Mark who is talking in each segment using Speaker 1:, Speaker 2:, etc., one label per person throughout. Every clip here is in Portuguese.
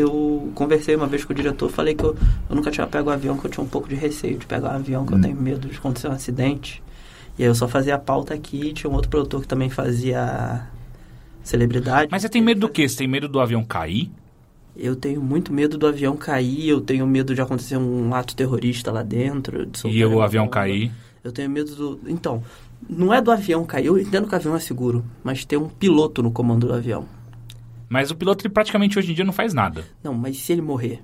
Speaker 1: eu conversei uma vez com o diretor, falei que eu, eu nunca tinha pego avião, que eu tinha um pouco de receio de pegar um avião,
Speaker 2: Hum.
Speaker 1: que eu tenho medo de acontecer um acidente. E aí eu só fazia a pauta aqui, tinha um outro produtor que também fazia celebridade.
Speaker 2: Mas você tem medo do quê? Você tem medo do avião cair?
Speaker 1: Eu tenho muito medo do avião cair, eu tenho medo de acontecer um ato terrorista lá dentro. de soltar
Speaker 2: E o
Speaker 1: uma
Speaker 2: avião
Speaker 1: bomba.
Speaker 2: cair?
Speaker 1: Eu tenho medo do. Então, não é do avião cair, eu entendo que o avião é seguro, mas tem um piloto no comando do avião.
Speaker 2: Mas o piloto, ele praticamente hoje em dia não faz nada.
Speaker 1: Não, mas se ele morrer?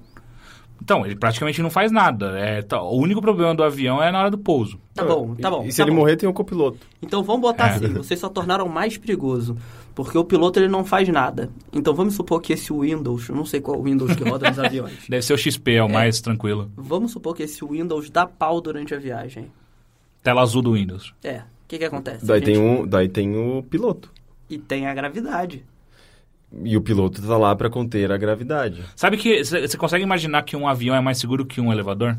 Speaker 2: Então, ele praticamente não faz nada. É, tá, o único problema do avião é na hora do pouso.
Speaker 1: Tá bom, tá bom.
Speaker 3: Ah, E se
Speaker 1: tá
Speaker 3: ele
Speaker 1: bom.
Speaker 3: morrer, tem um copiloto.
Speaker 1: Então vamos botar
Speaker 2: É.
Speaker 1: assim, vocês só tornaram mais perigoso, porque o piloto ele não faz nada. Então vamos supor que esse Windows, eu não sei qual Windows que roda nos aviões.
Speaker 2: Deve ser o XP, é o mais tranquilo.
Speaker 1: Vamos supor que esse Windows dá pau durante a viagem.
Speaker 2: Tela azul do Windows.
Speaker 1: É, o que que acontece?
Speaker 3: Daí
Speaker 1: A
Speaker 3: tem,
Speaker 1: gente-
Speaker 3: um, daí tem o piloto.
Speaker 1: E tem a gravidade.
Speaker 3: E o piloto tá lá pra conter a gravidade.
Speaker 2: Sabe que c- você consegue imaginar que um avião é mais seguro que um elevador?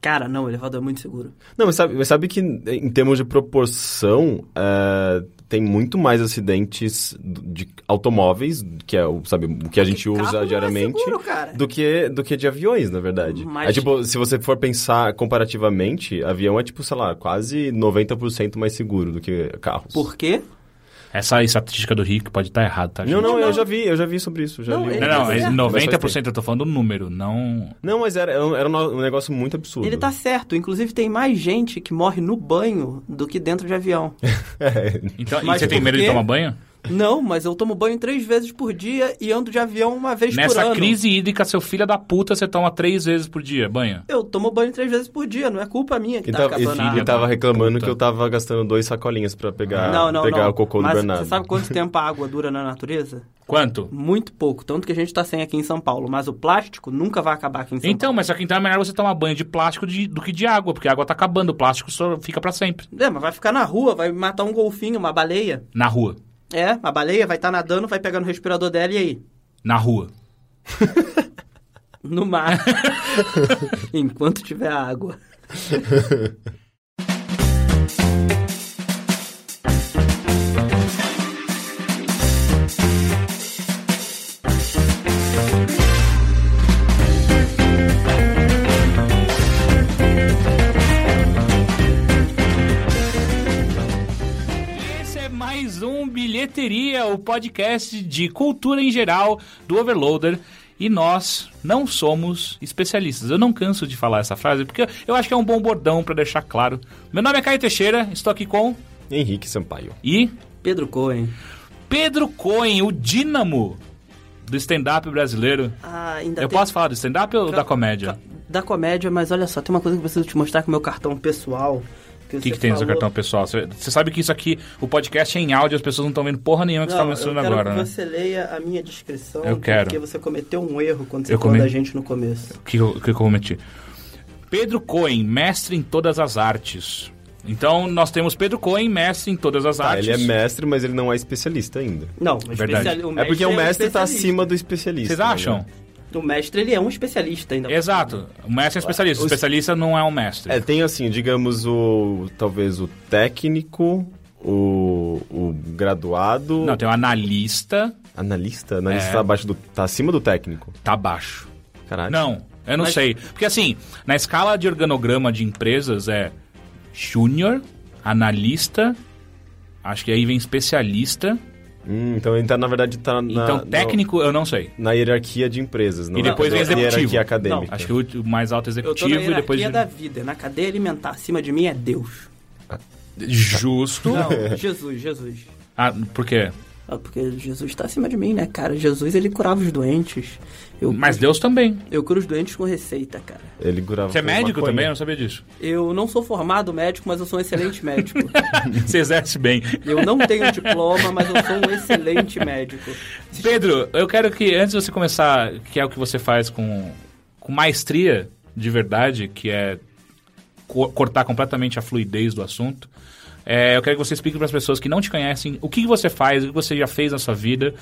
Speaker 1: Cara, não, o elevador é muito seguro.
Speaker 3: Não, mas sabe, mas sabe que em termos de proporção, é, tem muito mais acidentes de automóveis, que é o, sabe, o que a gente
Speaker 1: Porque carro
Speaker 3: usa
Speaker 1: não é
Speaker 3: diariamente,
Speaker 1: seguro, cara.
Speaker 3: do, que, do que de aviões, na verdade.
Speaker 1: Mas-
Speaker 3: É tipo, se você for pensar comparativamente, avião é tipo, sei lá, quase 90% mais seguro do que carros.
Speaker 1: Por quê?
Speaker 2: Essa estatística do Rick pode estar errada, tá?
Speaker 3: Não,
Speaker 2: gente?
Speaker 3: não,
Speaker 1: Não.
Speaker 3: eu já vi, eu já vi sobre isso. Já
Speaker 1: Não,
Speaker 3: li um-
Speaker 1: ele
Speaker 2: Não, não,
Speaker 1: Mas
Speaker 2: é
Speaker 1: faz
Speaker 2: 90% eu tô falando o número, não.
Speaker 3: Não, mas era, era um negócio muito absurdo.
Speaker 1: Ele tá certo. Inclusive tem mais gente que morre no banho do que dentro de avião.
Speaker 3: É.
Speaker 2: Então, e
Speaker 1: Mas
Speaker 2: você tem
Speaker 1: por
Speaker 2: medo de
Speaker 1: quê?
Speaker 2: tomar banho?
Speaker 1: não, mas eu tomo banho três vezes por dia e ando de avião uma vez por
Speaker 2: Nessa
Speaker 1: ano.
Speaker 2: crise hídrica, seu filho da puta, você toma três vezes por dia banho.
Speaker 1: Eu tomo banho três vezes por dia, não é culpa minha que
Speaker 3: Então, E
Speaker 1: tá
Speaker 3: tava,
Speaker 1: acabando a
Speaker 3: e- e
Speaker 1: água.
Speaker 3: tava reclamando
Speaker 2: Puta.
Speaker 3: que eu tava gastando dois sacolinhas pra pegar,
Speaker 1: Não, não,
Speaker 3: pegar
Speaker 1: não.
Speaker 3: o tá cocô
Speaker 1: Mas
Speaker 3: do Bernardo.
Speaker 1: Você sabe quanto tempo a água dura na natureza?
Speaker 2: Quanto?
Speaker 1: Muito pouco, tanto que a gente tá sem aqui em São Paulo. Mas o plástico nunca vai acabar aqui em São
Speaker 2: Então, mas só que então é melhor você tomar banho de plástico de- do que de água, porque a água tá acabando, o plástico só fica pra sempre.
Speaker 1: Paulo. É, mas vai ficar na rua, vai matar um golfinho, uma baleia.
Speaker 2: Na rua.
Speaker 1: É, a baleia vai estar nadando, vai pegar no respirador dela e aí?
Speaker 2: Na rua.
Speaker 1: No mar. Enquanto tiver água.
Speaker 2: Esse é mais um Bilheteria, o podcast de cultura em geral do Overloader. E nós não somos especialistas. Eu não canso de falar essa frase, porque eu acho que é um bom bordão pra deixar claro. Meu nome é Caio Teixeira, estou aqui com...
Speaker 3: Henrique Sampaio.
Speaker 2: E
Speaker 1: Pedro Cohen.
Speaker 2: Pedro Cohen, o dínamo do stand-up brasileiro.
Speaker 1: Ah, ainda
Speaker 2: Eu
Speaker 1: tem-
Speaker 2: posso falar do stand-up ou da comédia?
Speaker 1: Da comédia, mas olha só, tem uma coisa que eu preciso te mostrar com o meu cartão pessoal.
Speaker 2: O que, que tem no seu cartão pessoal? Você você sabe que isso aqui, o podcast é em áudio, as pessoas não estão vendo porra nenhuma que você
Speaker 1: Não,
Speaker 2: está
Speaker 1: eu
Speaker 2: mostrando
Speaker 1: quero
Speaker 2: agora,
Speaker 1: que
Speaker 2: né?
Speaker 1: você leia a minha descrição,
Speaker 2: Eu quero.
Speaker 1: porque você cometeu um erro quando você
Speaker 2: Eu
Speaker 1: falou
Speaker 2: comi-
Speaker 1: da gente no começo.
Speaker 2: O que, eu- o que eu cometi? Pedro Cohen, mestre em todas as artes. Então, nós temos Pedro Cohen, mestre em todas as
Speaker 3: Tá,
Speaker 2: artes.
Speaker 3: ele é mestre, mas ele não é especialista ainda.
Speaker 1: Não, o
Speaker 2: Verdade.
Speaker 1: especiali- um o
Speaker 3: É porque o mestre tá
Speaker 1: especialista.
Speaker 3: acima do especialista.
Speaker 2: Vocês acham?
Speaker 3: né?
Speaker 1: O mestre, ele é um especialista ainda.
Speaker 2: Exato. O mestre é especialista. O
Speaker 3: Os-
Speaker 2: especialista não é um mestre.
Speaker 3: É, tem assim, digamos, o. Talvez o técnico, o, o graduado.
Speaker 2: Não, tem o analista,
Speaker 3: Analista? Analista
Speaker 2: É.
Speaker 3: tá abaixo do. tá acima do técnico.
Speaker 2: tá baixo.
Speaker 3: Caralho.
Speaker 2: Não, eu não
Speaker 1: Mas-
Speaker 2: sei. Porque assim, na escala de organograma de empresas é júnior, analista, acho que aí vem especialista.
Speaker 3: Hum, então ele tá, na verdade, tá na.
Speaker 2: então,
Speaker 3: no-
Speaker 2: técnico, eu não sei.
Speaker 3: Na hierarquia de empresas, não
Speaker 2: E depois
Speaker 3: é
Speaker 2: vem
Speaker 3: na
Speaker 2: executivo.
Speaker 3: hierarquia acadêmica.
Speaker 2: Acho que o ulti- o mais alto
Speaker 1: Eu tô na
Speaker 2: executivo e
Speaker 1: hierarquia
Speaker 2: depois.
Speaker 1: da vida, na cadeia alimentar, acima de mim é Deus.
Speaker 2: Justo.
Speaker 1: Não, Jesus, Jesus.
Speaker 2: Ah, por quê?
Speaker 1: Ah, porque Jesus tá acima de mim, né, cara? Jesus, ele curava os doentes. Eu,
Speaker 2: Mas Deus também.
Speaker 1: eu curo os doentes com receita, cara.
Speaker 3: Ele curava
Speaker 2: Você é
Speaker 3: com
Speaker 2: médico
Speaker 3: maconha.
Speaker 2: também? Eu não sabia disso.
Speaker 1: Eu não sou formado médico, mas eu sou um excelente médico.
Speaker 2: Você exerce bem.
Speaker 1: Eu não tenho diploma, mas eu sou um excelente médico.
Speaker 2: Pedro, eu quero que, antes de você começar, que é o que você faz com, com maestria de verdade, que é co- cortar completamente a fluidez do assunto, é, eu quero que você explique para as pessoas que não te conhecem o que, que você faz, o que você já fez na sua vida.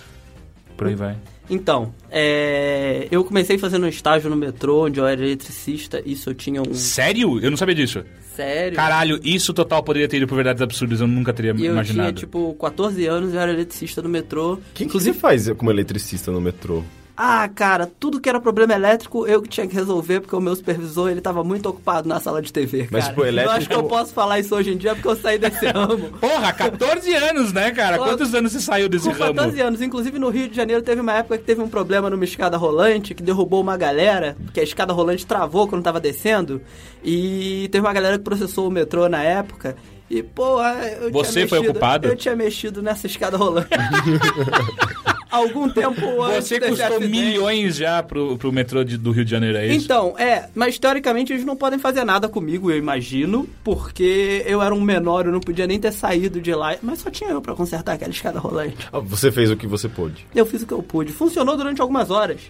Speaker 2: Por aí vai.
Speaker 1: Então, é, eu comecei fazendo um estágio no metrô, onde eu era eletricista, isso eu tinha um...
Speaker 2: Sério? Eu não sabia disso.
Speaker 1: Sério?
Speaker 2: Caralho, isso total poderia ter ido por verdades absurdas, eu nunca
Speaker 1: E
Speaker 2: teria
Speaker 1: eu tinha,
Speaker 2: imaginado.
Speaker 1: tipo, 14 anos, eu era eletricista no metrô.
Speaker 3: Quem que você faz como eletricista no metrô?
Speaker 1: Ah, cara, tudo que era problema elétrico eu que tinha que resolver, porque o meu supervisor ele tava muito ocupado na sala de TV, cara.
Speaker 3: Mas, tipo, elétrico-
Speaker 1: Eu acho que eu posso falar isso hoje em dia porque eu saí desse ramo.
Speaker 2: Porra, 14 anos, né, cara?
Speaker 1: Pô,
Speaker 2: Quantos anos você saiu desse
Speaker 1: Com
Speaker 2: ramo?
Speaker 1: 14 anos, inclusive no Rio de Janeiro teve uma época que teve um problema numa escada rolante que derrubou uma galera, que a escada rolante travou quando tava descendo, e teve uma galera que processou o metrô na época. E, pô, eu
Speaker 2: Você
Speaker 1: tinha
Speaker 2: foi
Speaker 1: mexido,
Speaker 2: o culpado?
Speaker 1: Eu tinha mexido nessa escada rolante. Algum tempo antes.
Speaker 2: Você
Speaker 1: desse
Speaker 2: custou
Speaker 1: acidente.
Speaker 2: milhões já pro, pro metrô de- do Rio de Janeiro, é isso?
Speaker 1: Então, é, mas teoricamente eles não podem fazer nada comigo, eu imagino, porque eu era um menor, eu não podia nem ter saído de lá, mas só tinha eu pra consertar aquela escada rolante.
Speaker 3: Ah, Você fez o que você pôde.
Speaker 1: Eu fiz o que eu pude. Funcionou durante algumas horas.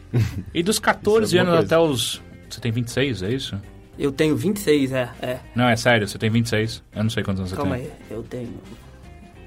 Speaker 2: e dos 14
Speaker 3: Isso é
Speaker 2: anos
Speaker 3: alguma
Speaker 2: até os. Você tem 26, é isso?
Speaker 1: Eu tenho 26, é, é.
Speaker 2: Não, é sério, você tem 26. Eu não sei quantos anos
Speaker 1: Calma
Speaker 2: você tem.
Speaker 1: aí, eu tenho.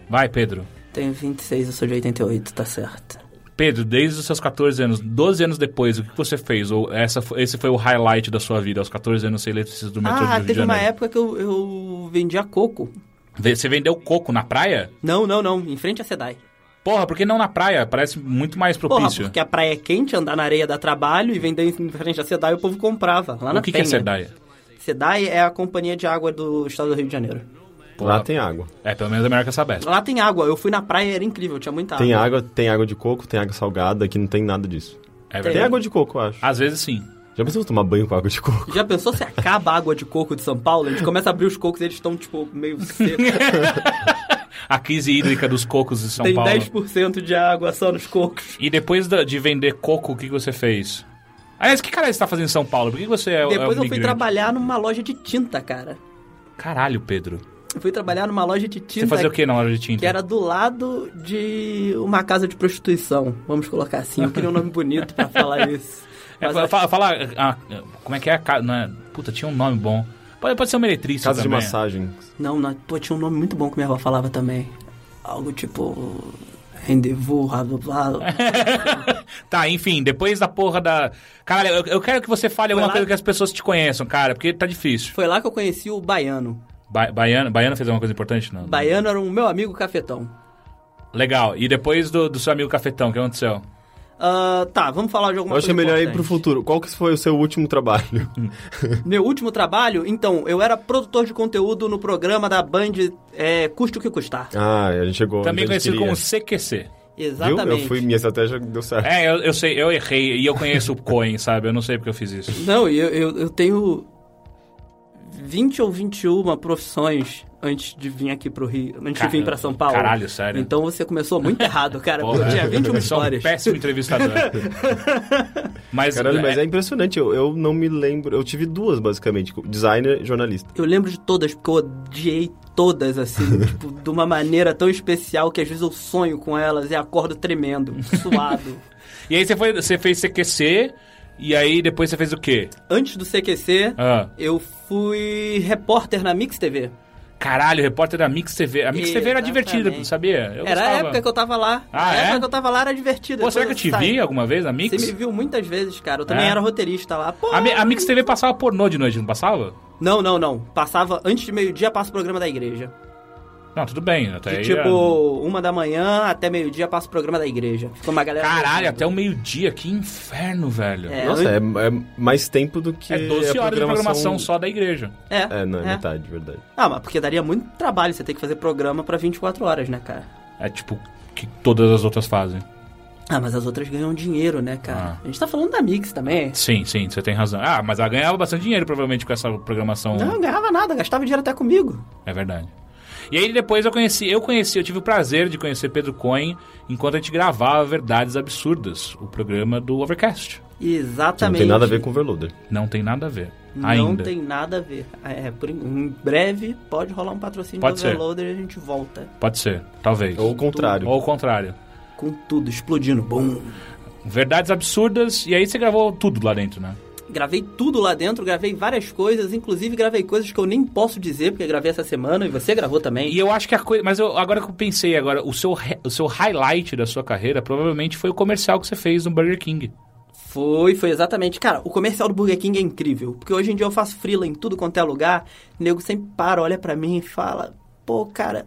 Speaker 2: Vai, Pedro.
Speaker 1: Tenho 26, eu sou de 88, tá certo.
Speaker 2: Pedro, desde os seus 14 anos, 12 anos depois, o que você fez? Ou essa, fo- esse foi o highlight da sua vida, aos 14 anos ser eletricista do metrô do
Speaker 1: Ah,
Speaker 2: Rio de
Speaker 1: teve uma
Speaker 2: Janeiro?
Speaker 1: época que eu, eu vendia coco.
Speaker 2: Ve- Você vendeu coco na praia?
Speaker 1: Não, não, não, em frente à SEDAI.
Speaker 2: Porra, por que não na praia? Parece muito mais
Speaker 1: Porra,
Speaker 2: propício.
Speaker 1: porque a praia é quente, andar na areia dá trabalho e vender em frente à SEDAI o povo comprava. Lá na
Speaker 2: o que, que é
Speaker 1: Penha.
Speaker 2: Sedaia?
Speaker 1: SEDAI é a companhia de água do estado do Rio de Janeiro.
Speaker 3: Lá tem água.
Speaker 2: É, pelo menos é melhor que a Sabesp.
Speaker 1: Lá tem água, eu fui na praia, era incrível, tinha muita
Speaker 3: Tem
Speaker 1: água.
Speaker 3: água, tem água de coco, tem água salgada, aqui não tem nada disso.
Speaker 2: É
Speaker 3: Tem
Speaker 2: verdade.
Speaker 3: água de coco, eu acho.
Speaker 2: Às vezes sim.
Speaker 3: Já pensou em tomar banho com água de coco?
Speaker 1: Já pensou se acaba a água de coco de São Paulo? A gente começa a abrir os cocos e eles estão, tipo, meio secos.
Speaker 2: A crise hídrica dos cocos de São
Speaker 1: Tem
Speaker 2: Paulo.
Speaker 1: 10% de água só nos cocos.
Speaker 2: E depois da- de vender coco, o que que você fez? Aliás, que caralho você tá fazendo em São Paulo? Por que que você é, é um
Speaker 1: Depois eu fui
Speaker 2: migrante?
Speaker 1: trabalhar numa loja de tinta, cara.
Speaker 2: Caralho, Pedro.
Speaker 1: Eu fui trabalhar numa loja de
Speaker 2: Você
Speaker 1: tinta
Speaker 2: fazia o que na hora de tinta?
Speaker 1: um que era do lado de uma casa de prostituição. Vamos colocar assim. Eu queria um nome bonito pra falar isso.
Speaker 2: É,
Speaker 1: Mas
Speaker 2: fa-
Speaker 1: a-
Speaker 2: fala, fala, ah, como é que é a casa. Puta, tinha um nome bom. Pode, pode ser uma eletricista
Speaker 3: Casa de
Speaker 2: também. é.
Speaker 3: massagem.
Speaker 1: Não, não, pô, tinha um nome muito bom que minha avó falava também. Algo tipo. Rendezvous, blá blá blá.
Speaker 2: Tá, enfim, depois da porra da. Caralho, eu, eu quero que você fale alguma
Speaker 1: lá-
Speaker 2: coisa que as pessoas te conheçam, cara, porque tá difícil.
Speaker 1: Foi lá que eu conheci o Baiano.
Speaker 2: Ba Baiano, Baiano fez alguma coisa importante? Não.
Speaker 1: Baiano era um meu amigo cafetão.
Speaker 2: Legal. E depois do, do seu amigo Cafetão, o que aconteceu?
Speaker 1: Ah, tá, vamos falar de alguma
Speaker 3: Eu acho
Speaker 1: coisa.
Speaker 3: que é melhor ir pro
Speaker 1: importante.
Speaker 3: futuro. Qual que foi o seu último trabalho?
Speaker 1: Meu último trabalho, então, eu era produtor de conteúdo no programa da Band é, Custe o que custar.
Speaker 3: ah, a gente chegou. onde
Speaker 2: Também
Speaker 3: a gente
Speaker 2: conhecido
Speaker 3: queria.
Speaker 2: como CQC.
Speaker 3: Viu?
Speaker 1: Exatamente.
Speaker 3: Eu fui, minha estratégia deu certo.
Speaker 2: É, eu, eu sei, eu errei e eu conheço o Coin, sabe? Eu não sei porque eu fiz isso.
Speaker 1: Não, e eu, eu, eu tenho 20 ou 21 profissões antes de vir aqui pro Rio, antes
Speaker 2: Cara-
Speaker 1: de vir pra São Paulo.
Speaker 2: caralho, sério?
Speaker 1: Então você começou muito errado, cara.
Speaker 2: Porra,
Speaker 1: eu tinha 21
Speaker 2: eu sou um
Speaker 1: histórias.
Speaker 2: péssimo entrevistador. mas,
Speaker 3: Caralho, mas
Speaker 2: é-
Speaker 3: é impressionante. Eu, eu não me lembro. Eu tive duas, basicamente: designer e jornalista.
Speaker 1: Eu lembro de todas, porque eu odiei todas, assim, tipo, de uma maneira tão especial que às vezes eu sonho com elas e acordo tremendo, suado.
Speaker 2: E aí você, foi, você fez CQC, e aí depois você fez o quê?
Speaker 1: Antes do CQC,
Speaker 2: Ah,
Speaker 1: eu fui repórter na Mix TV.
Speaker 2: caralho, repórter da Mix TV. A Mix TV era
Speaker 1: Exatamente.
Speaker 2: divertida, sabia? Eu
Speaker 1: era a
Speaker 2: gostava.
Speaker 1: época que eu tava lá.
Speaker 2: Ah,
Speaker 1: a
Speaker 2: é?
Speaker 1: época que eu tava lá era divertida.
Speaker 2: Pô, será que eu
Speaker 1: Depois
Speaker 2: te
Speaker 1: saí.
Speaker 2: vi alguma vez na Mix?
Speaker 1: Você me viu muitas vezes, cara. Eu também
Speaker 2: É?
Speaker 1: era roteirista lá. Pô,
Speaker 2: A, Mi- a Mix TV passava pornô de noite, não passava?
Speaker 1: Não, não, não. Passava antes de meio-dia, passa o programa da igreja.
Speaker 2: Não, tudo bem. Até
Speaker 1: De
Speaker 2: Tá aí, é-
Speaker 1: tipo,
Speaker 2: era-
Speaker 1: uma da manhã até meio-dia, passa o programa da igreja. Ficou uma galera.
Speaker 2: Caralho, até o meio-dia, que inferno, velho.
Speaker 1: É,
Speaker 3: Nossa,
Speaker 1: eu-
Speaker 3: é, é mais tempo do que.
Speaker 2: É
Speaker 3: a
Speaker 2: 12 horas de programação só da igreja.
Speaker 1: É,
Speaker 3: É, não, é, metade, verdade.
Speaker 1: Ah, mas porque daria muito trabalho você ter que fazer programa pra 24 horas, né, cara?
Speaker 2: É tipo que todas as outras fazem.
Speaker 1: Ah, mas as outras ganham dinheiro, né, cara?
Speaker 2: Ah.
Speaker 1: A gente tá falando da Mix também.
Speaker 2: Sim, sim, você tem razão. Ah, mas ela ganhava bastante dinheiro, provavelmente, com essa programação. né?
Speaker 1: Não, eu ganhava nada, gastava dinheiro até comigo.
Speaker 2: É verdade. E aí depois eu conheci, eu conheci, eu tive o prazer de conhecer Pedro Cohen enquanto a gente gravava Verdades Absurdas, o programa do Overcast.
Speaker 3: Não
Speaker 1: Exatamente.
Speaker 3: tem nada a ver com o Verluder.
Speaker 2: Não tem nada a ver.
Speaker 1: Não
Speaker 2: ainda.
Speaker 1: tem nada a ver. É, por, en- em breve pode rolar um patrocínio
Speaker 2: Pode
Speaker 1: do
Speaker 2: ser.
Speaker 1: Overloader e a gente volta
Speaker 2: Pode ser, talvez.
Speaker 3: Ou o contrário.
Speaker 2: Ou o contrário.
Speaker 1: com tudo, explodindo. Bum!
Speaker 2: Verdades Absurdas, e aí você gravou tudo lá dentro, né?
Speaker 1: Gravei tudo lá dentro, gravei várias coisas, inclusive gravei coisas que eu nem posso dizer, porque eu gravei essa semana e você gravou também.
Speaker 2: E eu acho que a coisa. Mas eu, agora que eu pensei agora, o seu, re- o seu highlight da sua carreira provavelmente foi o comercial que você fez no Burger King.
Speaker 1: Foi, foi exatamente. Cara, o comercial do Burger King é incrível, porque hoje em dia eu faço freela em tudo quanto é lugar, o nego sempre para, olha pra mim e fala, pô, cara,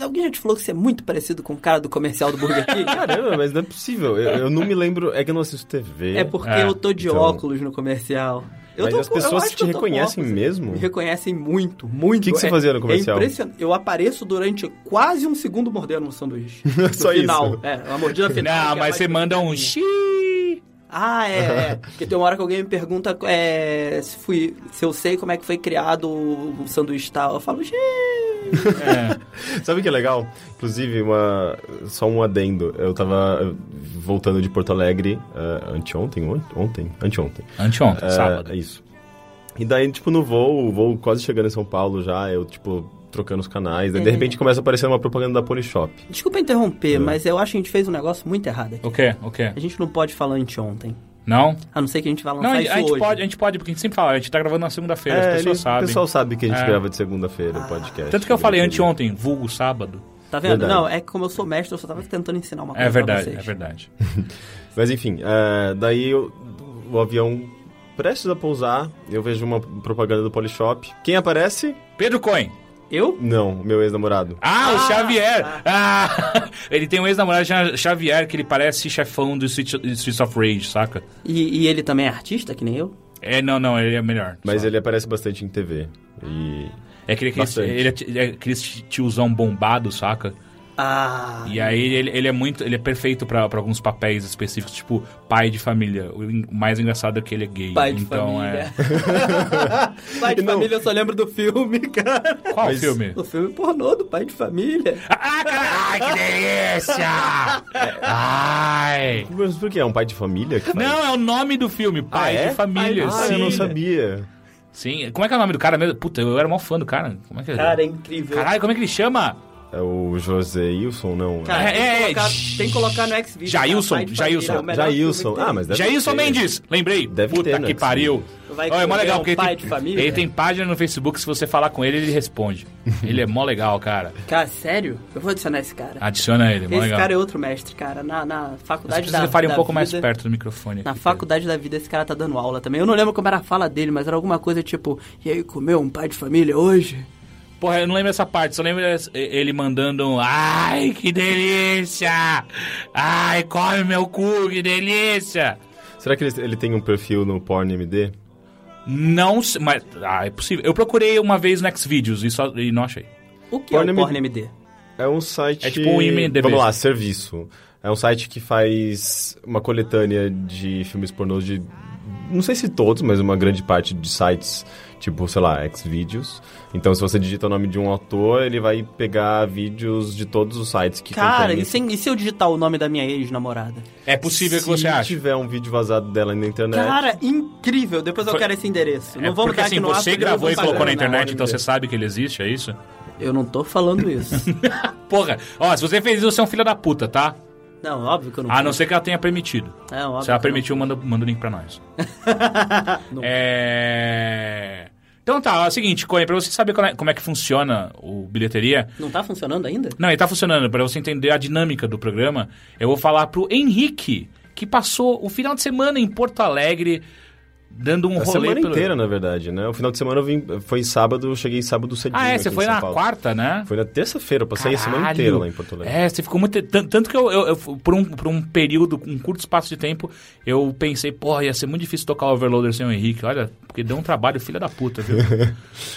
Speaker 1: Alguém já te falou que você é muito parecido com o cara do comercial do Burger King?
Speaker 3: Caramba, mas não é possível. Eu, eu não me lembro. É que eu não assisto TV.
Speaker 1: É porque
Speaker 2: É,
Speaker 1: eu tô de
Speaker 3: então.
Speaker 1: óculos no comercial. Eu
Speaker 3: Mas
Speaker 1: tô
Speaker 3: as
Speaker 1: com- eu
Speaker 3: pessoas
Speaker 1: acho
Speaker 3: te
Speaker 1: que eu tô com
Speaker 3: reconhecem
Speaker 1: óculos.
Speaker 3: mesmo?
Speaker 1: Me reconhecem muito, muito.
Speaker 3: O que que você
Speaker 1: É-
Speaker 3: fazia no comercial?
Speaker 1: É impressionante. Eu apareço durante quase um segundo mordendo um sanduíche. No
Speaker 3: Só isso?
Speaker 1: final. É, uma mordida final.
Speaker 2: Não,
Speaker 1: que é
Speaker 2: mas
Speaker 1: mais
Speaker 2: você manda um
Speaker 1: gostosinha.
Speaker 2: xi.
Speaker 1: Ah, é, é. Porque tem uma hora que alguém me pergunta é, se, fui, se eu sei como é que foi criado o sanduíche tal. Eu falo, "Xiii."
Speaker 2: É.
Speaker 3: Sabe o que é legal? Inclusive, uma, só um adendo. Eu tava eh, voltando de Porto Alegre eh, anteontem, on- ontem, anteontem.
Speaker 2: Anteontem,
Speaker 3: É,
Speaker 2: sábado.
Speaker 3: É isso. E daí, tipo, no voo, o voo quase chegando em São Paulo já, eu, tipo, trocando os canais. Daí, de
Speaker 1: É.
Speaker 3: repente, começa aparecendo uma propaganda da Polishop.
Speaker 1: Desculpa interromper,
Speaker 3: É.
Speaker 1: mas eu acho que a gente fez um negócio muito errado aqui.
Speaker 2: O quê? O quê?
Speaker 1: A gente não pode falar anteontem.
Speaker 2: Não?
Speaker 1: A não ser que a gente vá lançar
Speaker 2: Não, a,
Speaker 1: isso
Speaker 2: a gente
Speaker 1: hoje.
Speaker 2: pode, a gente pode, porque a gente sempre fala, a gente tá gravando na segunda-feira,
Speaker 3: É,
Speaker 2: as pessoas
Speaker 3: ele-
Speaker 2: sabem.
Speaker 3: O pessoal sabe que a gente
Speaker 2: É.
Speaker 3: grava de segunda-feira o podcast.
Speaker 2: Tanto que eu falei
Speaker 3: Ele-
Speaker 2: anteontem, vulgo sábado.
Speaker 1: Tá vendo?
Speaker 3: Verdade.
Speaker 1: Não, é que como eu sou mestre, eu só tava tentando ensinar uma coisa
Speaker 2: É verdade,
Speaker 1: pra vocês.
Speaker 2: é verdade.
Speaker 3: Mas enfim, é, daí eu- o avião prestes a pousar, eu vejo uma propaganda do Polishop. Quem aparece?
Speaker 2: Pedro Cohen.
Speaker 1: Eu?
Speaker 3: Não, meu ex-namorado.
Speaker 2: Ah, o
Speaker 1: Ah,
Speaker 2: Xavier! Ah! Ele tem um ex-namorado chamado Xavier que ele parece chefão do Street- Streets of Rage, saca?
Speaker 1: E, e ele também é artista, que nem eu?
Speaker 2: É, não, não, ele é melhor.
Speaker 3: Mas
Speaker 2: Só.
Speaker 3: ele aparece bastante em TV. E.
Speaker 2: é aquele, aquele,
Speaker 3: bastante.
Speaker 2: ele é ti- ele é aquele tiozão bombado, saca?
Speaker 1: Ah.
Speaker 2: E aí ele, ele é muito. Ele é perfeito pra pra alguns papéis específicos, tipo pai de família. O en- mais engraçado é que ele é gay.
Speaker 1: Pai de
Speaker 2: então
Speaker 1: família. pai de
Speaker 3: Não.
Speaker 1: família, eu só lembro do filme, cara.
Speaker 2: é. Qual
Speaker 3: Mas-
Speaker 2: filme?
Speaker 1: Do filme pornô do pai de família.
Speaker 2: Ah, caralho, que delícia! Ai!
Speaker 3: Mas por que? É um É. pai de família? Que faz?
Speaker 2: Não, é o nome do filme, Pai
Speaker 3: Ah, é?
Speaker 2: de Família.
Speaker 3: Ah,
Speaker 2: sim.
Speaker 3: eu não sabia.
Speaker 2: Sim, como é que é o nome do cara mesmo? Puta, eu era mó fã do cara. Como é que
Speaker 1: Cara, é
Speaker 2: é?
Speaker 1: incrível.
Speaker 2: Caralho, como é que ele chama?
Speaker 3: É o José Wilson, não.
Speaker 1: Cara,
Speaker 2: É, é,
Speaker 1: tem, que
Speaker 2: é.
Speaker 1: colocar, tem que colocar no x
Speaker 2: Jailson, Jailson.
Speaker 1: é
Speaker 3: Jailson. Ah, mas deve
Speaker 2: Jailson
Speaker 3: ter.
Speaker 2: Mendes, lembrei.
Speaker 3: Deve
Speaker 2: Puta
Speaker 3: ter, né,
Speaker 2: que
Speaker 3: que
Speaker 2: pariu.
Speaker 1: Vai
Speaker 2: Olha, é mó
Speaker 1: comer
Speaker 2: legal,
Speaker 1: um
Speaker 2: porque ele
Speaker 1: pai
Speaker 2: tem,
Speaker 1: de família?
Speaker 2: ele tem página no Facebook, se você falar com ele, ele responde. ele é mó legal, cara.
Speaker 1: Cara, sério? Eu vou adicionar esse cara.
Speaker 2: Adiciona ele, Ah, mó
Speaker 1: esse
Speaker 2: legal.
Speaker 1: cara é outro mestre, cara. Na, na
Speaker 2: Mas
Speaker 1: faculdade da
Speaker 2: precisa que você fale um
Speaker 1: da
Speaker 2: pouco mais
Speaker 1: vida-
Speaker 2: perto do microfone.
Speaker 1: Na
Speaker 2: aqui,
Speaker 1: faculdade da vida, esse cara tá dando aula também. Eu não lembro como era a fala dele, mas era alguma coisa tipo: E aí, comeu um pai de família hoje?
Speaker 2: cara. Porra, eu não lembro essa parte, só lembro es- ele mandando um. Ai, que delícia! Ai, come meu cu, que delícia!
Speaker 3: Será que ele, ele tem um perfil no PornMD?
Speaker 2: Não, se- mas ah, é possível. Eu procurei uma vez no Xvideos e, só, e não achei.
Speaker 1: O que
Speaker 3: Porn
Speaker 1: é o
Speaker 3: MD?
Speaker 1: Porn MD?
Speaker 3: É um site.
Speaker 2: É tipo um IMDb.
Speaker 3: Vamos lá, serviço. É um site que faz uma coletânea de filmes pornôs de. Não sei se todos, mas uma grande parte de sites, tipo, sei lá, Xvideos. Então, se você digita o nome de um autor, ele vai pegar vídeos de todos os sites que
Speaker 1: Cara,
Speaker 3: contém
Speaker 1: e, sem- e se eu digitar o nome da minha ex-namorada?
Speaker 2: É possível
Speaker 3: se
Speaker 2: que você ache.
Speaker 3: tiver um vídeo vazado dela na internet.
Speaker 2: é
Speaker 1: Cara, incrível. Depois eu
Speaker 2: Foi-
Speaker 1: quero esse endereço.
Speaker 2: É
Speaker 1: não vamos
Speaker 2: porque
Speaker 1: dar aqui
Speaker 2: assim,
Speaker 1: no ar,
Speaker 2: você
Speaker 1: porque eu
Speaker 2: gravou
Speaker 1: vou
Speaker 2: e colocou na
Speaker 1: pagar, não.
Speaker 2: internet, então você
Speaker 3: hora
Speaker 2: sabe que ele existe, é isso?
Speaker 1: Eu não tô falando isso.
Speaker 2: Porra, ó, se você fez isso, você é um filho da puta, tá?
Speaker 1: não, óbvio que eu não.
Speaker 2: A Ah, não ser que ela tenha permitido.
Speaker 1: É, óbvio que
Speaker 2: Se ela
Speaker 1: eu não- Ah,
Speaker 2: permitiu, manda, manda o link pra nós. tipo,
Speaker 1: Não.
Speaker 2: É... Então tá, é o seguinte, Coen, pra você saber como é, como é que funciona o bilheteria...
Speaker 1: Não tá funcionando ainda?
Speaker 2: Não, ele tá funcionando. Pra você entender a dinâmica do programa, eu vou falar pro Henrique, que passou o final de semana em Porto Alegre, dando um
Speaker 3: A
Speaker 2: rolê
Speaker 3: semana
Speaker 2: pelo...
Speaker 3: inteira, na verdade, né? O final de semana eu vim, foi sábado, eu cheguei sábado cedinho.
Speaker 2: Ah, é,
Speaker 3: aqui
Speaker 2: você
Speaker 3: em
Speaker 2: foi
Speaker 3: São
Speaker 2: na
Speaker 3: Paulo.
Speaker 2: quarta, né?
Speaker 3: Foi na terça-feira, eu passei a semana
Speaker 2: Caralho.
Speaker 3: inteira lá em Porto Alegre.
Speaker 2: É, você ficou muito. tan- Tanto que eu, eu- eu- por, um, por um período, um curto espaço de tempo, eu pensei, porra, ia ser muito difícil tocar o Overloader sem o Henrique. Olha, porque deu um trabalho, filha da puta, viu?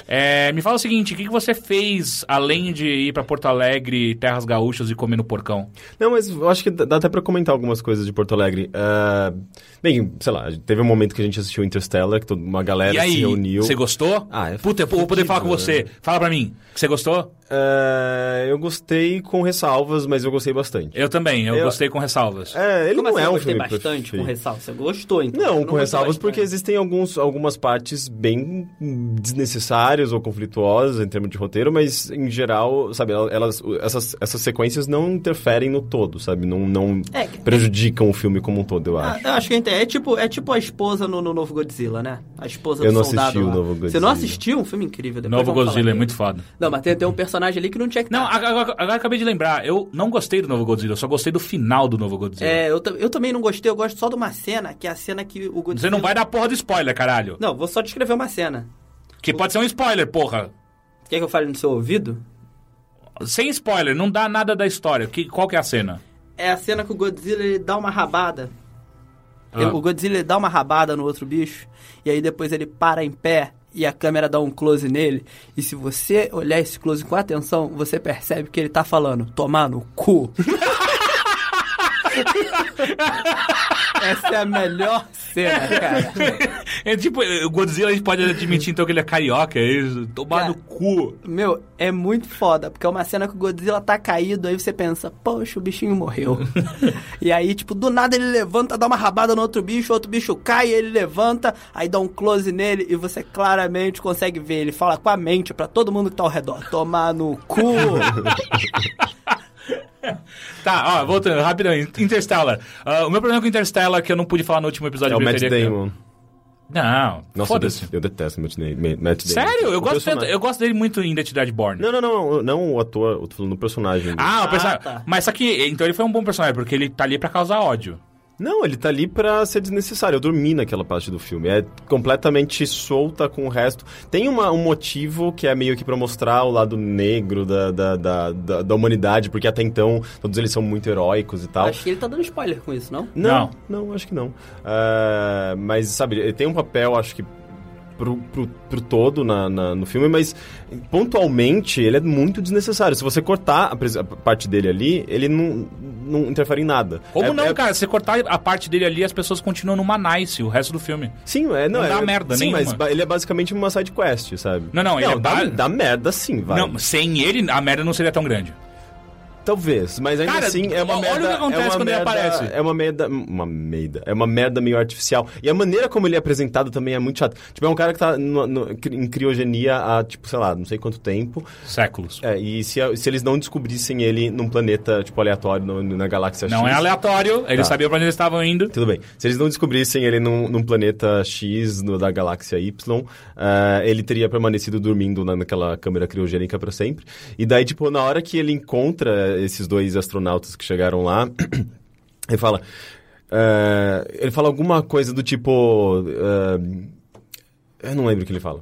Speaker 2: É, me fala o seguinte: o que, que você fez além de ir pra Porto Alegre, Terras Gaúchas e comer no porcão?
Speaker 3: Não, mas eu acho que dá dá até pra comentar algumas coisas de Porto Alegre. Ah, bem, sei lá, teve um momento que a gente assistiu Interstellar, que toda uma galera
Speaker 2: e aí,
Speaker 3: se reuniu.
Speaker 2: você gostou?
Speaker 3: Ah, é
Speaker 2: Puta, eu vou poder falar com você.
Speaker 3: fudido,
Speaker 2: Fala pra mim, você gostou?
Speaker 3: Ah, eu gostei com ressalvas, mas eu gostei bastante.
Speaker 2: Eu também, eu,
Speaker 3: Eu-
Speaker 2: gostei com ressalvas.
Speaker 3: É, ele
Speaker 1: Como
Speaker 3: não
Speaker 1: assim,
Speaker 3: é
Speaker 1: eu
Speaker 3: um
Speaker 1: gostei
Speaker 3: filme
Speaker 1: bastante
Speaker 3: perfeito.
Speaker 1: com ressalvas. Você gostou, então?
Speaker 3: Não,
Speaker 1: Eu
Speaker 3: com ressalvas,
Speaker 1: gostei
Speaker 3: porque
Speaker 1: bastante.
Speaker 3: existem alguns, algumas partes bem desnecessárias ou conflituosas em termos de roteiro, mas em geral, sabe, elas, essas, essas sequências não interferem no todo, sabe? Não, não
Speaker 1: É que-
Speaker 3: prejudicam o filme como um todo, eu
Speaker 1: Ah,
Speaker 3: acho.
Speaker 1: eu acho que eu entendi. é tipo, é tipo a esposa no, no novo Godzilla, né? A esposa
Speaker 3: Eu
Speaker 1: do
Speaker 3: não
Speaker 1: soldado.
Speaker 3: assisti o
Speaker 1: lá.
Speaker 3: novo
Speaker 1: Você não
Speaker 3: Godzilla.
Speaker 1: assistiu? Um filme incrível. Depois
Speaker 2: Novo
Speaker 1: vamos falar
Speaker 2: Godzilla é
Speaker 1: dele.
Speaker 2: muito foda.
Speaker 1: Não, mas tem, tem um personagem ali que não tinha que
Speaker 2: Não,
Speaker 1: estar.
Speaker 2: agora, agora- agora eu acabei de lembrar, eu não gostei do novo Godzilla, eu só gostei do final do novo Godzilla.
Speaker 1: É, eu, ta- eu também não gostei, eu gosto só de uma cena, que é a cena que o Godzilla.
Speaker 2: Você não vai dar porra do spoiler, caralho.
Speaker 1: Não, vou só descrever uma cena.
Speaker 2: Que pode ser um spoiler, porra.
Speaker 1: Quer que eu fale no seu ouvido?
Speaker 2: Sem spoiler, não dá nada da história. Que, qual que é a cena?
Speaker 1: É a cena que o Godzilla ele dá uma rabada. Ele-
Speaker 2: Ah.
Speaker 1: O Godzilla ele dá uma rabada no outro bicho. E aí depois ele para em pé e a câmera dá um close nele. E se você olhar esse close com atenção, você percebe que ele tá falando: tomar no cu. Essa é a melhor cena, cara.
Speaker 2: É tipo, o Godzilla a gente pode admitir então que ele é carioca, é isso? Tomar
Speaker 1: Cara.
Speaker 2: no cu.
Speaker 1: Meu, é muito foda, porque é uma cena que o Godzilla tá caído, aí você pensa, poxa, o bichinho morreu. e aí, tipo, do nada ele levanta, dá uma rabada no outro bicho, outro bicho cai, ele levanta, aí dá um close nele e você claramente consegue ver. Ele fala com a mente pra todo mundo que tá ao redor: tomar no cu.
Speaker 2: Tá, ó, voltando, rapidão, Interstellar. Ah, o meu problema com Interstellar é que eu não pude falar no último episódio.
Speaker 3: É o
Speaker 2: eu
Speaker 3: Matt
Speaker 2: teria que-
Speaker 3: Damon.
Speaker 2: Não,
Speaker 3: Nossa, eu,
Speaker 2: foda-se.
Speaker 3: de- eu detesto o Matt Damon. Matt Damon.
Speaker 2: Sério? Eu
Speaker 3: O
Speaker 2: gosto, tanto-
Speaker 3: personagem.
Speaker 2: eu gosto dele muito em Identidade Born.
Speaker 3: Não, não, não. Não o ator, eu tô falando do personagem.
Speaker 2: Ah, o
Speaker 1: Ah,
Speaker 2: personagem.
Speaker 1: tá.
Speaker 2: Mas só que, então ele foi um bom personagem, porque ele tá ali pra causar ódio.
Speaker 3: Não, ele tá ali pra ser desnecessário. Eu dormi naquela parte do filme. É completamente solta com o resto. Tem uma- um motivo que é meio que pra mostrar o lado negro da, da, da, da- da humanidade, porque até então todos eles são muito heróicos e tal.
Speaker 1: Acho que ele tá dando spoiler com isso, não?
Speaker 3: Não, não, acho que não. Ah, mas, sabe, ele tem um papel, acho que, pro, pro, pro todo na, na- no filme, mas pontualmente ele é muito desnecessário. Se você cortar a, pres- a parte dele ali, ele não, não interfere em nada.
Speaker 2: Como
Speaker 3: É-
Speaker 2: não,
Speaker 3: é-
Speaker 2: cara? Se você cortar a parte dele ali, as pessoas continuam numa nice o resto do filme.
Speaker 3: Sim, é, não,
Speaker 2: Não
Speaker 3: é,
Speaker 2: dá merda
Speaker 3: sim,
Speaker 2: nenhuma.
Speaker 3: mas ba- ele é basicamente uma side quest, sabe?
Speaker 2: Não, não, ele é
Speaker 3: dá,
Speaker 2: ba-
Speaker 3: dá merda sim, vai.
Speaker 2: Não, sem ele, a merda não seria tão grande.
Speaker 3: Talvez, mas ainda
Speaker 2: Cara,
Speaker 3: assim é
Speaker 2: olha
Speaker 3: uma
Speaker 2: o
Speaker 3: merda.
Speaker 2: que acontece
Speaker 3: é uma
Speaker 2: quando ele
Speaker 3: merda,
Speaker 2: aparece.
Speaker 3: É uma merda, uma merda, é uma merda meio artificial. E a maneira como ele é apresentado também é muito chata. Tipo, é um cara que tá no- no- cri- em criogenia há, tipo, sei lá, não sei quanto tempo.
Speaker 2: Séculos.
Speaker 3: É, e se, a- se eles não descobrissem ele num planeta, tipo, aleatório, no- na galáxia X...
Speaker 2: Não é aleatório, ele
Speaker 3: Tá.
Speaker 2: sabia pra onde eles estavam indo.
Speaker 3: Tudo bem. Se eles não descobrissem ele num, num planeta X no, da galáxia Y, ah, ele teria permanecido dormindo na- naquela câmera criogênica para sempre. E daí, tipo, na hora que ele encontra esses dois astronautas que chegaram lá, ele fala. ah, ele fala alguma coisa do tipo. ah, eu não lembro o que ele fala.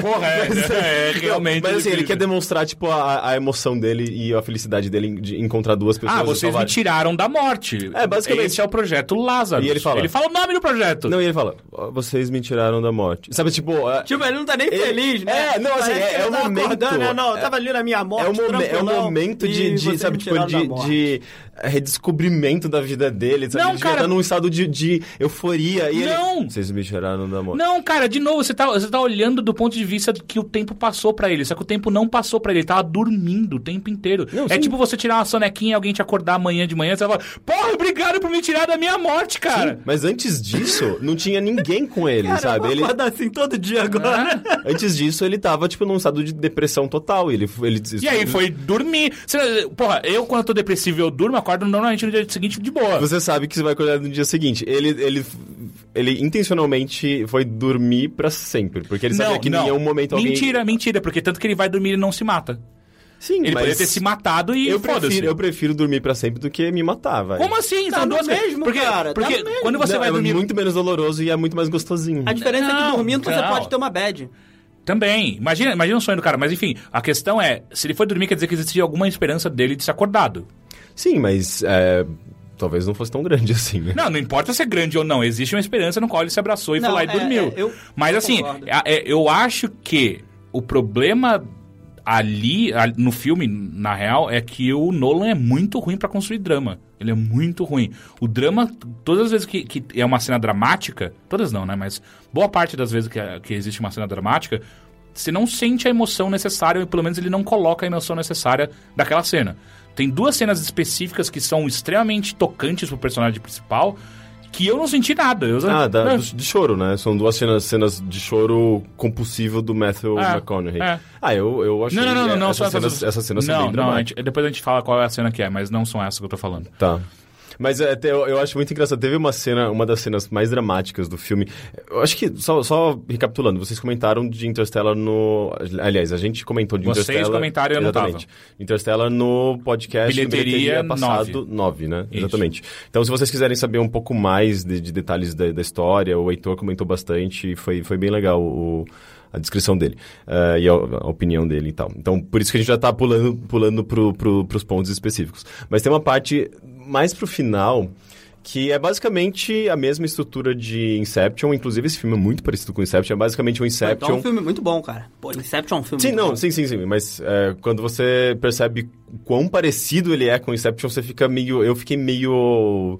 Speaker 2: Porra, é, é, é, realmente.
Speaker 3: Mas assim, ele
Speaker 2: incrível.
Speaker 3: quer demonstrar, tipo, a, a emoção dele e a felicidade dele em- de encontrar duas pessoas.
Speaker 2: Ah,
Speaker 3: e
Speaker 2: vocês me
Speaker 3: salvar.
Speaker 2: tiraram da morte.
Speaker 3: É, basicamente.
Speaker 2: Esse é o projeto Lázaro.
Speaker 3: E ele fala-
Speaker 2: Ele fala o nome do projeto.
Speaker 3: Não, e ele fala, "Ó, vocês me tiraram da morte. Sabe, tipo, ah,
Speaker 1: Tipo, ele não tá nem
Speaker 3: Ele-
Speaker 1: feliz, né?
Speaker 3: É, não, assim,
Speaker 1: Parece
Speaker 3: é-
Speaker 1: que
Speaker 3: é
Speaker 1: ele
Speaker 3: o
Speaker 1: tava
Speaker 3: momento.
Speaker 1: acordando, né? Não, eu tava ali na minha morte.
Speaker 3: é o, momen- é o
Speaker 1: tranquilão,
Speaker 3: momento de,
Speaker 1: e
Speaker 3: de,
Speaker 1: vocês
Speaker 3: sabe,
Speaker 1: me
Speaker 3: tipo,
Speaker 1: tiraram da
Speaker 3: de,
Speaker 1: morte.
Speaker 3: de eh, redescobrimento da vida dele, sabe?
Speaker 2: Não,
Speaker 3: de
Speaker 2: cara.
Speaker 3: entrar num estado de, de euforia. E ele,
Speaker 2: Não.
Speaker 3: Vocês me tiraram da morte.
Speaker 2: Não, cara, de novo, você tá, você tá olhando do ponto de vista do que o tempo passou pra ele. Só que o tempo não passou pra ele, ele tava dormindo o tempo inteiro.
Speaker 3: Não,
Speaker 2: é
Speaker 3: sim.
Speaker 2: tipo você tirar uma sonequinha e alguém te acordar amanhã de manhã, você fala, porra, obrigado por me tirar da minha morte, cara.
Speaker 3: Mas antes disso, não tinha ninguém com ele,
Speaker 1: Cara, eu
Speaker 3: sabe?
Speaker 1: vou
Speaker 3: Ele,
Speaker 1: acordar assim todo dia agora.
Speaker 3: antes disso, ele tava, tipo, num estado de depressão total. Ele, ele
Speaker 2: E aí foi dormir. Você- porra, eu quando eu tô depressivo, eu durmo, acordo normalmente no dia seguinte de boa.
Speaker 3: Você sabe que você vai acordar no dia seguinte. Ele, ele, ele intencionalmente foi dormir pra sempre. Porque ele sabia que em nenhum momento alguém...
Speaker 2: Mentira, mentira, porque tanto que ele vai dormir e não se mata.
Speaker 3: Sim,
Speaker 2: Ele
Speaker 3: mas...
Speaker 2: poderia ter se matado e
Speaker 3: eu
Speaker 2: foda-se.
Speaker 3: prefiro, eu prefiro dormir pra sempre do que me matar, vai.
Speaker 2: Como assim?
Speaker 1: Tá
Speaker 2: São
Speaker 1: no
Speaker 2: duas coisas.
Speaker 1: mesmo,
Speaker 2: porque,
Speaker 1: cara, tá
Speaker 2: Porque
Speaker 1: no mesmo.
Speaker 2: quando você
Speaker 3: Não,
Speaker 2: vai
Speaker 3: é
Speaker 2: dormir
Speaker 3: muito menos doloroso e é muito mais gostosinho.
Speaker 1: A diferença é
Speaker 2: Não,
Speaker 1: que dormindo você
Speaker 2: não.
Speaker 1: pode ter uma bad.
Speaker 2: Também. Imagina, imagina o sonho do cara. Mas enfim, a questão é: se ele for dormir, quer dizer que existe alguma esperança dele de ser acordado.
Speaker 3: Sim, mas é, talvez não fosse tão grande assim. né?
Speaker 2: Não, não importa se é grande ou não, existe uma esperança no qual ele se abraçou e
Speaker 1: Não,
Speaker 2: foi lá e
Speaker 1: é,
Speaker 2: dormiu.
Speaker 1: é, eu-
Speaker 2: Mas
Speaker 1: eu
Speaker 2: assim,
Speaker 1: concordo.
Speaker 2: a- é, eu acho que o problema ali, a- no filme, na real, é que o Nolan é muito ruim pra construir drama. Ele é muito ruim. O drama, todas as vezes que, que é uma cena dramática, todas não, né? Mas boa parte das vezes que, que existe uma cena dramática, você não sente a emoção necessária, ou pelo menos ele não coloca a emoção necessária daquela cena. Tem duas cenas específicas que são extremamente tocantes pro personagem principal, que eu não senti nada. Eu,
Speaker 3: Ah, da-
Speaker 2: né?
Speaker 3: do- de choro, né? São duas cenas, cenas de choro compulsivo do Matthew
Speaker 2: É,
Speaker 3: McConaughey.
Speaker 2: é.
Speaker 3: Ah, eu, eu achei
Speaker 2: Não, não, não, não,
Speaker 3: é,
Speaker 2: não
Speaker 3: essas
Speaker 2: são
Speaker 3: cenas,
Speaker 2: essas
Speaker 3: essas cenas
Speaker 2: não,
Speaker 3: são bem
Speaker 2: não, a é,
Speaker 3: dramáticas.
Speaker 2: gente- depois a gente fala qual é a cena que é, mas não são essas que eu tô falando.
Speaker 3: Tá. Mas é, até eu, eu acho muito engraçado. Teve uma cena, uma das cenas mais dramáticas do filme. Eu acho que, só, só recapitulando, vocês comentaram de Interstellar no. Aliás, a gente comentou de
Speaker 2: Vocês
Speaker 3: Interstellar.
Speaker 2: comentaram e eu não tava.
Speaker 3: Exatamente. Interstellar no podcast
Speaker 2: Bilheteria
Speaker 3: passado 9, né? Exatamente. Então, se vocês quiserem saber um pouco mais de, de detalhes da, da história, o Heitor comentou bastante e foi, foi bem legal o- a descrição dele eh, e a, a opinião dele e tal. Então, por isso que a gente já tá pulando, pulando pro, pro, pros pontos específicos. Mas tem uma parte mais pro final que é basicamente a mesma estrutura de Inception. Inclusive, esse filme é muito parecido com Inception. É basicamente um
Speaker 1: Então é
Speaker 3: Inception
Speaker 1: um filme muito bom, cara. Pô, Inception é um filme
Speaker 3: Sim,
Speaker 1: muito
Speaker 3: não,
Speaker 1: bom.
Speaker 3: sim, sim, sim. Mas é, quando você percebe quão parecido ele é com Inception, você fica meio. Eu fiquei meio.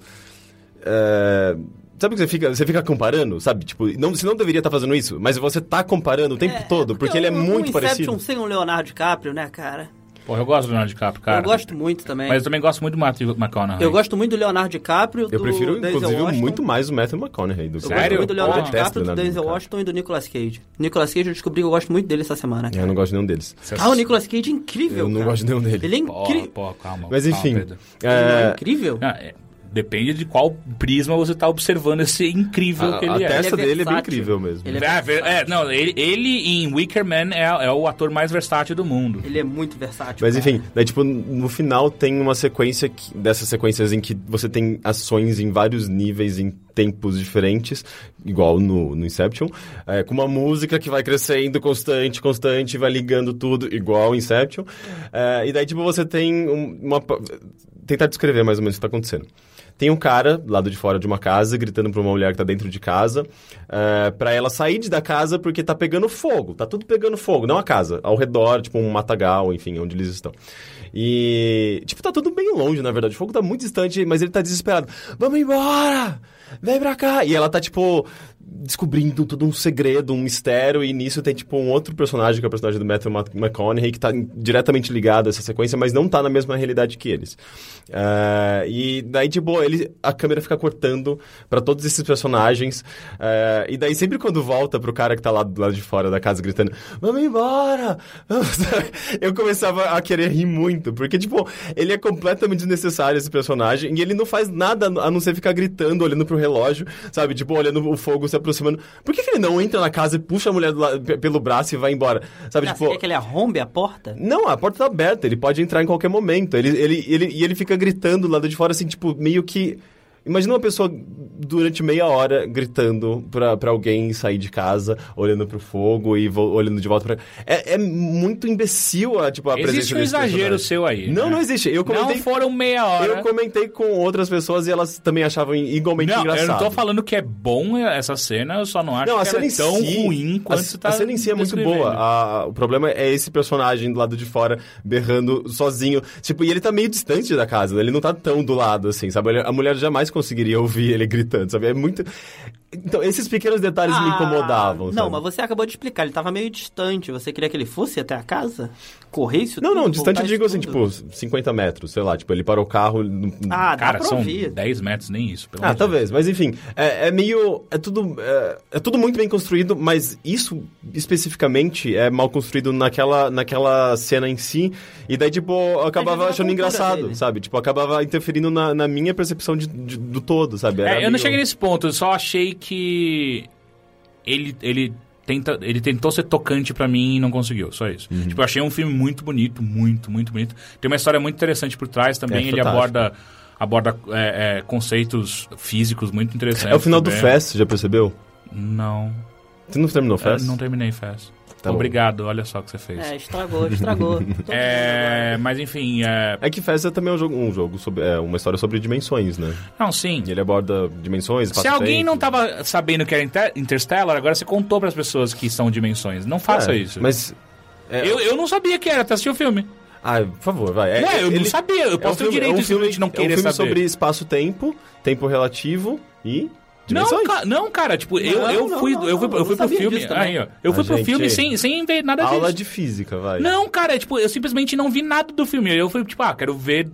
Speaker 3: é, sabe que você fica, você fica comparando, sabe? Tipo, não, você não deveria estar fazendo isso, mas você tá comparando o tempo todo, porque ele é
Speaker 1: um- um
Speaker 3: muito parecido.
Speaker 1: Inception sem o Leonardo DiCaprio, né, cara?
Speaker 2: Porra, eu gosto do Leonardo DiCaprio, cara.
Speaker 1: Eu gosto muito também.
Speaker 2: Mas eu também gosto muito do Matthew McConaughey.
Speaker 1: Eu gosto muito do Leonardo DiCaprio,
Speaker 3: Eu
Speaker 1: do
Speaker 3: prefiro,
Speaker 1: Denzel
Speaker 3: inclusive,
Speaker 1: Washington.
Speaker 3: muito mais o Matthew McConaughey do que
Speaker 1: Eu
Speaker 3: o
Speaker 1: gosto
Speaker 2: Sério?
Speaker 1: muito do Leonardo
Speaker 2: Ó.
Speaker 1: DiCaprio, do
Speaker 3: Leonardo
Speaker 1: Denzel
Speaker 3: DiCaprio.
Speaker 1: Washington e do Nicolas Cage. Nicolas Cage eu descobri que eu gosto muito dele essa semana, cara.
Speaker 3: Eu não gosto de nenhum deles.
Speaker 2: Você
Speaker 1: Ah, o Nicolas Cage é incrível,
Speaker 3: Eu não
Speaker 1: cara.
Speaker 3: gosto de nenhum deles.
Speaker 1: Ele é
Speaker 2: Pô,
Speaker 1: incrível.
Speaker 2: pô,
Speaker 1: um
Speaker 2: calma.
Speaker 3: Mas
Speaker 2: calma,
Speaker 3: enfim.
Speaker 2: Pedro.
Speaker 1: Ele não
Speaker 3: é,
Speaker 1: é incrível?
Speaker 2: Ah, é. Depende de qual prisma você tá observando esse incrível
Speaker 3: a,
Speaker 2: que
Speaker 3: a
Speaker 2: ele é.
Speaker 3: testa
Speaker 1: Ele é
Speaker 3: dele é bem
Speaker 1: versátil.
Speaker 3: incrível mesmo.
Speaker 1: Ele é
Speaker 2: Ah, ver- é, não, ele, ele em Wickerman é, é o ator mais versátil do mundo.
Speaker 1: Ele é muito versátil.
Speaker 3: Mas
Speaker 1: cara.
Speaker 3: enfim, daí, tipo, no final tem uma sequência que- dessas sequências em que você tem ações em vários níveis, em tempos diferentes, igual no, no Inception, é, com uma música que vai crescendo constante, constante, vai ligando tudo, igual Inception. É, e daí, tipo, você tem um- uma. pa- Tentar descrever mais ou menos o que tá acontecendo. Tem um cara lado de fora de uma casa gritando pra uma mulher que tá dentro de casa é, pra ela sair de da casa porque tá pegando fogo. Tá tudo pegando fogo. Não a casa, ao redor, tipo um matagal, enfim, onde eles estão. E, tipo, tá tudo bem longe, na verdade. O fogo tá muito distante, mas ele tá desesperado. Vamos embora! Vem pra cá! E ela tá, tipo, descobrindo todo um segredo, um mistério. E nisso tem, tipo, um outro personagem, que é o personagem do Matthew Mc- McConaughey, que tá diretamente ligado a essa sequência, mas não tá na mesma realidade que eles. Ah, e daí, tipo, ele, a câmera fica cortando pra todos esses personagens. ah, e daí, sempre quando volta pro cara que tá lá do lado de fora da casa gritando: Vamos embora! Eu começava a querer rir muito, porque, tipo, ele é completamente desnecessário esse personagem e ele não faz nada a não ser ficar gritando, olhando pro relógio, sabe? Tipo, olhando o fogo se aproximando. Por que, que ele não entra na casa e puxa a mulher do la- pe- pelo braço e vai embora? Sabe?
Speaker 1: Ah,
Speaker 3: tipo,
Speaker 1: você quer que ele arrombe a porta?
Speaker 3: não, a porta tá aberta, ele pode entrar em qualquer momento. Ele, ele, ele, e ele fica gritando do lado de fora, assim, tipo, meio que. Imagina uma pessoa durante meia hora gritando pra, pra alguém sair de casa, olhando pro fogo e vo- olhando de volta pra. É, é muito imbecil a, tipo, a
Speaker 2: Existe
Speaker 3: presença
Speaker 2: um
Speaker 3: desse
Speaker 2: exagero
Speaker 3: personagem.
Speaker 2: seu aí.
Speaker 3: Não,
Speaker 2: né?
Speaker 3: não existe. Eu
Speaker 2: Não
Speaker 3: comentei,
Speaker 2: foram meia hora.
Speaker 3: eu comentei com outras pessoas e elas também achavam igualmente
Speaker 2: Não,
Speaker 3: engraçado.
Speaker 2: eu não tô falando que é bom essa cena, eu só não acho
Speaker 3: Não, a
Speaker 2: que ela
Speaker 3: cena
Speaker 2: é
Speaker 3: em
Speaker 2: tão
Speaker 3: si,
Speaker 2: ruim quanto
Speaker 3: a,
Speaker 2: você tá
Speaker 3: A cena em si é muito
Speaker 2: descrevendo.
Speaker 3: boa. A- a- o problema é esse personagem do lado de fora berrando sozinho. Tipo, e ele tá meio distante da casa, né? ele não tá tão do lado assim, sabe? Ele- A mulher jamais conseguiria ouvir ele gritando, sabe? É muito. Então, esses pequenos detalhes me
Speaker 1: Ah,
Speaker 3: incomodavam.
Speaker 1: Não,
Speaker 3: sabe?
Speaker 1: mas você acabou de explicar, ele tava meio distante. Você queria que ele fosse até a casa? Corresse
Speaker 3: Não,
Speaker 1: tudo,
Speaker 3: não, distante eu
Speaker 1: voltasse
Speaker 3: digo assim,
Speaker 1: tudo?
Speaker 3: tipo, 50 metros, sei lá. Tipo, ele parou o carro. no-
Speaker 1: Ah, dá
Speaker 2: Cara,
Speaker 1: pra
Speaker 2: são
Speaker 1: ouvir.
Speaker 2: 10 metros, nem isso. Pelo
Speaker 3: Ah,
Speaker 2: amor de Deus.
Speaker 3: talvez, mas enfim, é, é meio. É tudo, é, é tudo muito bem construído, mas isso especificamente é mal construído naquela, naquela cena em si. E daí, tipo, eu
Speaker 1: Às vezes é
Speaker 3: acabava
Speaker 1: uma
Speaker 3: achando
Speaker 1: cultura
Speaker 3: engraçado,
Speaker 1: dele.
Speaker 3: sabe? Tipo, acabava interferindo na, na minha percepção de, de- do todo, sabe?
Speaker 2: É,
Speaker 3: Era
Speaker 2: eu não
Speaker 3: meio-
Speaker 2: cheguei nesse ponto, eu só achei que ele, ele, tenta, ele tentou ser tocante pra mim e não conseguiu, só isso.
Speaker 3: Uhum.
Speaker 2: Tipo, eu achei um filme muito bonito, muito, muito bonito. Tem uma história muito interessante por trás também,
Speaker 3: É,
Speaker 2: ele
Speaker 3: fantástico.
Speaker 2: aborda, aborda é, é, conceitos físicos muito interessantes.
Speaker 3: É o final do
Speaker 2: também.
Speaker 3: Fest, já percebeu?
Speaker 2: Não,
Speaker 3: Você não terminou o
Speaker 2: eu
Speaker 3: Fest?
Speaker 2: É, não terminei Fast.
Speaker 3: Tá bom.
Speaker 2: Obrigado, olha só o que você fez.
Speaker 1: É, estragou, estragou. Todo mundo
Speaker 2: É,
Speaker 1: agora.
Speaker 2: mas enfim, é...
Speaker 3: É que Fest é também um jogo, um jogo sobre, é, uma história sobre dimensões, né?
Speaker 2: não, sim.
Speaker 3: E ele aborda dimensões,
Speaker 2: Se alguém não
Speaker 3: espaço-tempo.
Speaker 2: tava sabendo que era Inter- Interstellar, agora você contou pras pessoas que são dimensões. Não faça
Speaker 3: É,
Speaker 2: isso.
Speaker 3: Mas. é-
Speaker 2: Eu, eu não sabia que era, até assisti o filme.
Speaker 3: Ah, por favor, vai. É,
Speaker 2: Ué, eu não
Speaker 3: ele-
Speaker 2: sabia, eu posso ter o direito simplesmente de não querer
Speaker 3: é um filme
Speaker 2: saber.
Speaker 3: sobre espaço-tempo, tempo relativo e
Speaker 2: Não,
Speaker 3: dimensões.
Speaker 2: ca- não, cara, tipo, eu,
Speaker 1: Não,
Speaker 2: eu
Speaker 1: não,
Speaker 2: fui,
Speaker 1: não,
Speaker 2: eu fui,
Speaker 1: não,
Speaker 2: eu fui
Speaker 1: eu
Speaker 2: pro
Speaker 1: sabia
Speaker 2: filme.
Speaker 1: disso também.
Speaker 2: Aí, ó, eu fui
Speaker 3: Ah,
Speaker 2: pro
Speaker 3: gente.
Speaker 2: filme sem, sem ver nada
Speaker 3: Aula
Speaker 2: disso.
Speaker 3: de física, vai.
Speaker 2: Não, cara, tipo, eu simplesmente não vi nada do filme. Eu fui, tipo, ah, quero ver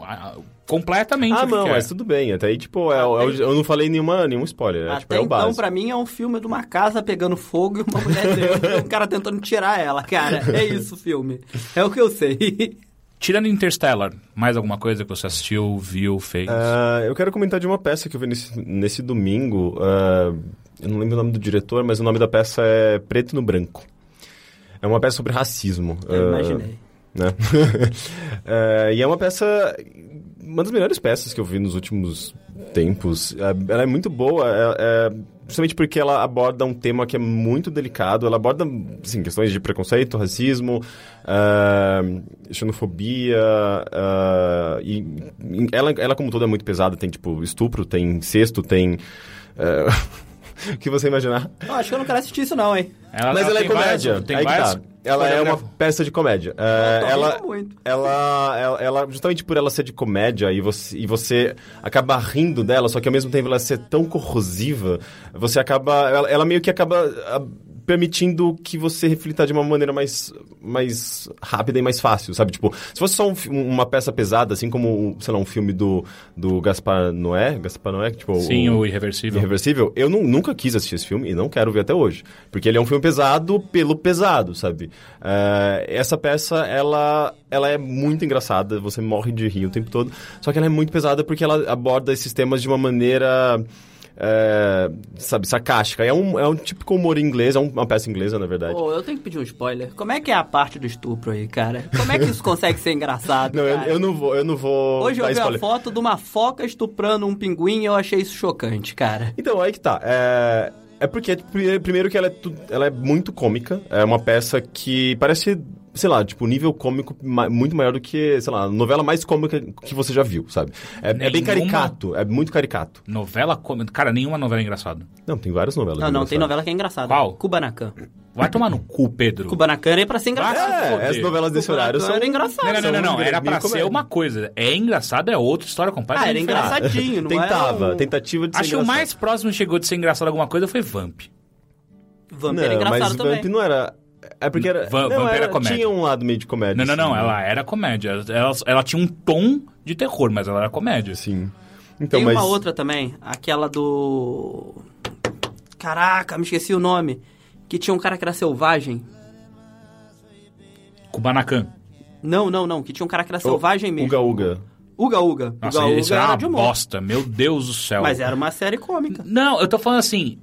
Speaker 2: ah, completamente
Speaker 3: Ah,
Speaker 2: o que
Speaker 3: não,
Speaker 2: que é.
Speaker 3: mas tudo bem. Até aí, tipo, é, o- é o- eu não falei nenhuma, nenhum spoiler. É, tipo,
Speaker 1: Até
Speaker 3: é o
Speaker 1: então,
Speaker 3: básico.
Speaker 1: pra mim, é um filme de uma casa pegando fogo e uma mulher dentro, e um cara tentando tirar ela, cara. É isso o filme. É o que eu sei.
Speaker 2: Tirando Interstellar, mais alguma coisa que você assistiu, viu, fez?
Speaker 3: Ah, eu quero comentar de uma peça que eu vi nesse, nesse domingo. ah, eu não lembro o nome do diretor, mas o nome da peça é Preto no Branco. É uma peça sobre racismo.
Speaker 1: Eu
Speaker 3: Ah,
Speaker 1: imaginei.
Speaker 3: né? É, e é uma peça. Uma das melhores peças que eu vi nos últimos tempos. É, Ela é muito boa, é- é, principalmente porque ela aborda um tema que é muito delicado. Ela aborda, assim, questões de preconceito, racismo, é, xenofobia. é, e e ela, ela, como toda, é muito pesada. Tem, tipo, estupro, tem incesto, tem. é, o que você imaginar.
Speaker 1: Não, acho que eu não quero assistir isso não, hein?
Speaker 3: Mas ela é
Speaker 2: tem várias-
Speaker 3: comédia.
Speaker 2: tem
Speaker 3: aí que
Speaker 2: várias
Speaker 3: tá. Ela é uma
Speaker 2: coreógrafo-
Speaker 3: peça de comédia. É,
Speaker 1: Eu tô
Speaker 3: ela,
Speaker 1: rindo muito.
Speaker 3: ela, ela, ela- justamente por ela ser de comédia e você, e você acaba rindo dela, só que ao mesmo tempo ela ser tão corrosiva, você acaba, ela, ela meio que acaba ah, permitindo que você reflita de uma maneira mais, mais rápida e mais fácil, sabe? Tipo, se fosse só um fi- uma peça pesada, assim como, sei lá, um filme do, do Gaspar Noé, Gaspar Noé, que, tipo,
Speaker 2: Sim, o Irreversível.
Speaker 3: Irreversível, eu nu- nunca quis assistir esse filme e não quero ver até hoje. Porque ele é um filme pesado pelo pesado, sabe? Eh, essa peça, ela, ela é muito engraçada, você morre de rir o tempo todo. Só que ela é muito pesada porque ela aborda esses temas de uma maneira. eh, sabe, sarcástica. É um, é um típico humor inglês, é um- uma peça inglesa, na verdade.
Speaker 1: Pô, eu tenho que pedir um spoiler. Como é que é a parte do estupro aí, cara? Como é que isso consegue ser engraçado,
Speaker 3: Não, eu,
Speaker 1: cara?
Speaker 3: eu não vou, eu não vou.
Speaker 1: Hoje eu
Speaker 3: dar
Speaker 1: vi uma
Speaker 3: spoiler.
Speaker 1: foto de uma foca estuprando um pinguim e eu achei isso chocante, cara.
Speaker 3: Então, aí que tá. É, é porque, pri- primeiro, que ela é, tu- ela é muito cômica. É uma peça que parece, sei lá, tipo, nível cômico ma- muito maior do que, sei lá, a novela mais cômica que você já viu, sabe? É, é bem
Speaker 2: Nenhuma?
Speaker 3: caricato, é muito caricato.
Speaker 2: Novela cômica. Cara, nenhuma novela é engraçada.
Speaker 3: Não, tem várias novelas.
Speaker 1: Não, não, tem
Speaker 3: engraçadas.
Speaker 1: novela que é engraçada.
Speaker 2: Qual?
Speaker 1: Kubanacan.
Speaker 2: Vai tomar no cu, Pedro.
Speaker 1: Kubanacan era pra ser engraçado.
Speaker 2: Ah,
Speaker 1: pô.
Speaker 2: foder.
Speaker 3: É, as novelas desse horário
Speaker 1: Kubanacan
Speaker 3: são...
Speaker 1: era
Speaker 2: Não,
Speaker 1: engraçado.
Speaker 2: não, não, não,
Speaker 3: São
Speaker 2: Era pra
Speaker 3: mil
Speaker 2: ser
Speaker 3: comédias.
Speaker 2: uma coisa. É engraçado, é outra história
Speaker 1: Ah,
Speaker 2: completamente
Speaker 1: era
Speaker 2: diferente.
Speaker 1: engraçadinho, não
Speaker 3: Tentava,
Speaker 1: era um-
Speaker 3: tentativa de ser
Speaker 2: Acho que o mais próximo que chegou de ser engraçado alguma coisa foi Vamp.
Speaker 1: Vamp
Speaker 3: Não,
Speaker 1: era é engraçado
Speaker 3: mas
Speaker 1: também.
Speaker 3: Vamp não era... É porque era...
Speaker 2: Va-
Speaker 3: não,
Speaker 2: Vamp era
Speaker 3: era
Speaker 2: comédia.
Speaker 3: Tinha um lado meio de comédia.
Speaker 2: Não, não,
Speaker 3: assim,
Speaker 2: não. é
Speaker 3: né?
Speaker 2: Ela era comédia. Ela, ela tinha um tom de terror, mas ela era comédia.
Speaker 3: Sim. Então,
Speaker 1: Tem
Speaker 3: mas...
Speaker 1: uma outra também, aquela do. Caraca, me esqueci o nome. Que tinha um cara que era selvagem.
Speaker 2: Kubanacan.
Speaker 1: Não, não, não. Que tinha um cara que era selvagem mesmo.
Speaker 3: Oh, Uga Uga.
Speaker 1: Uga Uga.
Speaker 2: Nossa,
Speaker 1: Uga
Speaker 2: isso
Speaker 1: Uga
Speaker 2: era
Speaker 1: era
Speaker 2: uma
Speaker 1: de humor.
Speaker 2: bosta. é um- Meu Deus do céu.
Speaker 1: Mas era uma série cômica.
Speaker 2: Não, eu tô falando assim.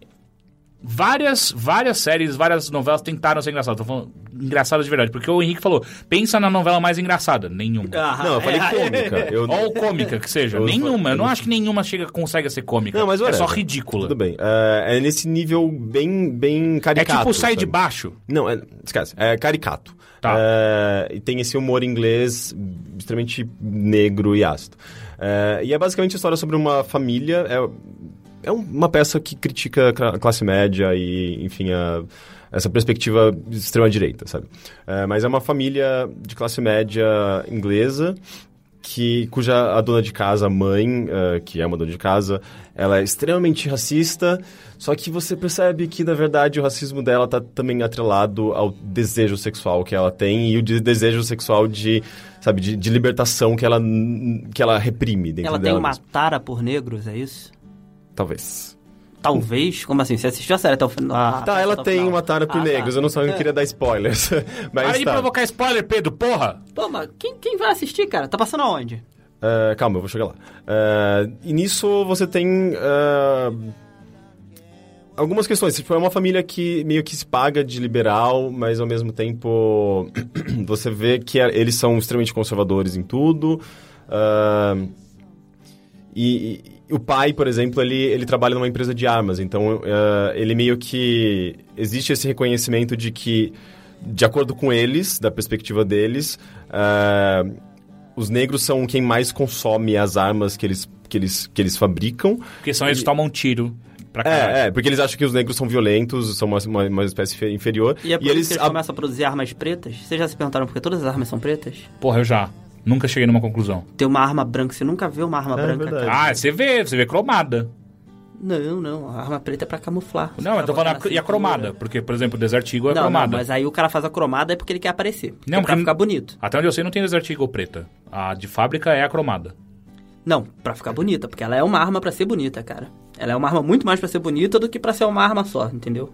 Speaker 2: Várias, várias séries, várias novelas tentaram ser engraçadas. Tô falando engraçadas de verdade. Porque o Henrique falou: pensa na novela mais engraçada. Nenhuma.
Speaker 1: Ah,
Speaker 3: Não, eu falei
Speaker 1: é,
Speaker 3: cômica. Eu...
Speaker 2: Ou cômica que seja.
Speaker 3: Eu-
Speaker 2: nenhuma. Eu não
Speaker 3: eu-
Speaker 2: acho que nenhuma chega, consegue ser cômica.
Speaker 3: Não, mas
Speaker 2: é
Speaker 3: whatever.
Speaker 2: só ridícula.
Speaker 3: Tudo bem. É, é nesse nível bem, bem
Speaker 2: É
Speaker 3: caricato.
Speaker 2: tipo sai de
Speaker 3: sabe?
Speaker 2: baixo.
Speaker 3: Não, é, esquece. É caricato.
Speaker 2: Tá.
Speaker 3: É, e tem esse humor inglês extremamente negro e ácido. É, e é basicamente a história sobre uma família. É, é uma peça que critica a cla- classe média e, enfim, a- essa perspectiva extrema-direita, sabe? É, mas é uma família de classe média inglesa que cuja a dona de casa, a mãe, eh, que é uma dona de casa, ela é extremamente racista, só que você percebe que, na verdade, o racismo dela tá também atrelado ao desejo sexual que ela tem e o de- desejo sexual de, sabe, de, de libertação que ela, n- que ela reprime dentro
Speaker 1: Ela tem
Speaker 3: dela
Speaker 1: uma
Speaker 3: mesma.
Speaker 1: tara por negros, é isso?
Speaker 3: Talvez.
Speaker 1: Talvez. Como assim? Você assistiu a série até o final?
Speaker 3: tá, ela tem uma tara por
Speaker 1: Ah, tá.
Speaker 3: negros, eu não sei, eu não queria dar spoilers. Mas
Speaker 2: Para de
Speaker 3: tá.
Speaker 2: provocar spoiler, Pedro, porra!
Speaker 1: Pô, mas quem, quem vai assistir, cara? Tá passando aonde?
Speaker 3: Ah, calma, eu vou chegar lá. Ah, e nisso você tem ah, algumas questões. Tipo, é uma família que meio que se paga de liberal, mas ao mesmo tempo você vê que é- eles são extremamente conservadores em tudo. Ah, e, e o pai, por exemplo, ele, ele trabalha numa empresa de armas, então eh, ele meio que. Existe esse reconhecimento de que, de acordo com eles, da perspectiva deles, eh, os negros são quem mais consome as armas que eles, que eles, que eles fabricam.
Speaker 2: Porque senão eles tomam um tiro pra caralho.
Speaker 3: É, é, porque eles acham que os negros são violentos, são uma, uma, uma espécie fe- inferior.
Speaker 1: E é por isso
Speaker 3: eles.
Speaker 1: que eles
Speaker 3: a-
Speaker 1: começam a produzir armas pretas? Vocês já se perguntaram por que todas as armas são pretas?
Speaker 3: é.
Speaker 2: Porra, eu já. Nunca cheguei numa conclusão.
Speaker 1: Tem uma arma branca, você nunca vê uma arma
Speaker 3: É
Speaker 1: branca,
Speaker 3: verdade.
Speaker 1: cara.
Speaker 2: Ah, você vê, você vê cromada.
Speaker 1: Não, não, a arma preta é pra camuflar.
Speaker 2: Não, eu tô
Speaker 1: Pra
Speaker 2: falando a,
Speaker 1: botar na
Speaker 2: e a
Speaker 1: cintura.
Speaker 2: cromada. Porque, por exemplo, o Desert Eagle é
Speaker 1: Não,
Speaker 2: cromada.
Speaker 1: não, mas aí o cara faz a cromada é porque ele quer aparecer. Não,
Speaker 2: Não,
Speaker 1: pra
Speaker 2: porque-
Speaker 1: ficar bonito.
Speaker 2: Até onde eu sei, não tem Desert Eagle preta. A de fábrica é a cromada.
Speaker 1: Não, pra ficar bonita, porque ela é uma arma pra ser bonita, cara. Ela é uma arma muito mais pra ser bonita do que pra ser uma arma só, entendeu?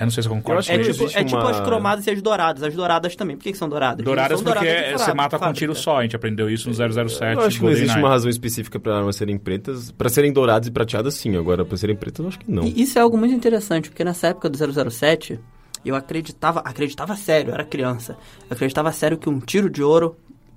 Speaker 2: Eu não sei se eu concordo
Speaker 3: Eu acho
Speaker 2: com
Speaker 1: É
Speaker 3: Não
Speaker 2: isso.
Speaker 1: tipo,
Speaker 3: existe
Speaker 1: é tipo
Speaker 3: uma-
Speaker 1: as cromadas e as douradas. As douradas também. Por que, que são douradas?
Speaker 2: Douradas
Speaker 1: Não são
Speaker 2: porque
Speaker 1: de
Speaker 2: você
Speaker 1: fábrica.
Speaker 2: mata com um tiro só. A gente aprendeu isso no 007.
Speaker 3: Eu acho que não existe
Speaker 2: GoldenEye.
Speaker 3: uma razão específica para armas serem pretas. Para serem douradas e prateadas, sim. Agora, para serem pretas, eu acho que não.
Speaker 1: E isso é algo muito interessante, porque nessa época do 007, eu acreditava, acreditava sério, eu era criança. Eu acreditava sério que um tiro de ouro,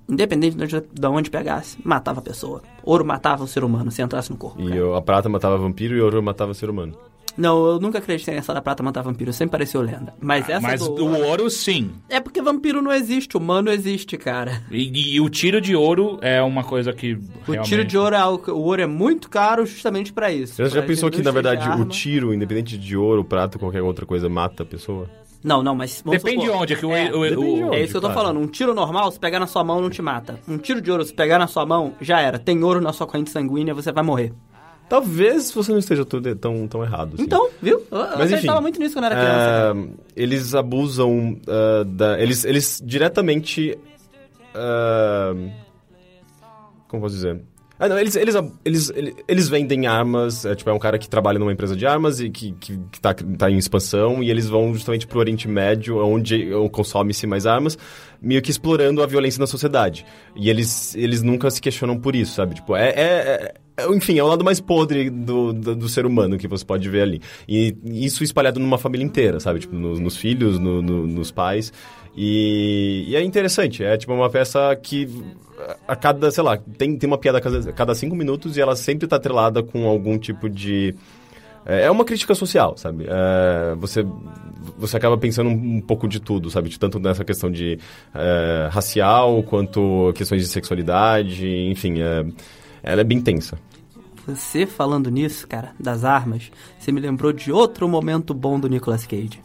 Speaker 1: independente de onde, de onde pegasse, matava a pessoa. Ouro matava o ser humano se entrasse no corpo.
Speaker 3: E
Speaker 1: cara.
Speaker 3: eu- a prata matava vampiro e o ouro matava ser humano.
Speaker 1: Não, eu nunca acreditei nessa da prata matar vampiro, sempre pareceu lenda. Mas
Speaker 3: Ah,
Speaker 1: essa
Speaker 2: Mas
Speaker 1: do...
Speaker 2: o ouro, sim.
Speaker 1: É porque vampiro não existe, humano existe, cara.
Speaker 2: E, e o tiro de ouro é uma coisa que.
Speaker 1: O tiro de ouro é algo que- o ouro é muito caro justamente pra isso.
Speaker 3: Você já
Speaker 1: Pra
Speaker 3: pensou
Speaker 1: essa
Speaker 3: que, na
Speaker 1: indústria de
Speaker 3: verdade, o
Speaker 1: arma.
Speaker 3: tiro, independente de ouro, prata, qualquer outra coisa, mata a pessoa?
Speaker 1: Não, não, mas vamos
Speaker 2: Depende
Speaker 1: supor-
Speaker 2: de onde, é que o-
Speaker 1: é,
Speaker 2: o- o-
Speaker 1: depende de
Speaker 2: o-
Speaker 1: onde, é isso que eu tô
Speaker 3: claro.
Speaker 1: falando. Um tiro normal, se pegar na sua mão, não te mata. Um tiro de ouro, se pegar na sua mão, já era. Tem ouro na sua corrente sanguínea, você vai morrer.
Speaker 3: Talvez você não esteja tudo- tão, tão errado. assim.
Speaker 1: Então, viu? Eu, eu
Speaker 3: enfim,
Speaker 1: acreditava muito nisso quando eu era criança. né?
Speaker 3: Ah, eles abusam ah, da. Eles, eles diretamente. ah, como posso dizer? Ah, não, eles, eles, ab- eles, ele- eles vendem armas, é, tipo, é um cara que trabalha numa empresa de armas e que, que, que tá, tá em expansão, e eles vão justamente pro Oriente Médio, onde é consome-se mais armas, meio que explorando a violência na sociedade. E eles, eles nunca se questionam por isso, sabe? Tipo, é- é- é- enfim, é o lado mais podre do, do, do ser humano que você pode ver ali. E isso espalhado numa família inteira, sabe? Tipo, nos, nos filhos, no- no- nos pais. E, e é interessante, é tipo uma peça que a cada, sei lá, tem, tem uma piada a cada, a cada cinco minutos e ela sempre tá atrelada com algum tipo de. É é uma crítica social, sabe? É, você, você acaba pensando um, um pouco de tudo, sabe? De Tanto nessa questão de é, racial, quanto questões de sexualidade, enfim. é, ela é bem tensa.
Speaker 1: Você falando nisso, cara, das armas, você me lembrou de outro momento bom do Nicolas Cage.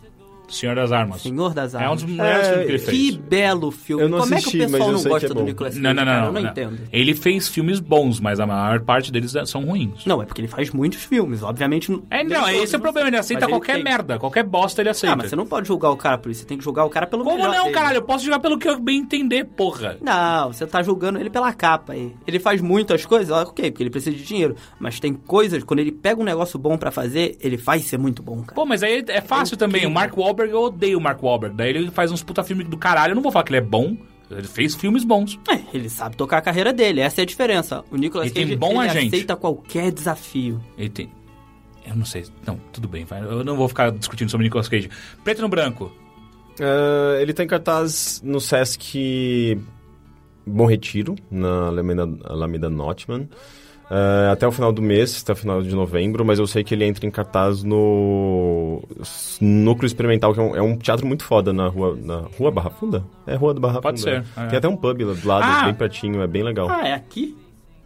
Speaker 2: Senhor das Armas.
Speaker 1: Senhor das
Speaker 2: É um
Speaker 1: Armas.
Speaker 2: dos melhores
Speaker 3: É,
Speaker 2: filmes que ele
Speaker 1: Que
Speaker 2: fez.
Speaker 1: belo filme.
Speaker 3: Eu não
Speaker 1: Como
Speaker 3: assisti,
Speaker 1: é que o
Speaker 3: mas eu
Speaker 1: pessoal não
Speaker 3: sei que
Speaker 1: gosta
Speaker 3: é
Speaker 1: do
Speaker 3: bom.
Speaker 1: Nicolas Cage?
Speaker 2: Não, não,
Speaker 1: cara?
Speaker 2: não,
Speaker 1: eu
Speaker 2: não.
Speaker 1: não entendo.
Speaker 2: Ele fez filmes bons, mas a maior parte deles é- são ruins.
Speaker 1: Não, é porque ele faz muitos filmes, obviamente.
Speaker 2: É, não, esse é o problema. Ele aceita
Speaker 1: Mas ele
Speaker 2: qualquer
Speaker 1: tem.
Speaker 2: merda, qualquer bosta ele aceita.
Speaker 1: Ah, mas você não pode julgar o cara por isso. Você tem que julgar o cara pelo
Speaker 2: Como
Speaker 1: melhor
Speaker 2: não,
Speaker 1: dele.
Speaker 2: caralho? Eu posso jogar pelo que eu bem entender, porra.
Speaker 1: Não, você tá julgando ele pela capa aí. Ele faz muitas coisas, ó, ok, porque ele precisa de dinheiro. Mas tem coisas, quando ele pega um negócio bom pra fazer, ele faz ser muito bom, cara.
Speaker 2: Pô, mas aí é fácil também. O Mark Wahlberg, eu odeio o Mark Wahlberg. Daí ele faz uns puta filme do caralho. Eu não vou falar que ele é bom. Ele fez filmes bons.
Speaker 1: É, ele sabe tocar a carreira dele, essa é a diferença. O Nicolas
Speaker 2: E tem
Speaker 1: Cage
Speaker 2: bom
Speaker 1: ele
Speaker 2: agente.
Speaker 1: aceita qualquer desafio.
Speaker 2: Ele tem... Eu não sei. Não, tudo bem. vai. Eu não vou ficar discutindo sobre Nicolas Cage. Preto no branco.
Speaker 3: É, ele tem cartaz no Sesc Bom Retiro, na Alameda, Alameda Notman. É, até o final do mês, até o final de novembro, mas eu sei que ele entra em cartaz no Núcleo Experimental, que é um, é um teatro muito foda na rua, na rua Barra Funda? É Rua do Barra
Speaker 2: Pode
Speaker 3: Funda.
Speaker 2: ser, é.
Speaker 3: Tem até um pub lá do lado,
Speaker 2: Ah!
Speaker 3: bem pertinho, é bem legal.
Speaker 1: Ah, é aqui?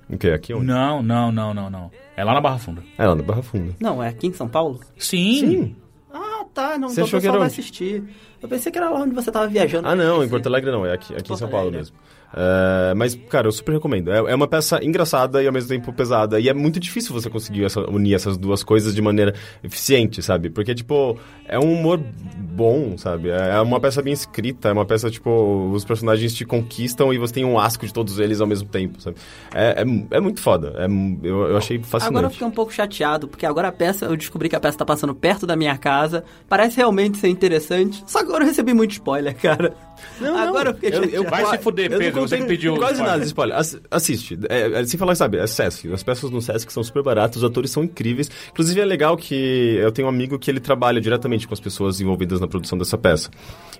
Speaker 3: O quê? Aqui é onde?
Speaker 2: Não, não, não, não, não. É lá na Barra Funda.
Speaker 3: É lá no Barra Funda.
Speaker 1: Não, é aqui em São Paulo?
Speaker 2: Sim.
Speaker 1: Ah, tá, não,
Speaker 3: Você
Speaker 1: então o
Speaker 3: achou que
Speaker 1: pessoal
Speaker 3: era
Speaker 1: vai
Speaker 3: onde?
Speaker 1: assistir. Eu pensei que era lá onde você tava viajando.
Speaker 3: Ah, não, em
Speaker 1: Pensei.
Speaker 3: Porto Alegre não, é aqui, aqui em
Speaker 1: Porto
Speaker 3: São Paulo
Speaker 1: Alegre.
Speaker 3: mesmo. É, mas, cara, eu super recomendo. É, é uma peça engraçada e ao mesmo tempo pesada. E é muito difícil você conseguir essa- unir essas duas coisas de maneira eficiente, sabe? Porque, tipo, é um humor bom, sabe? É é uma peça bem escrita, é uma peça, tipo, os personagens te conquistam e você tem um asco de todos eles ao mesmo tempo, sabe? É, é- é muito foda. É mu- eu, eu achei fascinante.
Speaker 1: Agora eu fiquei um pouco chateado, porque agora a peça, eu descobri que a peça tá passando perto da minha casa. Parece realmente ser interessante. Só que agora eu recebi muito spoiler, cara.
Speaker 3: Não, não.
Speaker 1: agora eu fiquei chateado.
Speaker 2: Vai se fuder,
Speaker 3: eu não
Speaker 2: Pedro, você
Speaker 3: contei
Speaker 2: que um pediu
Speaker 3: Quase
Speaker 2: spoiler.
Speaker 3: nada de spoiler. Ass- assiste. É, é, sem falar, sabe, é Sesc. As peças no Sesc são super baratas, os atores são incríveis. Inclusive, é legal que eu tenho um amigo que ele trabalha diretamente com as pessoas envolvidas na produção dessa peça.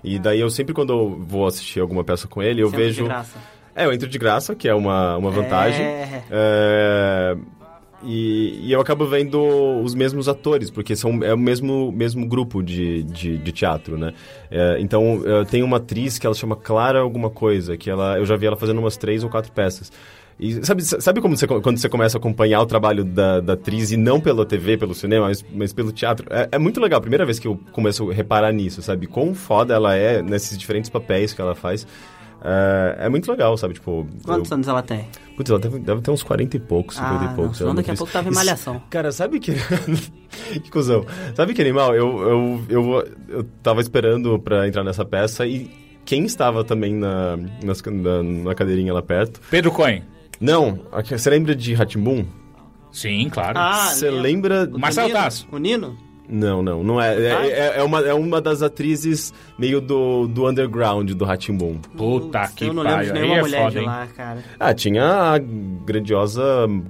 Speaker 3: E daí eu sempre, quando eu vou assistir alguma peça com ele, eu
Speaker 1: Sempre de
Speaker 3: vejo...
Speaker 1: graça.
Speaker 3: É, eu entro de graça, que é uma, uma vantagem.
Speaker 1: É.
Speaker 3: É, E, e eu acabo vendo os mesmos atores, porque são, é o mesmo, mesmo grupo de, de, de teatro, né? É, então, é, tem uma atriz que ela chama Clara alguma coisa, que ela, eu já vi ela fazendo umas três ou quatro peças. E sabe, sabe como você, quando você começa a acompanhar o trabalho da, da atriz, e não pela TV, pelo cinema, mas, mas pelo teatro? É, é muito legal, a primeira vez que eu começo a reparar nisso, sabe? Quão foda ela é nesses diferentes papéis que ela faz. É, é muito legal, sabe? Tipo, eu-
Speaker 1: Quantos anos ela tem?
Speaker 3: Putz, ela deve, deve ter uns 40 e poucos, 50
Speaker 1: Ah,
Speaker 3: e
Speaker 1: não,
Speaker 3: poucos.
Speaker 1: senão
Speaker 3: ela não
Speaker 1: daqui a
Speaker 3: fez.
Speaker 1: pouco tava em
Speaker 3: Isso-
Speaker 1: Malhação.
Speaker 3: Cara, sabe que... que cuzão. Sabe que animal? Eu, eu, eu, eu tava esperando pra entrar nessa peça e quem estava também na, nas- na, na cadeirinha lá perto...
Speaker 2: Pedro Cohen.
Speaker 3: Não, aqui- você lembra de Ratimbun?
Speaker 2: Sim, claro.
Speaker 1: Ah,
Speaker 3: Você
Speaker 1: lembro.
Speaker 3: lembra...
Speaker 1: O
Speaker 2: Marcelo
Speaker 1: Nino?
Speaker 2: Tasso.
Speaker 1: O Nino?
Speaker 3: Não, não, não é. É,
Speaker 1: Ah.
Speaker 3: é- é uma, é uma das atrizes meio do, do underground do Ratimbum.
Speaker 2: Puta
Speaker 1: Putz,
Speaker 2: que
Speaker 1: Eu não lembro
Speaker 2: pariu,
Speaker 1: de
Speaker 2: aí
Speaker 1: nenhuma
Speaker 2: é
Speaker 1: mulher
Speaker 2: foda,
Speaker 1: de
Speaker 2: hein?
Speaker 1: lá, cara.
Speaker 3: Ah, tinha a grandiosa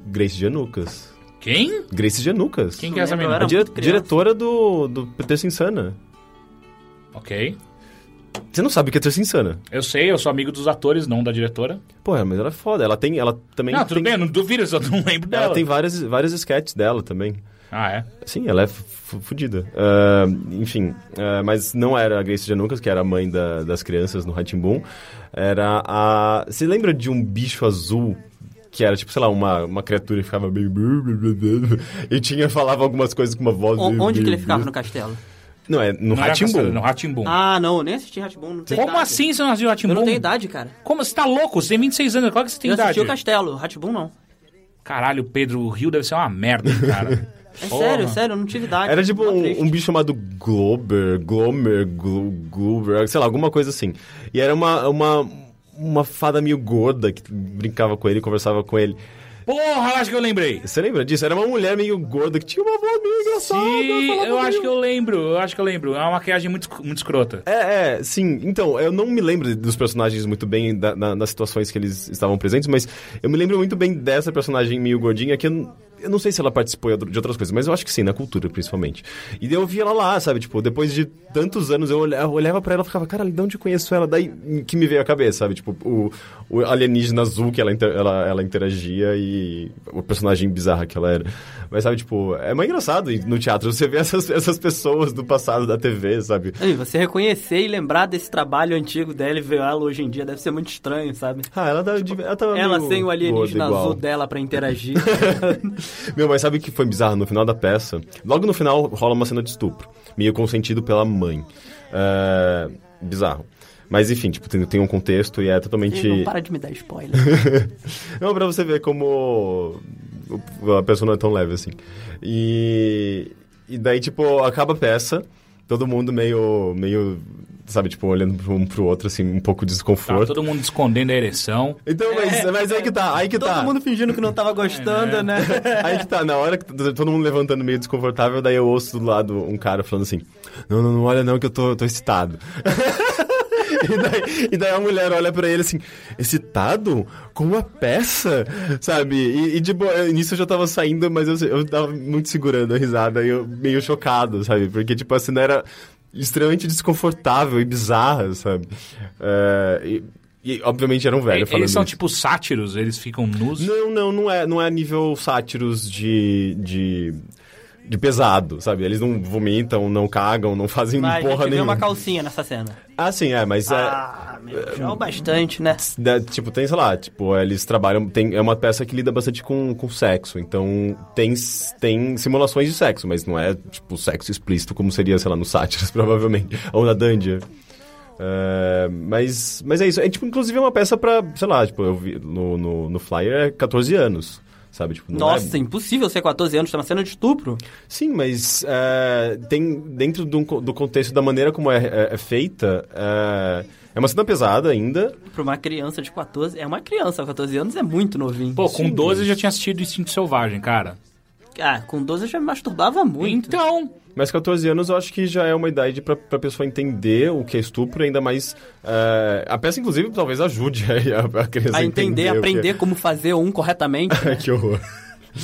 Speaker 3: Grace Janucas.
Speaker 2: Quem?
Speaker 3: Grace Janucas.
Speaker 2: Quem
Speaker 1: Não
Speaker 2: que é essa
Speaker 1: lembro,
Speaker 2: menina?
Speaker 1: era
Speaker 3: A dire-
Speaker 1: muito criança.
Speaker 3: diretora do, do Terça Insana.
Speaker 2: Ok.
Speaker 3: Você não sabe o que é Terça Insana.
Speaker 2: Eu sei, eu sou amigo dos atores, não da diretora.
Speaker 3: Porra, mas ela é foda. Ela tem. Ela também.
Speaker 2: não, tudo
Speaker 3: tem,
Speaker 2: bem, eu não duvido, eu só não lembro
Speaker 1: é
Speaker 3: Ela
Speaker 2: dela.
Speaker 3: tem várias, várias sketches dela também.
Speaker 2: Ah, é?
Speaker 3: Sim, ela é fu- fudida. Ah, enfim, ah, mas não era a Grace Janucas, que era a mãe da- das crianças no Ratimbum. Era a. Você lembra de um bicho azul? Que era tipo, sei lá, uma, uma criatura que ficava meio. E tinha, falava algumas coisas com uma voz.
Speaker 1: O-
Speaker 3: meio-
Speaker 1: onde que ele
Speaker 3: meio-
Speaker 1: ficava no castelo?
Speaker 3: Não, é
Speaker 2: Não
Speaker 3: no
Speaker 2: era Cassandra,
Speaker 3: Ratimbum.
Speaker 2: Não, Ratimbum.
Speaker 1: Ah, não, eu nem assisti Hatboom, não tenho
Speaker 2: Como
Speaker 1: idade.
Speaker 2: assim você não assistiu Ratimbum?
Speaker 1: Eu não tenho idade, cara.
Speaker 2: Como? Você tá louco? Você tem 26 anos, claro que você tem
Speaker 1: eu
Speaker 2: idade.
Speaker 1: assisti o Castelo, Hatboom não.
Speaker 2: Caralho, Pedro, o Rio deve ser uma merda, cara.
Speaker 1: É
Speaker 2: Porra.
Speaker 1: sério, sério, eu não tive idade.
Speaker 3: Era tipo
Speaker 1: Mó
Speaker 3: um,
Speaker 1: triste.
Speaker 3: um bicho chamado Glober, Glomer, Glo, Glober, sei lá, alguma coisa assim. E era uma, uma, uma fada meio gorda que brincava com ele, conversava com ele.
Speaker 2: Porra, eu acho que eu lembrei.
Speaker 3: Você lembra disso? Era uma mulher meio gorda que tinha uma voz meio engraçada.
Speaker 2: Sim,
Speaker 3: falava
Speaker 2: eu acho
Speaker 3: meio-
Speaker 2: que eu lembro, eu acho que eu lembro. É uma maquiagem muito, esc- muito escrota. Tá
Speaker 3: É, é, sim. Então, eu não me lembro dos personagens muito bem, da- na- das situações que eles estavam presentes, mas eu me lembro muito bem dessa personagem meio gordinha, que eu, n- eu não sei se ela participou de outras coisas, mas eu acho que sim, na cultura, principalmente. E daí eu vi ela lá, sabe? Tipo, depois de tantos anos, eu olha- eu olhava pra ela e ficava, cara, de onde eu conheço ela? Daí que me veio a cabeça, sabe? Tipo, o, o alienígena azul que ela, inter- ela, ela interagia e o personagem bizarra que ela era. Mas, sabe, tipo, é mais engraçado ir no teatro você vê essas, essas pessoas do passado da TV, sabe?
Speaker 1: Aí, você reconhecer e lembrar desse trabalho antigo dela e ver ela hoje em dia deve ser muito estranho, sabe?
Speaker 3: Ah, ela, tá, de- ela tava
Speaker 1: Tipo, Ela
Speaker 3: meio
Speaker 1: sem o alienígena
Speaker 3: gorda,
Speaker 1: azul
Speaker 3: igual.
Speaker 1: dela pra interagir.
Speaker 3: Meu, mas sabe o que foi bizarro? No final da peça, logo no final rola uma cena de estupro, meio consentido pela mãe. É, bizarro. Mas enfim, tipo, tem, tem um contexto e é totalmente.
Speaker 1: Não para de me dar spoiler.
Speaker 3: Não, pra você ver como o- a pessoa não é tão leve assim. E, e daí, tipo, acaba a peça, todo mundo meio, meio sabe, tipo, olhando um pro outro, assim, um pouco de
Speaker 2: Tá
Speaker 3: desconforto.
Speaker 2: todo mundo escondendo a ereção.
Speaker 3: Então, mas, mas aí que tá, aí que
Speaker 1: É. Todo
Speaker 3: tá. É.
Speaker 1: mundo fingindo que não tava gostando, né?
Speaker 3: Aí que tá, na hora que t- todo mundo levantando meio desconfortável, daí eu ouço do lado um cara falando assim: Não, não, não olha não, que eu tô, eu tô excitado. e, daí, e daí a mulher olha pra ele assim: Excitado? Com uma peça? Sabe? E, e tipo, eu- nisso eu já tava saindo, mas eu, eu tava muito segurando a risada, e eu meio chocado, sabe? Porque, tipo, a cena era extremamente desconfortável e bizarra, sabe? É, e, e, obviamente era um velho
Speaker 2: E-
Speaker 3: falando
Speaker 2: eles são
Speaker 3: isso.
Speaker 2: tipo sátiros, eles ficam nus.
Speaker 3: Não, não, não é, não é nível sátiros de, de, de pesado, sabe? Eles não vomitam, não cagam, não fazem
Speaker 1: Mas a
Speaker 3: porra
Speaker 1: gente vê
Speaker 3: nenhuma.
Speaker 1: uma calcinha nessa cena.
Speaker 3: Ah, sim, é, mas
Speaker 1: Ah, meu, já é o bastante, né?
Speaker 3: é, né, Tipo, tem, sei lá, tipo, eles trabalham. Tem, é uma peça que lida bastante com, com sexo, então tem, s- tem simulações de sexo, mas não é, tipo, sexo explícito como seria, sei lá, no Sátiros, provavelmente, ou na Dandia. É, mas, mas é isso. É, tipo, inclusive é uma peça pra, sei lá, tipo, eu vi no, no, no flyer é 14 anos. Sabe, tipo, não é...
Speaker 1: Nossa, impossível ser 14 anos, tá uma cena de estupro.
Speaker 3: Sim, mas é, tem dentro do, do contexto da maneira como é, é- é feita, é, é uma cena pesada ainda.
Speaker 1: Pra uma criança de 14, é uma criança, 14 anos é muito novinho.
Speaker 2: Pô, com
Speaker 3: Sim,
Speaker 2: 12 eu já tinha assistido Instinto Selvagem, cara.
Speaker 1: Ah, com 12 eu já me masturbava muito.
Speaker 2: Então,
Speaker 3: Mas 14 anos eu acho que já é uma idade pra, pra pessoa entender o que é estupro, ainda mais. é, a peça, inclusive, talvez ajude a, a criança
Speaker 1: a entender,
Speaker 3: o que é.
Speaker 1: aprender como fazer um corretamente. né?
Speaker 3: que horror.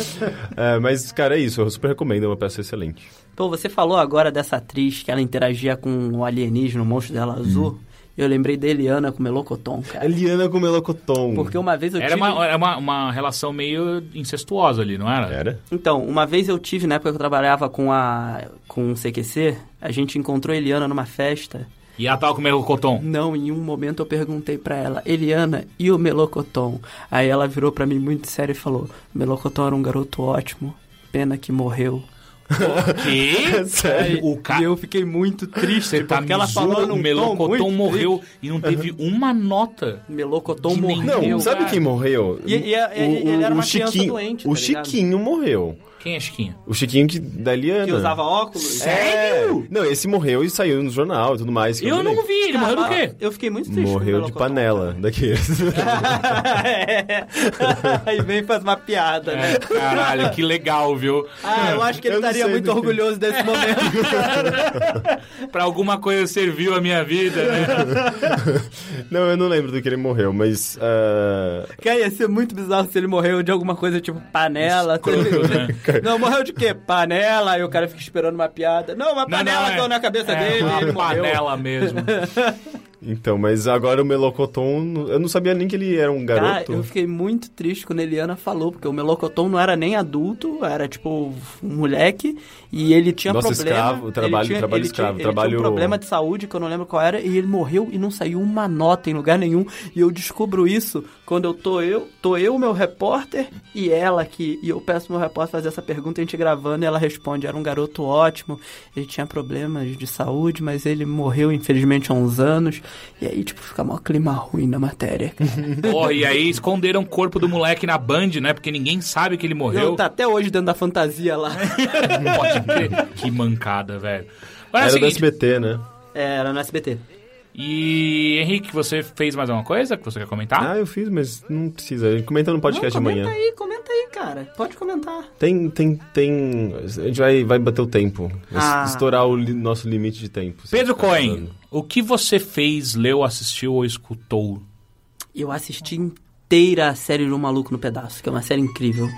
Speaker 3: É, mas, cara, é isso. Eu super recomendo. É uma peça excelente.
Speaker 1: Pô, você falou agora dessa atriz que ela interagia com o alienígena, o monstro dela azul. Eu lembrei da Eliana com o Melocoton, cara.
Speaker 3: Eliana com Melocoton.
Speaker 1: Porque uma vez eu
Speaker 2: era,
Speaker 1: tive...
Speaker 2: uma, era uma, uma relação meio incestuosa ali, não era?
Speaker 3: Era?
Speaker 1: Então, uma vez eu tive, na época que eu trabalhava com a com o CQC, a gente encontrou a Eliana numa festa.
Speaker 2: E ela tava com o meu cotom.
Speaker 1: Não, em um momento eu perguntei pra ela, Eliana, e o Melocoton? Aí ela virou pra mim muito séria e falou, Melocoton era um garoto ótimo, pena que morreu.
Speaker 2: Que?
Speaker 3: Sério?
Speaker 2: O
Speaker 1: E
Speaker 2: cara.
Speaker 1: eu fiquei muito triste,
Speaker 2: Você tá
Speaker 1: porque
Speaker 2: me
Speaker 1: ela falou
Speaker 2: zoando,
Speaker 1: num
Speaker 2: o
Speaker 1: um tom
Speaker 2: melocotão
Speaker 1: muito
Speaker 2: morreu e não teve uma nota.
Speaker 1: Melocoton
Speaker 2: De
Speaker 1: morreu.
Speaker 2: nenhum.
Speaker 3: Não, sabe
Speaker 2: cara.
Speaker 3: quem morreu?
Speaker 1: E- e- e- ele era uma criança
Speaker 3: Chiquinho,
Speaker 1: doente,
Speaker 3: O
Speaker 1: tá ligado?
Speaker 3: Chiquinho morreu.
Speaker 2: Quem é Chiquinha?
Speaker 3: O Chiquinho que da Eliana.
Speaker 1: Que usava óculos.
Speaker 3: É. Não, esse morreu e saiu no jornal e tudo mais. que
Speaker 2: Eu
Speaker 3: vi.
Speaker 2: não vi, ele morreu do quê?
Speaker 1: Eu fiquei muito triste. com
Speaker 3: Morreu
Speaker 1: o
Speaker 3: de
Speaker 1: Melocotão,
Speaker 3: panela daqueles.
Speaker 1: cara. é. Aí vem e faz uma piada, né?
Speaker 2: É, caralho, que legal, viu?
Speaker 1: Ah, eu acho que ele
Speaker 3: Eu não
Speaker 1: estaria
Speaker 3: sei
Speaker 1: muito
Speaker 3: do que-
Speaker 1: orgulhoso desse momento.
Speaker 2: Pra alguma coisa serviu a minha vida, né?
Speaker 3: não, eu não lembro do que ele morreu, mas. ah,
Speaker 1: Cara, ia ser muito bizarro se ele morreu de alguma coisa tipo panela.
Speaker 2: Escroto, né?
Speaker 1: Não, morreu de quê? Panela. Aí o cara fica esperando uma piada. Não, uma
Speaker 2: Não, não,
Speaker 1: panela
Speaker 2: é-
Speaker 1: caiu na cabeça
Speaker 2: é,
Speaker 1: dele.
Speaker 2: Uma
Speaker 1: ele morreu.
Speaker 2: panela mesmo.
Speaker 3: então, mas agora o Melocoton. Eu não sabia nem que ele era
Speaker 2: Ah,
Speaker 3: um
Speaker 1: Cara,
Speaker 3: garoto.
Speaker 1: eu fiquei muito triste quando a Eliana falou, porque o Melocotão não era nem adulto, era tipo um moleque, e ele tinha
Speaker 3: Nossa,
Speaker 1: problema.
Speaker 3: escravo,
Speaker 1: ele
Speaker 3: trabalho-
Speaker 1: tinha-
Speaker 3: trabalho
Speaker 1: ele tinha-
Speaker 3: escravo,
Speaker 1: ele
Speaker 3: trabalho-
Speaker 1: Tinha um problema de saúde, que eu não lembro qual era, e ele morreu e não saiu uma nota em lugar nenhum. E eu descubro isso quando eu tô eu, tô eu, meu repórter, e ela aqui. E eu peço pro meu repórter fazer essa pergunta, a gente gravando, e ela responde, era um garoto ótimo, ele tinha problemas de saúde, mas ele morreu, infelizmente, há uns anos. E aí, tipo, fica mó clima ruim na matéria, cara.
Speaker 2: Porra, e aí esconderam o corpo do moleque na Band, né? Porque ninguém sabe que ele morreu.
Speaker 1: Não, tá até hoje dentro da fantasia lá.
Speaker 2: Pode crer. Que mancada, velho. Mas é o
Speaker 3: Era do
Speaker 2: seguinte,
Speaker 3: SBT, né?
Speaker 1: É, era no SBT.
Speaker 2: e Henrique, você fez mais alguma coisa que você quer comentar?
Speaker 3: Ah, eu fiz, mas não precisa. A gente comenta no podcast
Speaker 1: Não,
Speaker 3: amanhã.
Speaker 1: Comenta aí, comenta aí, cara. Pode comentar.
Speaker 3: Tem, tem, tem. A gente vai, vai bater o tempo.
Speaker 1: Ah.
Speaker 3: Estourar o li- nosso limite de tempo.
Speaker 2: Pedro
Speaker 3: Tá
Speaker 2: Cohen,
Speaker 3: falando.
Speaker 2: o que você fez, leu, assistiu ou escutou?
Speaker 1: Eu assisti inteira a série do Maluco no Pedaço, que é uma série incrível.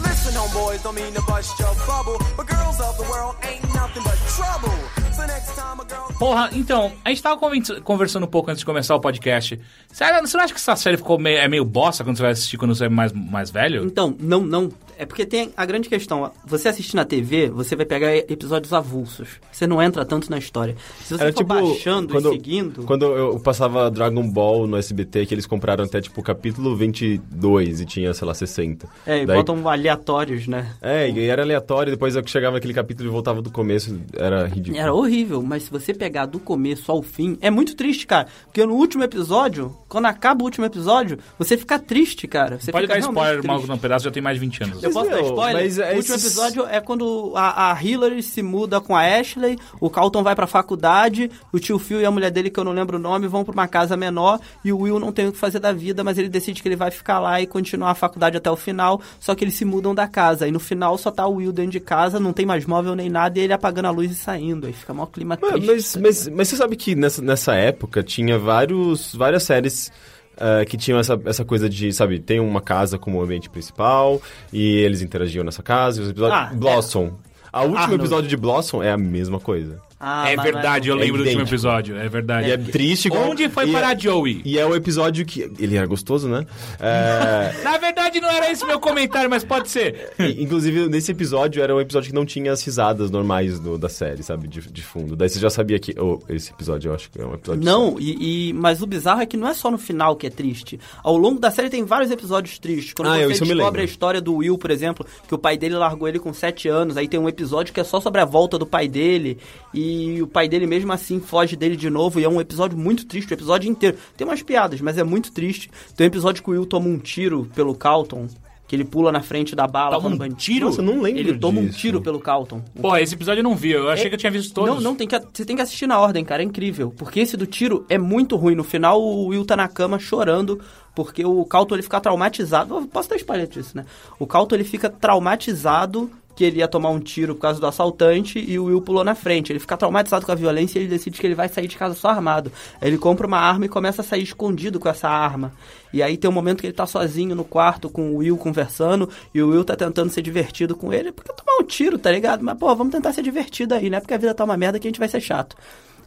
Speaker 4: Listen, homeboys, don't mean to bust your bubble, but girls of the world ain't nothing but trouble. So next time a girl.
Speaker 2: Porra, então, a gente tava conven- conversando um pouco antes de começar o podcast. Você acha- você não acha que essa série ficou meio, é meio bosta quando você vai assistir quando você é mais, mais velho?
Speaker 1: Então, não, não. É porque tem a grande questão. ó, Você assistir na TV, você vai pegar episódios avulsos. Você não entra tanto na história. Se você
Speaker 3: Era
Speaker 1: for
Speaker 3: tipo.
Speaker 1: baixando
Speaker 3: quando,
Speaker 1: e seguindo...
Speaker 3: Quando eu passava Dragon Ball no SBT, que eles compraram até tipo o capítulo 22 e tinha, sei lá, 60.
Speaker 1: É, e
Speaker 3: Daí-
Speaker 1: botam aleatórios, né?
Speaker 3: É, e era aleatório, depois eu que chegava naquele capítulo e voltava do começo, era ridículo.
Speaker 1: Era horrível, mas se você pegar do começo ao fim, é muito triste, cara. Porque no último episódio, quando acaba o último episódio, você fica triste, cara. Você
Speaker 2: Pode
Speaker 1: fica
Speaker 2: dar spoiler,
Speaker 1: realmente
Speaker 2: maluco,
Speaker 1: triste.
Speaker 2: não, pedaço já tem mais de 20 anos.
Speaker 1: Eu posso dar
Speaker 3: meu,
Speaker 1: spoiler?
Speaker 3: mas
Speaker 1: O último
Speaker 3: esses-
Speaker 1: episódio é quando a, a Hillary se muda com a Ashley, o Carlton vai pra faculdade, o tio Phil e a mulher dele, que eu não lembro o nome, vão pra uma casa menor e o Will não tem o que fazer da vida, mas ele decide que ele vai ficar lá e continuar a faculdade até o final, só que eles se mudam da casa. E no final só tá o Will dentro de casa, não tem mais móvel nem nada, e ele apagando a luz e saindo. Aí fica mó clima
Speaker 3: Mas-
Speaker 1: triste.
Speaker 3: Mas, mas, mas você sabe que nessa, nessa época tinha vários, várias séries ah, que tinham essa, essa coisa de, sabe, tem uma casa como ambiente principal e eles interagiam nessa casa. E os episódios...
Speaker 1: Ah, é.
Speaker 3: Blossom. A último
Speaker 1: Arnold.
Speaker 3: episódio de Blossom é a mesma coisa.
Speaker 1: Ah,
Speaker 2: É
Speaker 1: mas-
Speaker 2: verdade, eu
Speaker 3: é
Speaker 2: lembro do último
Speaker 3: idêntico.
Speaker 2: episódio, é verdade.
Speaker 3: E é triste. como-
Speaker 2: Onde foi
Speaker 3: e
Speaker 2: parar
Speaker 3: é,
Speaker 2: Joey?
Speaker 3: E é o episódio que... Ele era gostoso, né? É,
Speaker 2: Na verdade, não era esse meu comentário, mas pode ser.
Speaker 3: E, Inclusive, nesse episódio, era um episódio que não tinha as risadas normais do- da série, sabe? De, de fundo. Daí você já sabia que... Oh, esse episódio, eu acho que é um episódio...
Speaker 1: Não, e, e- mas o bizarro é que não é só no final que é triste. Ao longo da série tem vários episódios tristes. Quando
Speaker 3: Ah,
Speaker 1: você
Speaker 3: eu- isso eu me
Speaker 1: descobre
Speaker 3: lembro.
Speaker 1: a história do Will, por exemplo, que o pai dele largou ele com 7 anos, aí tem um episódio que é só sobre a volta do pai dele, e o pai dele mesmo assim foge dele de novo, e é um episódio muito triste, o episódio inteiro. Tem umas piadas, mas é muito triste. Tem um episódio que o Will toma um tiro pelo Calton, que ele pula na frente da bala.
Speaker 2: Toma
Speaker 1: quando
Speaker 2: um
Speaker 1: bandido-
Speaker 2: tiro? Nossa,
Speaker 3: eu não lembro
Speaker 1: Ele toma um
Speaker 3: disso.
Speaker 1: tiro pelo Calton.
Speaker 2: Porra, esse episódio eu não vi, eu achei que eu tinha visto todos.
Speaker 1: É- Não, não, tem que, você tem que assistir na ordem, cara, é incrível. Porque esse do tiro é muito ruim. No final, o Will tá na cama chorando, porque o Calton ele fica traumatizado. Eu Posso dar spoiler disso, né? O Calton ele fica traumatizado que ele ia tomar um tiro por causa do assaltante e o Will pulou na frente. Ele fica traumatizado com a violência e ele decide que ele vai sair de casa só armado. Aí ele compra uma arma e começa a sair escondido com essa arma. E aí tem um momento que ele tá sozinho no quarto com o Will conversando e o Will tá tentando ser divertido com ele. Porque tomar um tiro, tá ligado? Mas, pô, vamos tentar ser divertido aí, né? Porque a vida tá uma merda que a gente vai ser chato.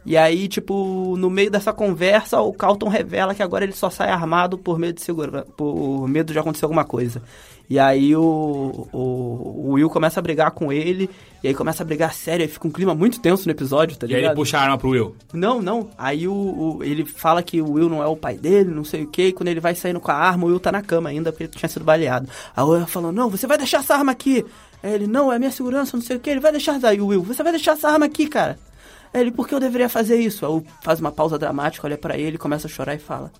Speaker 1: E aí, tipo, no meio dessa conversa, o Calton revela que agora ele só sai armado por medo de segura... por medo de acontecer alguma coisa. E aí o, o, o Will começa a brigar com ele, e aí começa a brigar sério, aí fica um clima muito tenso no episódio, tá
Speaker 2: E aí ele
Speaker 1: ligado?
Speaker 2: puxa a arma pro Will.
Speaker 1: Não, não. Aí o, o- ele fala que o Will não é o pai dele, não sei o que. Quando ele vai saindo com a arma, o Will tá na cama ainda, porque ele tinha sido baleado. Aí o Will falando, não, você vai deixar essa arma aqui. Aí ele, não, é minha segurança, não sei o que, ele vai deixar. Aí o Will, você vai deixar essa arma aqui, cara. Aí ele, por que eu deveria fazer isso? Aí o faz uma pausa dramática, olha pra ele, começa a chorar e fala,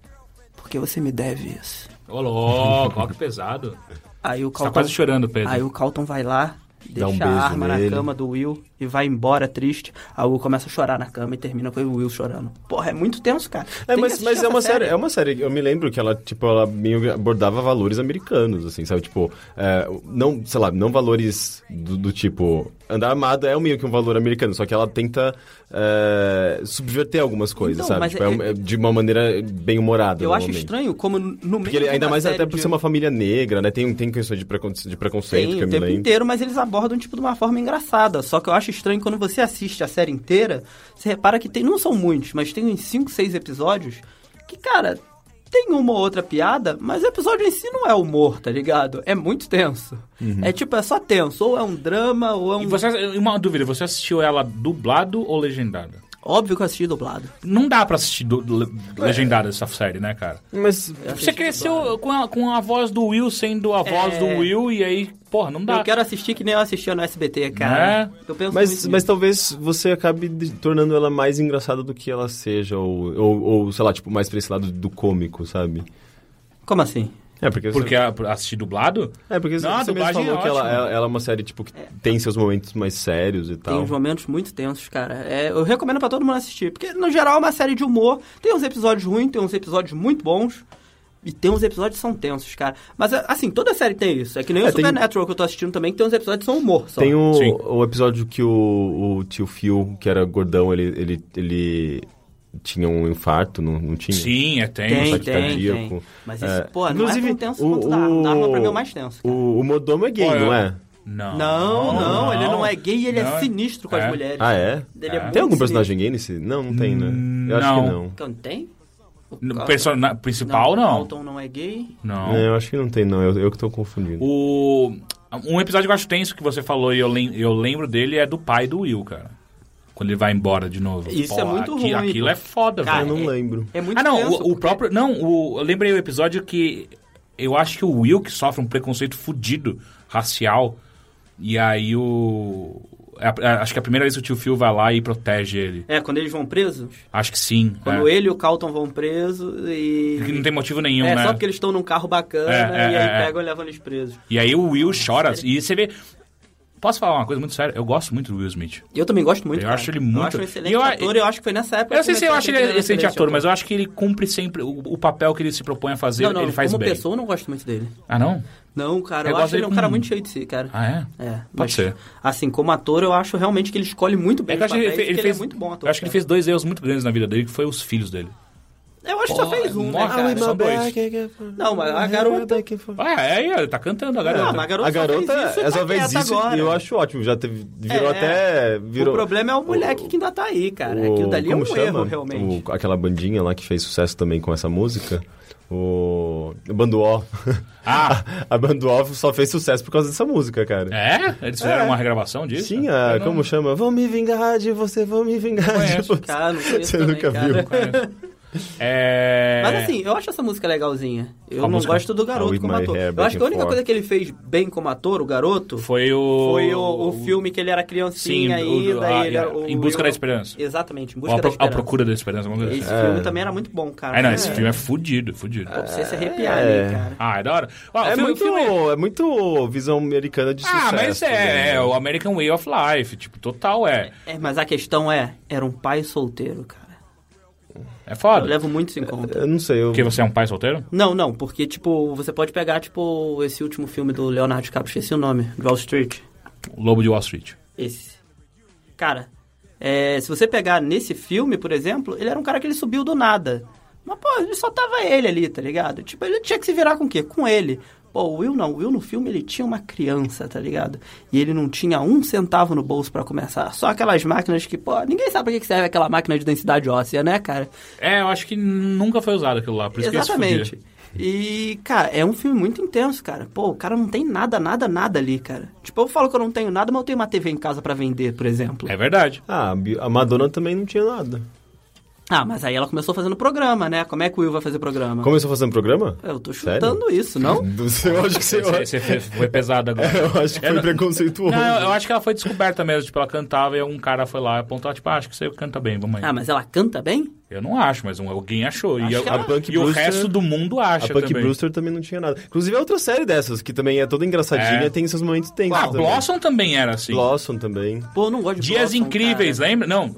Speaker 1: porque você me deve isso.
Speaker 2: Ô, louco, ó que pesado.
Speaker 1: Aí o
Speaker 2: Você tá
Speaker 1: Calton,
Speaker 2: quase chorando, Pedro.
Speaker 1: aí o Calton vai lá, deixa
Speaker 3: um
Speaker 1: a
Speaker 3: beijo
Speaker 1: arma
Speaker 3: nele.
Speaker 1: na cama do Will e vai embora triste. Aí o Will começa a chorar na cama e termina com o Will chorando. Porra, é muito tenso, cara.
Speaker 3: É,
Speaker 1: Tem que
Speaker 3: mas,
Speaker 1: assistir
Speaker 3: mas é
Speaker 1: essa
Speaker 3: uma série, é uma série. Eu me lembro que ela, tipo, ela meio que abordava valores americanos, assim, sabe? Tipo, é, não, sei lá, não valores do, do tipo. Andar armado é meio que um valor americano, só que ela tenta é, subverter algumas coisas,
Speaker 1: Então,
Speaker 3: sabe?
Speaker 1: mas
Speaker 3: Tipo, é um-
Speaker 1: é-
Speaker 3: é de uma maneira bem humorada.
Speaker 1: Eu acho
Speaker 3: normalmente.
Speaker 1: estranho como no meio
Speaker 3: Porque ele-
Speaker 1: de
Speaker 3: ainda
Speaker 1: uma
Speaker 3: mais
Speaker 1: série
Speaker 3: até por
Speaker 1: de-
Speaker 3: ser uma família negra, né? Tem, tem questões de, precon- de preconceito
Speaker 1: Tem,
Speaker 3: que
Speaker 1: o
Speaker 3: eu me
Speaker 1: tempo
Speaker 3: lembro.
Speaker 1: inteiro, mas eles abordam tipo de uma forma engraçada. Só que eu acho estranho quando você assiste a série inteira, você repara que tem, não são muitos, mas tem uns 5, 6 episódios que, cara, tem uma ou outra piada, mas o episódio em si não é humor, tá ligado? É muito tenso.
Speaker 3: Uhum.
Speaker 1: É tipo, é só tenso, ou é um drama, ou é
Speaker 2: E
Speaker 1: um
Speaker 2: você, uma dúvida, você assistiu ela dublado ou legendada?
Speaker 1: óbvio que eu assisti dublado.
Speaker 2: Não dá pra assistir du- le- legendada essa série, né, cara?
Speaker 3: Mas
Speaker 2: É. Você cresceu com a, com a voz do Will sendo a voz do Will e aí, porra, não Né?
Speaker 1: É.
Speaker 2: dá.
Speaker 1: Eu quero assistir que nem eu assistia no SBT, cara. Eu penso
Speaker 3: Mas,
Speaker 1: muito
Speaker 3: mas
Speaker 1: nisso.
Speaker 3: talvez você acabe de- tornando ela mais engraçada do que ela seja, ou, ou, ou, sei lá, tipo, mais pra esse lado do cômico, sabe?
Speaker 1: Como assim?
Speaker 3: É, porque...
Speaker 2: Porque
Speaker 3: você,
Speaker 2: a- assistir dublado?
Speaker 3: é, porque
Speaker 2: Não, a
Speaker 3: você mesmo
Speaker 2: dublagem
Speaker 3: falou
Speaker 2: é
Speaker 3: que ela,
Speaker 2: ótima.
Speaker 3: ela- ela é uma série, tipo, que tem seus momentos mais sérios e
Speaker 1: Tem
Speaker 3: tal.
Speaker 1: uns momentos muito tensos, cara. É, eu recomendo pra todo mundo assistir. Porque, no geral, é uma série de humor. Tem uns episódios ruins, tem uns episódios muito bons. E tem uns episódios que são tensos, cara. Mas, é, assim, toda série tem isso. É que nem
Speaker 3: É,
Speaker 1: o
Speaker 3: tem-
Speaker 1: Supernatural que eu tô assistindo também, que tem uns episódios que são humor só.
Speaker 3: Tem um- o,
Speaker 2: Sim.
Speaker 3: o episódio que o, o tio Phil, que era gordão, ele, ele, ele tinha um infarto, não, não tinha?
Speaker 2: Sim, é
Speaker 1: Tem,
Speaker 2: tem.
Speaker 3: Ataque
Speaker 1: tem,
Speaker 3: cardíaco.
Speaker 1: tem. Mas
Speaker 3: É,
Speaker 1: isso, pô, não é
Speaker 3: inclusive,
Speaker 1: tão tenso quanto da arma. Da arma pra mim é o mais tenso. cara.
Speaker 3: O, o Modomo é gay,
Speaker 2: Olha,
Speaker 3: não é?
Speaker 2: Não,
Speaker 1: Não, não, ele não é gay e ele
Speaker 2: Não.
Speaker 1: é sinistro com
Speaker 2: É.
Speaker 1: as mulheres.
Speaker 3: Ah, é?
Speaker 1: Ele é muito
Speaker 3: Tem algum
Speaker 1: sinistro.
Speaker 3: personagem gay nesse? Não, não tem, né? Eu acho que
Speaker 2: Não.
Speaker 3: não.
Speaker 1: Não tem? O
Speaker 2: No
Speaker 1: Carl-
Speaker 2: persona- principal,
Speaker 1: O
Speaker 2: não.
Speaker 1: Carlton não é gay.
Speaker 2: Não.
Speaker 3: É, eu acho que não tem, não. Eu, eu que tô confundindo.
Speaker 2: O, um episódio que eu acho tenso que você falou e eu, lem- eu lembro dele é do pai do Will, cara. Quando ele vai embora de novo.
Speaker 1: Isso
Speaker 2: Pô,
Speaker 1: é muito
Speaker 2: aqui-
Speaker 1: ruim,
Speaker 2: Aquilo
Speaker 1: pô.
Speaker 2: é foda,
Speaker 1: Cara,
Speaker 3: eu
Speaker 2: velho.
Speaker 3: não
Speaker 1: é-
Speaker 3: lembro.
Speaker 1: É muito
Speaker 2: Ah, não,
Speaker 1: tenso.
Speaker 2: o- o,
Speaker 1: porque-
Speaker 2: próprio. Não, o, eu lembrei o episódio que eu acho que o Will que sofre um preconceito fudido racial. E aí o. é a- a- acho que é a primeira vez que o tio Phil vai lá e protege ele.
Speaker 1: É, quando eles vão presos,
Speaker 2: Acho que sim.
Speaker 1: Quando
Speaker 2: é.
Speaker 1: ele e o Calton vão preso e.
Speaker 2: Que Não tem motivo nenhum,
Speaker 1: é,
Speaker 2: né?
Speaker 1: só porque eles estão num carro bacana
Speaker 2: É, é,
Speaker 1: e aí
Speaker 2: é, é.
Speaker 1: pegam e levam eles presos.
Speaker 2: E aí o Will chora. E você vê. Posso falar uma coisa muito séria? Eu gosto muito do Will Smith.
Speaker 1: E eu também gosto muito.
Speaker 2: Eu
Speaker 1: cara.
Speaker 2: acho ele muito-
Speaker 1: Eu acho um excelente
Speaker 2: E eu-
Speaker 1: ator eu acho que foi nessa época.
Speaker 2: Eu não sei se eu acho
Speaker 1: acho
Speaker 2: ele excelente ator, mas eu acho que ele cumpre sempre o, o papel que ele se propõe a fazer,
Speaker 1: Não, não,
Speaker 2: ele faz
Speaker 1: como
Speaker 2: bem.
Speaker 1: pessoa eu não gosto muito dele.
Speaker 2: Ah, não?
Speaker 1: Não, cara,
Speaker 2: Eu
Speaker 1: eu,
Speaker 2: gosto
Speaker 1: acho ele
Speaker 2: dele
Speaker 1: um cara
Speaker 2: como-
Speaker 1: muito cheio de si, cara.
Speaker 2: Ah, é?
Speaker 1: É,
Speaker 2: Pode
Speaker 1: mas,
Speaker 2: ser.
Speaker 1: Assim, como ator, eu acho realmente que ele escolhe muito
Speaker 2: É
Speaker 1: bem.
Speaker 2: que eu acho
Speaker 1: os
Speaker 2: que ele,
Speaker 1: papéis,
Speaker 2: fe- ele
Speaker 1: porque
Speaker 2: fez.
Speaker 1: é muito bom ator.
Speaker 2: eu acho que ele fez dois erros muito grandes na vida dele, que foi os filhos dele.
Speaker 1: cara. Eu acho que só
Speaker 2: Pô,
Speaker 1: fez um, né,
Speaker 2: mó-
Speaker 1: cara?
Speaker 2: É só dois.
Speaker 1: Não, mas a garota-
Speaker 2: Ah, é, aí, ó, ele tá cantando a
Speaker 1: Uhum. Ah,
Speaker 2: garota.
Speaker 1: mas a
Speaker 3: A
Speaker 1: garota, só
Speaker 3: garota
Speaker 1: fez isso, e
Speaker 3: é
Speaker 1: tá
Speaker 3: só vez
Speaker 1: quieta
Speaker 3: isso
Speaker 1: agora.
Speaker 3: e eu acho ótimo. Já teve, virou
Speaker 1: É,
Speaker 3: até. Virou,
Speaker 1: O problema é o moleque que ainda tá aí, cara. Aquilo dali é um
Speaker 3: como chama?
Speaker 1: erro, realmente.
Speaker 3: O- aquela bandinha lá que fez sucesso também com essa música. O. Banduó.
Speaker 2: Ah,
Speaker 3: a Banduó só fez sucesso por causa dessa música, cara.
Speaker 2: é? Eles fizeram
Speaker 3: É.
Speaker 2: uma regravação disso?
Speaker 3: Sim, a-
Speaker 2: Eu não-
Speaker 3: como chama? Vou me vingar de você, vou me vingar de
Speaker 2: Conheço.
Speaker 3: você.
Speaker 1: Cara, não conheço
Speaker 3: Você
Speaker 1: também,
Speaker 3: nunca
Speaker 1: cara.
Speaker 3: viu.
Speaker 2: É.
Speaker 1: Mas assim, eu acho essa música legalzinha. Eu
Speaker 2: Qual
Speaker 1: não
Speaker 2: música?
Speaker 1: gosto do
Speaker 3: Ah,
Speaker 1: garoto
Speaker 3: With
Speaker 1: como
Speaker 3: My
Speaker 1: ator.
Speaker 3: Hair
Speaker 1: Eu acho que a única
Speaker 3: Back and
Speaker 1: coisa que ele fez bem como ator, o garoto, foi,
Speaker 2: Foi o.
Speaker 1: o, o filme que ele era
Speaker 2: Sim,
Speaker 1: criancinha
Speaker 2: o,
Speaker 1: ainda.
Speaker 2: a-
Speaker 1: e ele era- o-
Speaker 2: Em Busca
Speaker 1: eu-
Speaker 2: da Esperança.
Speaker 1: Exatamente, em
Speaker 2: Ou
Speaker 1: busca
Speaker 2: a,
Speaker 1: da
Speaker 2: Pro- A
Speaker 1: esperança.
Speaker 2: procura da Esperança, alguma coisa
Speaker 1: Esse
Speaker 2: assim.
Speaker 1: filme também era muito bom, cara.
Speaker 2: Ah, não, esse filme é fudido, fudido.
Speaker 1: Pra você se arrepiar
Speaker 3: É.
Speaker 1: ali, cara.
Speaker 2: Ah, é da hora. Ó,
Speaker 3: É,
Speaker 2: filme-
Speaker 3: muito,
Speaker 2: filme-
Speaker 3: é muito visão americana de sucesso.
Speaker 2: Ah, mas
Speaker 3: né?
Speaker 2: é, é o American Way of Life, tipo, total é.
Speaker 1: É, mas a questão é, era um pai solteiro, cara.
Speaker 2: É
Speaker 1: Eu
Speaker 2: foda.
Speaker 1: levo muito isso em conta.
Speaker 3: Eu não sei, eu...
Speaker 2: Porque você é um pai solteiro?
Speaker 1: Não, não, porque, tipo, você pode pegar, tipo, esse último filme do Leonardo DiCaprio, esqueci o nome, de Wall Street.
Speaker 2: O Lobo de Wall Street.
Speaker 1: Esse. Cara, é, se você pegar nesse filme, por exemplo, ele era um cara que ele subiu do nada. Mas, pô, ele só tava ele ali, tá ligado? Tipo, ele tinha que se virar com o quê? Com ele. Pô, o Will não. O Will no filme, ele tinha uma criança, tá ligado? E ele não tinha um centavo no bolso pra começar. Só aquelas máquinas que, pô, ninguém sabe pra que que serve aquela máquina de densidade óssea, né, cara?
Speaker 2: É, eu acho que nunca foi usado aquilo lá, por isso que eles
Speaker 1: Exatamente.
Speaker 2: fudiam.
Speaker 1: E, cara, é um filme muito intenso, cara. Pô, o cara não tem nada, nada, nada ali, cara. Tipo, eu falo que eu não tenho nada, mas eu tenho uma TV em casa pra vender, por exemplo.
Speaker 2: É verdade.
Speaker 3: Ah, a Bi- a Madonna também não tinha nada.
Speaker 1: Ah, mas aí ela começou fazendo programa, né? Como é que o Will vai fazer programa?
Speaker 3: Começou fazendo programa?
Speaker 1: Eu tô
Speaker 3: Sério? Uhum.
Speaker 1: chutando isso, não?
Speaker 3: Do seu, eu acho que você...
Speaker 2: Você, você fe- foi pesado agora. É,
Speaker 3: Eu acho que foi preconceituoso.
Speaker 2: Não, eu- eu acho que ela foi descoberta mesmo. Tipo, ela cantava e um cara foi lá e apontou, tipo, ah, acho que você canta bem, vamos aí.
Speaker 1: Ah, mas ela canta bem?
Speaker 2: Eu não acho, mas um- alguém achou. E,
Speaker 1: Acho
Speaker 2: eu-
Speaker 1: que ela-
Speaker 2: e
Speaker 3: A Punk
Speaker 2: o
Speaker 3: Brewster-
Speaker 2: resto do mundo acha
Speaker 3: A Punk
Speaker 2: também.
Speaker 3: Brewster também não tinha nada. Inclusive é outra série dessas, que também é toda engraçadinha
Speaker 2: É.
Speaker 3: e tem seus momentos tensos
Speaker 2: Ah,
Speaker 3: também.
Speaker 2: Blossom também era assim.
Speaker 3: Blossom também.
Speaker 1: Pô, eu não gosto de
Speaker 2: Dias
Speaker 1: Blossom,
Speaker 2: Incríveis,
Speaker 1: cara.
Speaker 2: lembra? Não,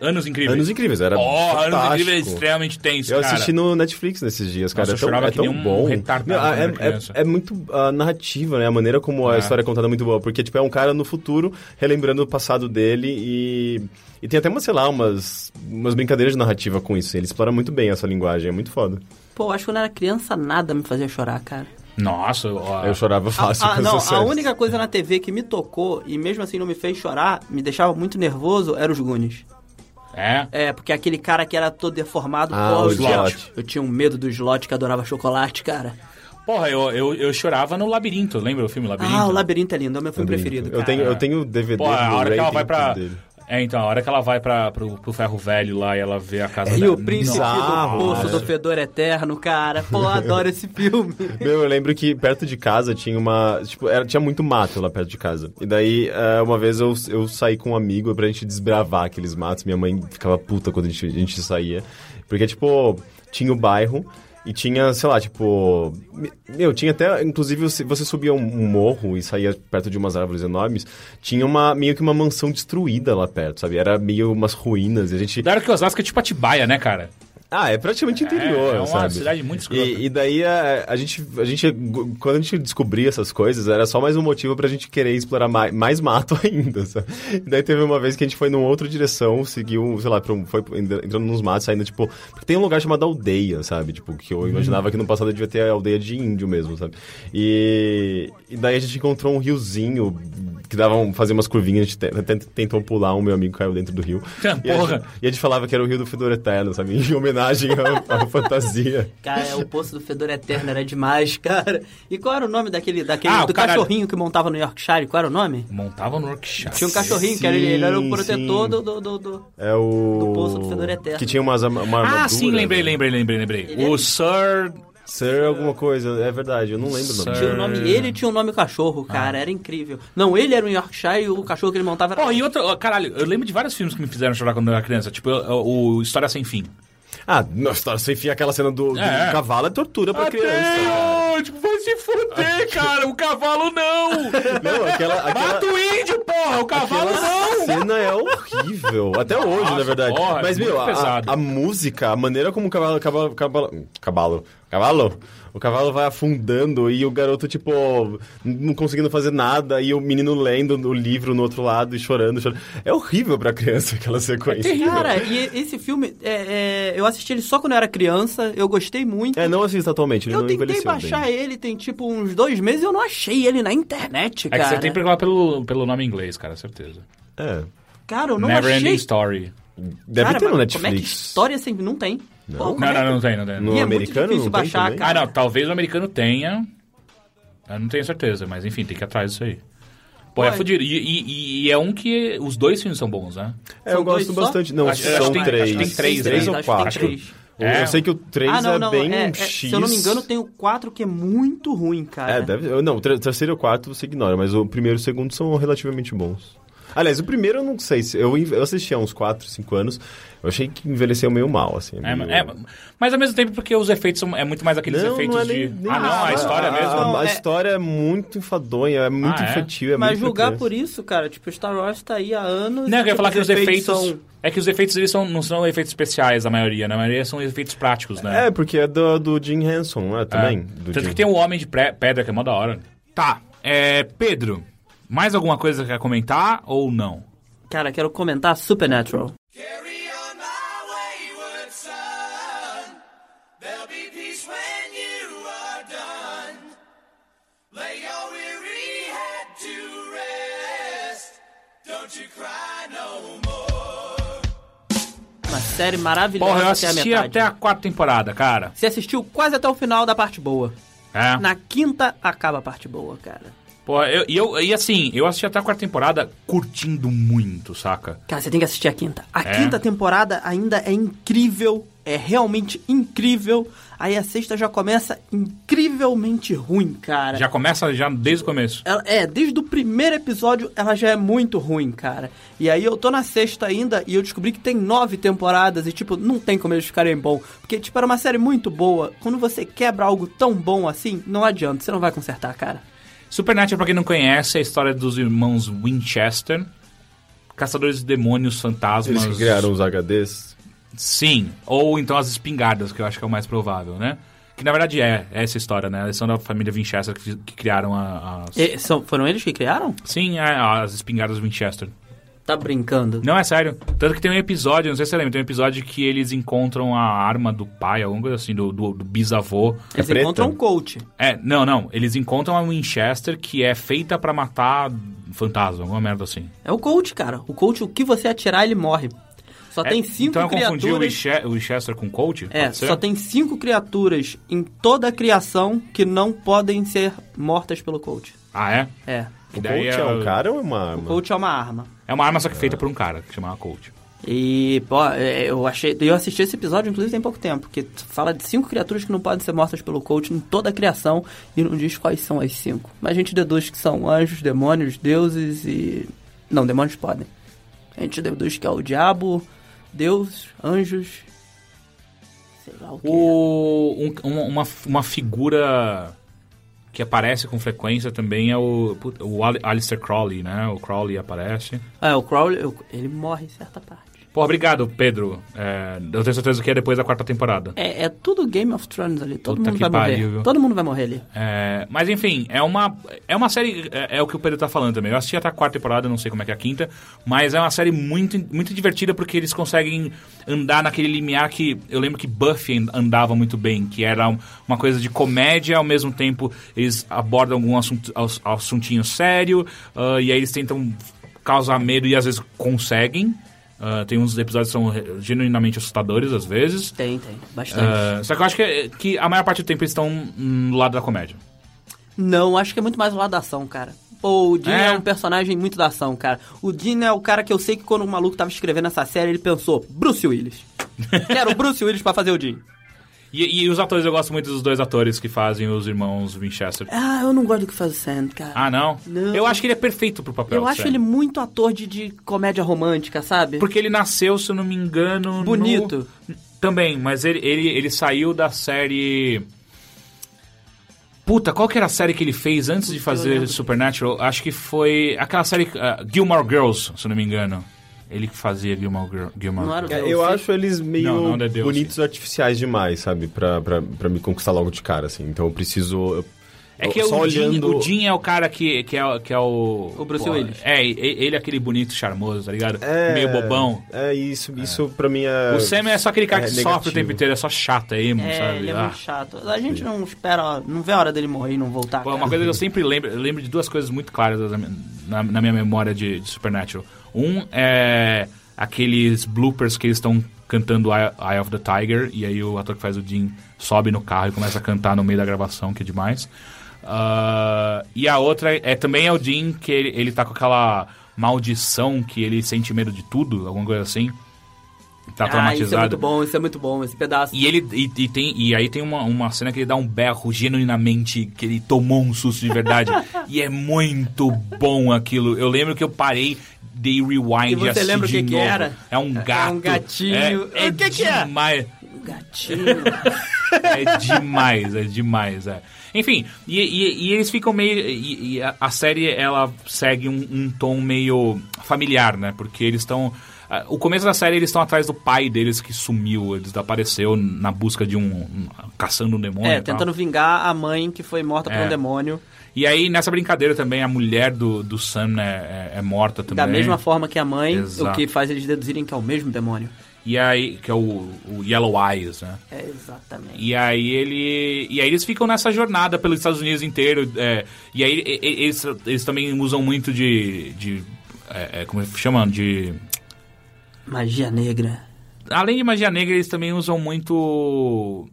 Speaker 2: Anos Incríveis.
Speaker 3: Anos Incríveis, era
Speaker 2: Oh, Anos
Speaker 3: fantástico.
Speaker 2: Incríveis é extremamente tenso,
Speaker 3: Eu
Speaker 2: cara.
Speaker 3: assisti no Netflix nesses dias, cara.
Speaker 2: Nossa, eu
Speaker 3: é tão,
Speaker 2: chorava
Speaker 3: é
Speaker 2: que
Speaker 3: tão
Speaker 2: nem um
Speaker 3: bom.
Speaker 2: retardado
Speaker 3: Não,
Speaker 2: quando
Speaker 3: é,
Speaker 2: era criança.
Speaker 3: é- é muito a narrativa, né? A maneira como a
Speaker 2: É.
Speaker 3: história é contada é muito boa. Porque, tipo, é um cara no futuro relembrando o passado dele e... E tem até, uma, sei lá, umas, umas brincadeiras de narrativa com isso. Ele explora muito bem essa linguagem, é muito foda.
Speaker 2: né?
Speaker 1: Pô, eu acho que quando eu era criança nada me fazia chorar, cara.
Speaker 2: Nossa, ó,
Speaker 3: Eu chorava fácil
Speaker 1: Ah,
Speaker 3: com
Speaker 1: não,
Speaker 3: essas
Speaker 1: a
Speaker 3: séries.
Speaker 1: única coisa na TV que me tocou e mesmo assim não me fez chorar, me deixava muito nervoso, era os Goonies.
Speaker 2: é.
Speaker 1: É, porque aquele cara que era todo deformado,
Speaker 3: Ah,
Speaker 1: pô,
Speaker 3: o
Speaker 1: eu tinha-
Speaker 3: Slot.
Speaker 1: Eu tinha um medo do slot que adorava chocolate, cara.
Speaker 2: Porra, eu, eu, eu chorava no Labirinto, lembra o filme Labirinto?
Speaker 1: Ah, o Labirinto é lindo, é o meu filme
Speaker 3: Labirinto.
Speaker 1: preferido, cara.
Speaker 3: Eu tenho, eu tenho DVD
Speaker 2: Pô, a
Speaker 3: do
Speaker 2: hora que ela vai pra.
Speaker 3: dele.
Speaker 2: É, então, a hora que ela vai pra, pro, pro Ferro Velho lá e ela vê a casa
Speaker 1: É, E
Speaker 2: dela.
Speaker 1: o Príncipe
Speaker 3: Bizarro,
Speaker 1: do Poço
Speaker 3: cara.
Speaker 1: do Fedor Eterno, cara. Pô, eu adoro esse filme.
Speaker 3: Meu, eu lembro que perto de casa tinha uma. Tipo, era, tinha muito mato lá perto de casa. E daí, eh, uma vez eu, eu saí com um amigo pra gente desbravar aqueles matos. Minha mãe ficava puta quando a gente, a gente saía. Porque, tipo, tinha o bairro. E tinha, sei lá, tipo. me- Meu, tinha até. Inclusive, você você subia um, um morro e saía perto de umas árvores enormes. Tinha uma meio que uma mansão destruída lá perto, sabe? Era meio umas ruínas. E a gente.
Speaker 2: Claro que Osasco é tipo Atibaia, né, cara?
Speaker 3: Ah, é praticamente interior,
Speaker 2: é uma
Speaker 3: sabe?
Speaker 2: cidade muito escrota.
Speaker 3: E, e daí é, a, a gente, a gente, quando a gente descobria essas coisas, era só mais um motivo pra gente querer explorar mais, mais mato ainda, sabe? E daí teve uma vez que a gente foi numa outra direção, seguiu, sei lá, pra um- foi entrando nos matos, saindo, tipo... Porque tem um lugar chamado aldeia, sabe? Tipo, que eu imaginava que no passado devia ter a aldeia de índio mesmo, sabe? E, e daí a gente encontrou um riozinho que dava um, fazia umas curvinhas, a gente te- te- tentou pular, um meu amigo caiu dentro do rio. E a
Speaker 2: Porra.
Speaker 3: gente- e a gente falava que era o Rio do Fedor Eterno, sabe? Em homenagem à, à fantasia.
Speaker 1: Cara, o Poço do Fedor Eterno era demais, cara. E qual era o nome daquele, daquele
Speaker 2: Ah, o
Speaker 1: do
Speaker 2: cara-
Speaker 1: cachorrinho que montava no Yorkshire? Qual era o nome?
Speaker 2: Montava no Workshop.
Speaker 1: Tinha um cachorrinho que era, ele era o
Speaker 3: Sim,
Speaker 1: protetor
Speaker 3: sim.
Speaker 1: do... do, do, do-
Speaker 3: É o.
Speaker 1: Do Poço do Fedor Eterno.
Speaker 3: Que tinha umas, ama- uma armadura.
Speaker 2: Ah, sim, lembrei,
Speaker 3: né?
Speaker 2: lembrei, lembrei, lembrei.
Speaker 1: Ele é-
Speaker 2: O Sir.
Speaker 3: Sir alguma coisa, é verdade, eu não lembro o nome.
Speaker 2: Sir-
Speaker 1: Tinha o nome ele e tinha o nome cachorro,
Speaker 3: Ah.
Speaker 1: cara. Era incrível. Não, ele era um Yorkshire e o cachorro que ele montava era...
Speaker 2: Porra, e outro. ó, Caralho, eu lembro de vários filmes que me fizeram chorar quando eu era criança. Tipo, eu- eu- o História Sem Fim.
Speaker 3: Ah, nossa, você enfia aquela cena do, do
Speaker 2: É.
Speaker 3: cavalo é tortura pra criança.
Speaker 2: Adeus, tipo, vai se fuder, cara. O cavalo não.
Speaker 3: Não, aquela. aquela...
Speaker 2: Mata o índio, porra. O cavalo não.
Speaker 3: Aquela cena é horrível. Até hoje,
Speaker 2: Nossa,
Speaker 3: na verdade.
Speaker 2: porra,
Speaker 3: Mas,
Speaker 2: é muito
Speaker 3: meu, a,
Speaker 2: pesado.
Speaker 3: a música, a maneira como o cavalo. Cavalo. Cavalo. Cavalo. cavalo o cavalo vai afundando e o garoto, tipo, não conseguindo fazer nada. E o menino lendo o livro no outro lado e chorando. chorando. É horrível pra criança aquela sequência. É
Speaker 1: Cara, e esse filme, é, é, eu assisti ele só quando eu era criança, eu gostei muito.
Speaker 3: É, não assista atualmente, ele
Speaker 1: eu
Speaker 3: não
Speaker 1: tentei
Speaker 3: envelheceu
Speaker 1: baixar
Speaker 3: bem.
Speaker 1: ele, tem tipo uns dois meses e eu não achei ele na internet,
Speaker 2: É
Speaker 1: cara.
Speaker 2: que você tem que procurar pelo, pelo nome em inglês, cara, certeza.
Speaker 3: É.
Speaker 1: Cara, eu não
Speaker 2: Never
Speaker 1: achei.
Speaker 2: Ending Story.
Speaker 3: Deve
Speaker 1: cara,
Speaker 3: ter no
Speaker 1: mas
Speaker 3: Netflix.
Speaker 1: Como é que história sempre não tem? Não, Pô, como
Speaker 2: Não,
Speaker 1: é
Speaker 2: não,
Speaker 1: que-
Speaker 2: não tem, não tem.
Speaker 3: No
Speaker 1: E é muito
Speaker 3: americano
Speaker 1: difícil
Speaker 3: não tem
Speaker 1: baixar,
Speaker 3: também?
Speaker 1: cara.
Speaker 2: Ah, não, talvez o americano tenha. Eu não tenho certeza, mas enfim, tem que ir atrás disso aí. Pô, é
Speaker 1: Ué.
Speaker 2: fudido. E, e- e é um que. Os dois filmes são bons, né?
Speaker 3: É, eu
Speaker 1: São dois
Speaker 3: gosto
Speaker 1: só?
Speaker 3: bastante. Não,
Speaker 2: Acho- acho
Speaker 3: são
Speaker 2: que tem-
Speaker 3: três.
Speaker 2: acho que tem três, né?
Speaker 3: ou
Speaker 1: Acho que tem
Speaker 3: quatro.
Speaker 1: três.
Speaker 2: É.
Speaker 3: Eu sei que o três
Speaker 1: Ah, não,
Speaker 3: é
Speaker 1: não,
Speaker 3: bem
Speaker 1: é,
Speaker 3: um
Speaker 1: é,
Speaker 3: X.
Speaker 1: Se eu não me engano, tem né? o 4 que é muito ruim, cara.
Speaker 3: É, deve, eu- não, o tre- terceiro e o quarto você ignora, mas o primeiro e o segundo são relativamente bons. Aliás, o primeiro eu não sei, se- eu, eu assisti há uns 4, 5 anos, eu achei que envelheceu meio mal, assim.
Speaker 2: É,
Speaker 3: meio-
Speaker 2: é, mas ao mesmo tempo, porque os efeitos são. É muito mais aqueles
Speaker 3: não,
Speaker 2: efeitos
Speaker 3: não é
Speaker 2: de.
Speaker 3: nem, nem
Speaker 2: ah, não, a
Speaker 3: isso.
Speaker 2: história
Speaker 3: a,
Speaker 2: mesmo.
Speaker 3: A,
Speaker 1: Não, é-
Speaker 3: história é muito enfadonha, é muito
Speaker 2: Ah, é?
Speaker 3: infantil, é
Speaker 1: Mas
Speaker 3: muito pra
Speaker 1: julgar
Speaker 3: criança.
Speaker 1: por isso, cara, tipo, Star Wars tá aí há anos.
Speaker 2: Não, eu queria
Speaker 1: tipo,
Speaker 2: falar que os efeitos.
Speaker 1: são-
Speaker 2: É que os efeitos eles são, não são efeitos especiais, a maioria, né? A maioria são efeitos práticos, né?
Speaker 3: É, porque é do, do Jim Henson, né, também. do
Speaker 2: É. Tanto
Speaker 3: Jim.
Speaker 2: que tem o Homem de Pre- Pedra, que é mó da hora. Tá. É, Pedro, mais alguma coisa que quer comentar ou não?
Speaker 1: Cara, quero comentar Supernatural.
Speaker 4: Carry on my wayward son. There'll be peace when you are done. Lay your weary head to rest. Don't you cry no more.
Speaker 1: Uma série maravilhosa
Speaker 2: Porra, eu
Speaker 1: até é a
Speaker 2: assisti
Speaker 1: metade.
Speaker 2: até a quarta temporada, cara.
Speaker 1: Você assistiu quase até o final da parte boa.
Speaker 2: É.
Speaker 1: Na quinta acaba a parte boa, cara.
Speaker 2: Pô, eu, e, eu, e assim, eu assisti até a quarta temporada curtindo muito, saca?
Speaker 1: Cara, você tem que assistir a quinta. A
Speaker 2: É.
Speaker 1: quinta temporada ainda é incrível, é realmente incrível. Aí a sexta já começa incrivelmente ruim, cara.
Speaker 2: Já começa já desde o começo.
Speaker 1: Ela- é, desde o primeiro episódio ela já é muito ruim, cara. E aí eu tô na sexta ainda e eu descobri que tem nove temporadas e, tipo, não tem como eles ficarem bom. Porque, tipo, era uma série muito boa. Quando você quebra algo tão bom assim, não adianta, você não vai consertar, cara.
Speaker 2: Supernatural, pra quem não conhece, é a história dos irmãos Winchester, caçadores de demônios, fantasmas.
Speaker 3: Eles que criaram os HDs.
Speaker 2: Sim, ou então as espingardas, que eu acho que é o mais provável, né? Que na verdade é, é essa história, né? Eles são da família Winchester que, que criaram a- as.
Speaker 1: E são- foram eles que criaram?
Speaker 2: Sim, é, as espingardas Winchester.
Speaker 1: Tá brincando.
Speaker 2: Não, é sério. Tanto que tem um episódio, não sei se você lembra, tem um episódio que eles encontram a arma do pai, alguma coisa assim, do, do- do bisavô.
Speaker 1: Eles
Speaker 3: preta?
Speaker 1: encontram um coach.
Speaker 2: É, não, não. Eles encontram a Winchester que é feita pra matar fantasma, alguma merda assim.
Speaker 1: É o coach, cara. O coach, o que você atirar, ele morre. Só
Speaker 2: É,
Speaker 1: tem cinco
Speaker 2: então eu confundi o
Speaker 1: criaturas.
Speaker 2: Winche- o Winchester com o Colt?
Speaker 1: É,
Speaker 2: pode ser?
Speaker 1: só tem cinco criaturas em toda a criação que não podem ser mortas pelo coach.
Speaker 2: Ah, é?
Speaker 1: É.
Speaker 2: Que
Speaker 3: O
Speaker 2: daí
Speaker 3: Colt é um cara ou é uma
Speaker 1: O
Speaker 3: arma?
Speaker 1: coach é uma arma.
Speaker 2: É uma arma só que feita por um cara, que chamava Colt.
Speaker 1: E, pô, é, eu achei. Eu assisti esse episódio, inclusive, tem pouco tempo, que fala de cinco criaturas que não podem ser mortas pelo coach em toda a criação e não diz quais são as cinco. Mas a gente deduz que são anjos, demônios, deuses e. Não, demônios podem. A gente deduz que é o diabo, Deus, anjos. Sei lá o que.
Speaker 2: O, um- um- uma, uma figura que aparece com frequência também é o, put- o Ali- Alistair Crowley, né? O Crowley aparece.
Speaker 1: É, o Crowley, eu- ele morre em certa parte.
Speaker 2: Pô, obrigado, Pedro. É, eu tenho certeza que é depois da quarta temporada.
Speaker 1: É, é tudo Game of Thrones ali, todo
Speaker 2: Puta
Speaker 1: mundo
Speaker 2: que
Speaker 1: vai morrer.
Speaker 2: pariu, viu?
Speaker 1: Todo mundo vai morrer ali.
Speaker 2: É, mas enfim, é uma, é uma série. É, é o que o Pedro tá falando também. Eu assisti até a quarta temporada, não sei como é que é a quinta. Mas é uma série muito, muito divertida porque eles conseguem andar naquele limiar que eu lembro que Buffy an- andava muito bem, que era um- uma coisa de comédia, ao mesmo tempo eles abordam algum assunto, ass- assuntinho sério, ah, e aí eles tentam causar medo e às vezes conseguem. Ah, tem uns episódios que são re- genuinamente assustadores às vezes.
Speaker 1: Tem, tem, bastante.
Speaker 2: Ah, só que eu acho que, que a maior parte do tempo eles estão hum, no lado da comédia.
Speaker 1: Não, acho que é muito mais o lado da ação, cara. Pô, o Dean
Speaker 2: É.
Speaker 1: é. um personagem muito da ação, cara. O Dean é o cara que eu sei que quando o maluco tava escrevendo essa série, ele pensou, Bruce Willis. Quero o Bruce Willis pra fazer o Dean.
Speaker 2: E, e os atores, eu gosto muito dos dois atores que fazem os irmãos Winchester.
Speaker 1: Ah, eu não gosto do que faz o Sand, cara.
Speaker 2: Ah, não?
Speaker 1: Não.
Speaker 2: Eu acho que ele é perfeito pro papel.
Speaker 1: eu acho
Speaker 2: sério.
Speaker 1: ele muito ator de, de comédia romântica, sabe?
Speaker 2: Porque ele nasceu, se eu não me engano. no-
Speaker 1: Bonito.
Speaker 2: Também, mas ele, ele, ele saiu da série. Puta, qual que era a série que ele fez antes de fazer Supernatural? Acho que foi aquela série. ah, Gilmore Girls, se eu não me engano. Ele que fazia Gilmore, Girl- Gilmore
Speaker 1: Não era o
Speaker 2: Girls.
Speaker 3: É,
Speaker 1: Eu
Speaker 3: eu
Speaker 1: sei-
Speaker 3: acho eles meio
Speaker 2: Não, não, não é Deus,
Speaker 3: bonitos artificiais demais, sabe? Pra, pra, pra me conquistar logo de cara, assim. Então eu preciso. eu-
Speaker 2: É que
Speaker 3: eu- só
Speaker 2: o, Jim
Speaker 3: olhando.
Speaker 2: o Jim é o cara que, que, é, o- que é o.
Speaker 1: O Bruce
Speaker 2: Pô,
Speaker 1: Willis.
Speaker 2: É, e- ele é aquele bonito, charmoso, tá ligado?
Speaker 3: é,
Speaker 2: Meio bobão.
Speaker 3: É, isso, isso pra mim é.
Speaker 2: O Sam é só aquele cara
Speaker 3: é
Speaker 2: que
Speaker 3: negativo.
Speaker 2: sofre o tempo inteiro, é só chato, é emo,
Speaker 1: é,
Speaker 2: sabe?
Speaker 1: ele é
Speaker 2: Ah.
Speaker 1: muito chato. A gente não espera, não vê a hora dele morrer e não voltar.
Speaker 2: Pô, é
Speaker 1: cara.
Speaker 2: uma coisa que eu sempre lembro, eu lembro de duas coisas muito claras na, minha- na- na minha memória de, de Supernatural. Um é aqueles bloopers que eles estão cantando Eye, Eye of the Tiger, e aí o ator que faz o Jim sobe no carro e começa a cantar no meio da gravação, que é demais. Ah, e a outra é também é o Jim, que ele, ele tá com aquela maldição que ele sente medo de tudo, alguma coisa assim.
Speaker 1: Ah, isso
Speaker 2: Tá
Speaker 1: é
Speaker 2: traumatizado.
Speaker 1: muito bom, isso é muito bom, esse pedaço.
Speaker 2: E ele e, e tem e aí tem uma, uma cena que ele dá um berro genuinamente que ele tomou um susto de verdade e é muito bom aquilo. Eu lembro que eu parei dei rewind
Speaker 1: E você
Speaker 2: assisti
Speaker 1: lembra o
Speaker 2: de
Speaker 1: que que
Speaker 2: novo.
Speaker 1: era?
Speaker 2: É um gato.
Speaker 1: gatinho.
Speaker 2: É, é
Speaker 1: O que que é?
Speaker 2: demais.
Speaker 1: Gatinho.
Speaker 2: É demais, é demais, é. Enfim, e, e- e eles ficam meio. E, e a, a série ela segue um, um tom meio familiar, né? Porque eles estão. ah, O começo da série eles estão atrás do pai deles que sumiu, ele desapareceu na busca de um. um- caçando um demônio.
Speaker 1: é,
Speaker 2: e tal.
Speaker 1: tentando vingar a mãe que foi morta por
Speaker 2: É.
Speaker 1: um demônio.
Speaker 2: E aí nessa brincadeira também a mulher do, do Sam né, é, é morta também.
Speaker 1: Da mesma forma que a mãe,
Speaker 2: Exato.
Speaker 1: o que faz eles deduzirem que é o mesmo demônio.
Speaker 2: E aí, que é o, o Yellow Eyes, né?
Speaker 1: É, exatamente.
Speaker 2: E aí ele. E aí eles ficam nessa jornada pelos Estados Unidos inteiro. é, e aí e- e- eles, eles também usam muito de. de é, é, como é que chama? De.
Speaker 1: Magia negra.
Speaker 2: Além de magia negra, eles também usam muito.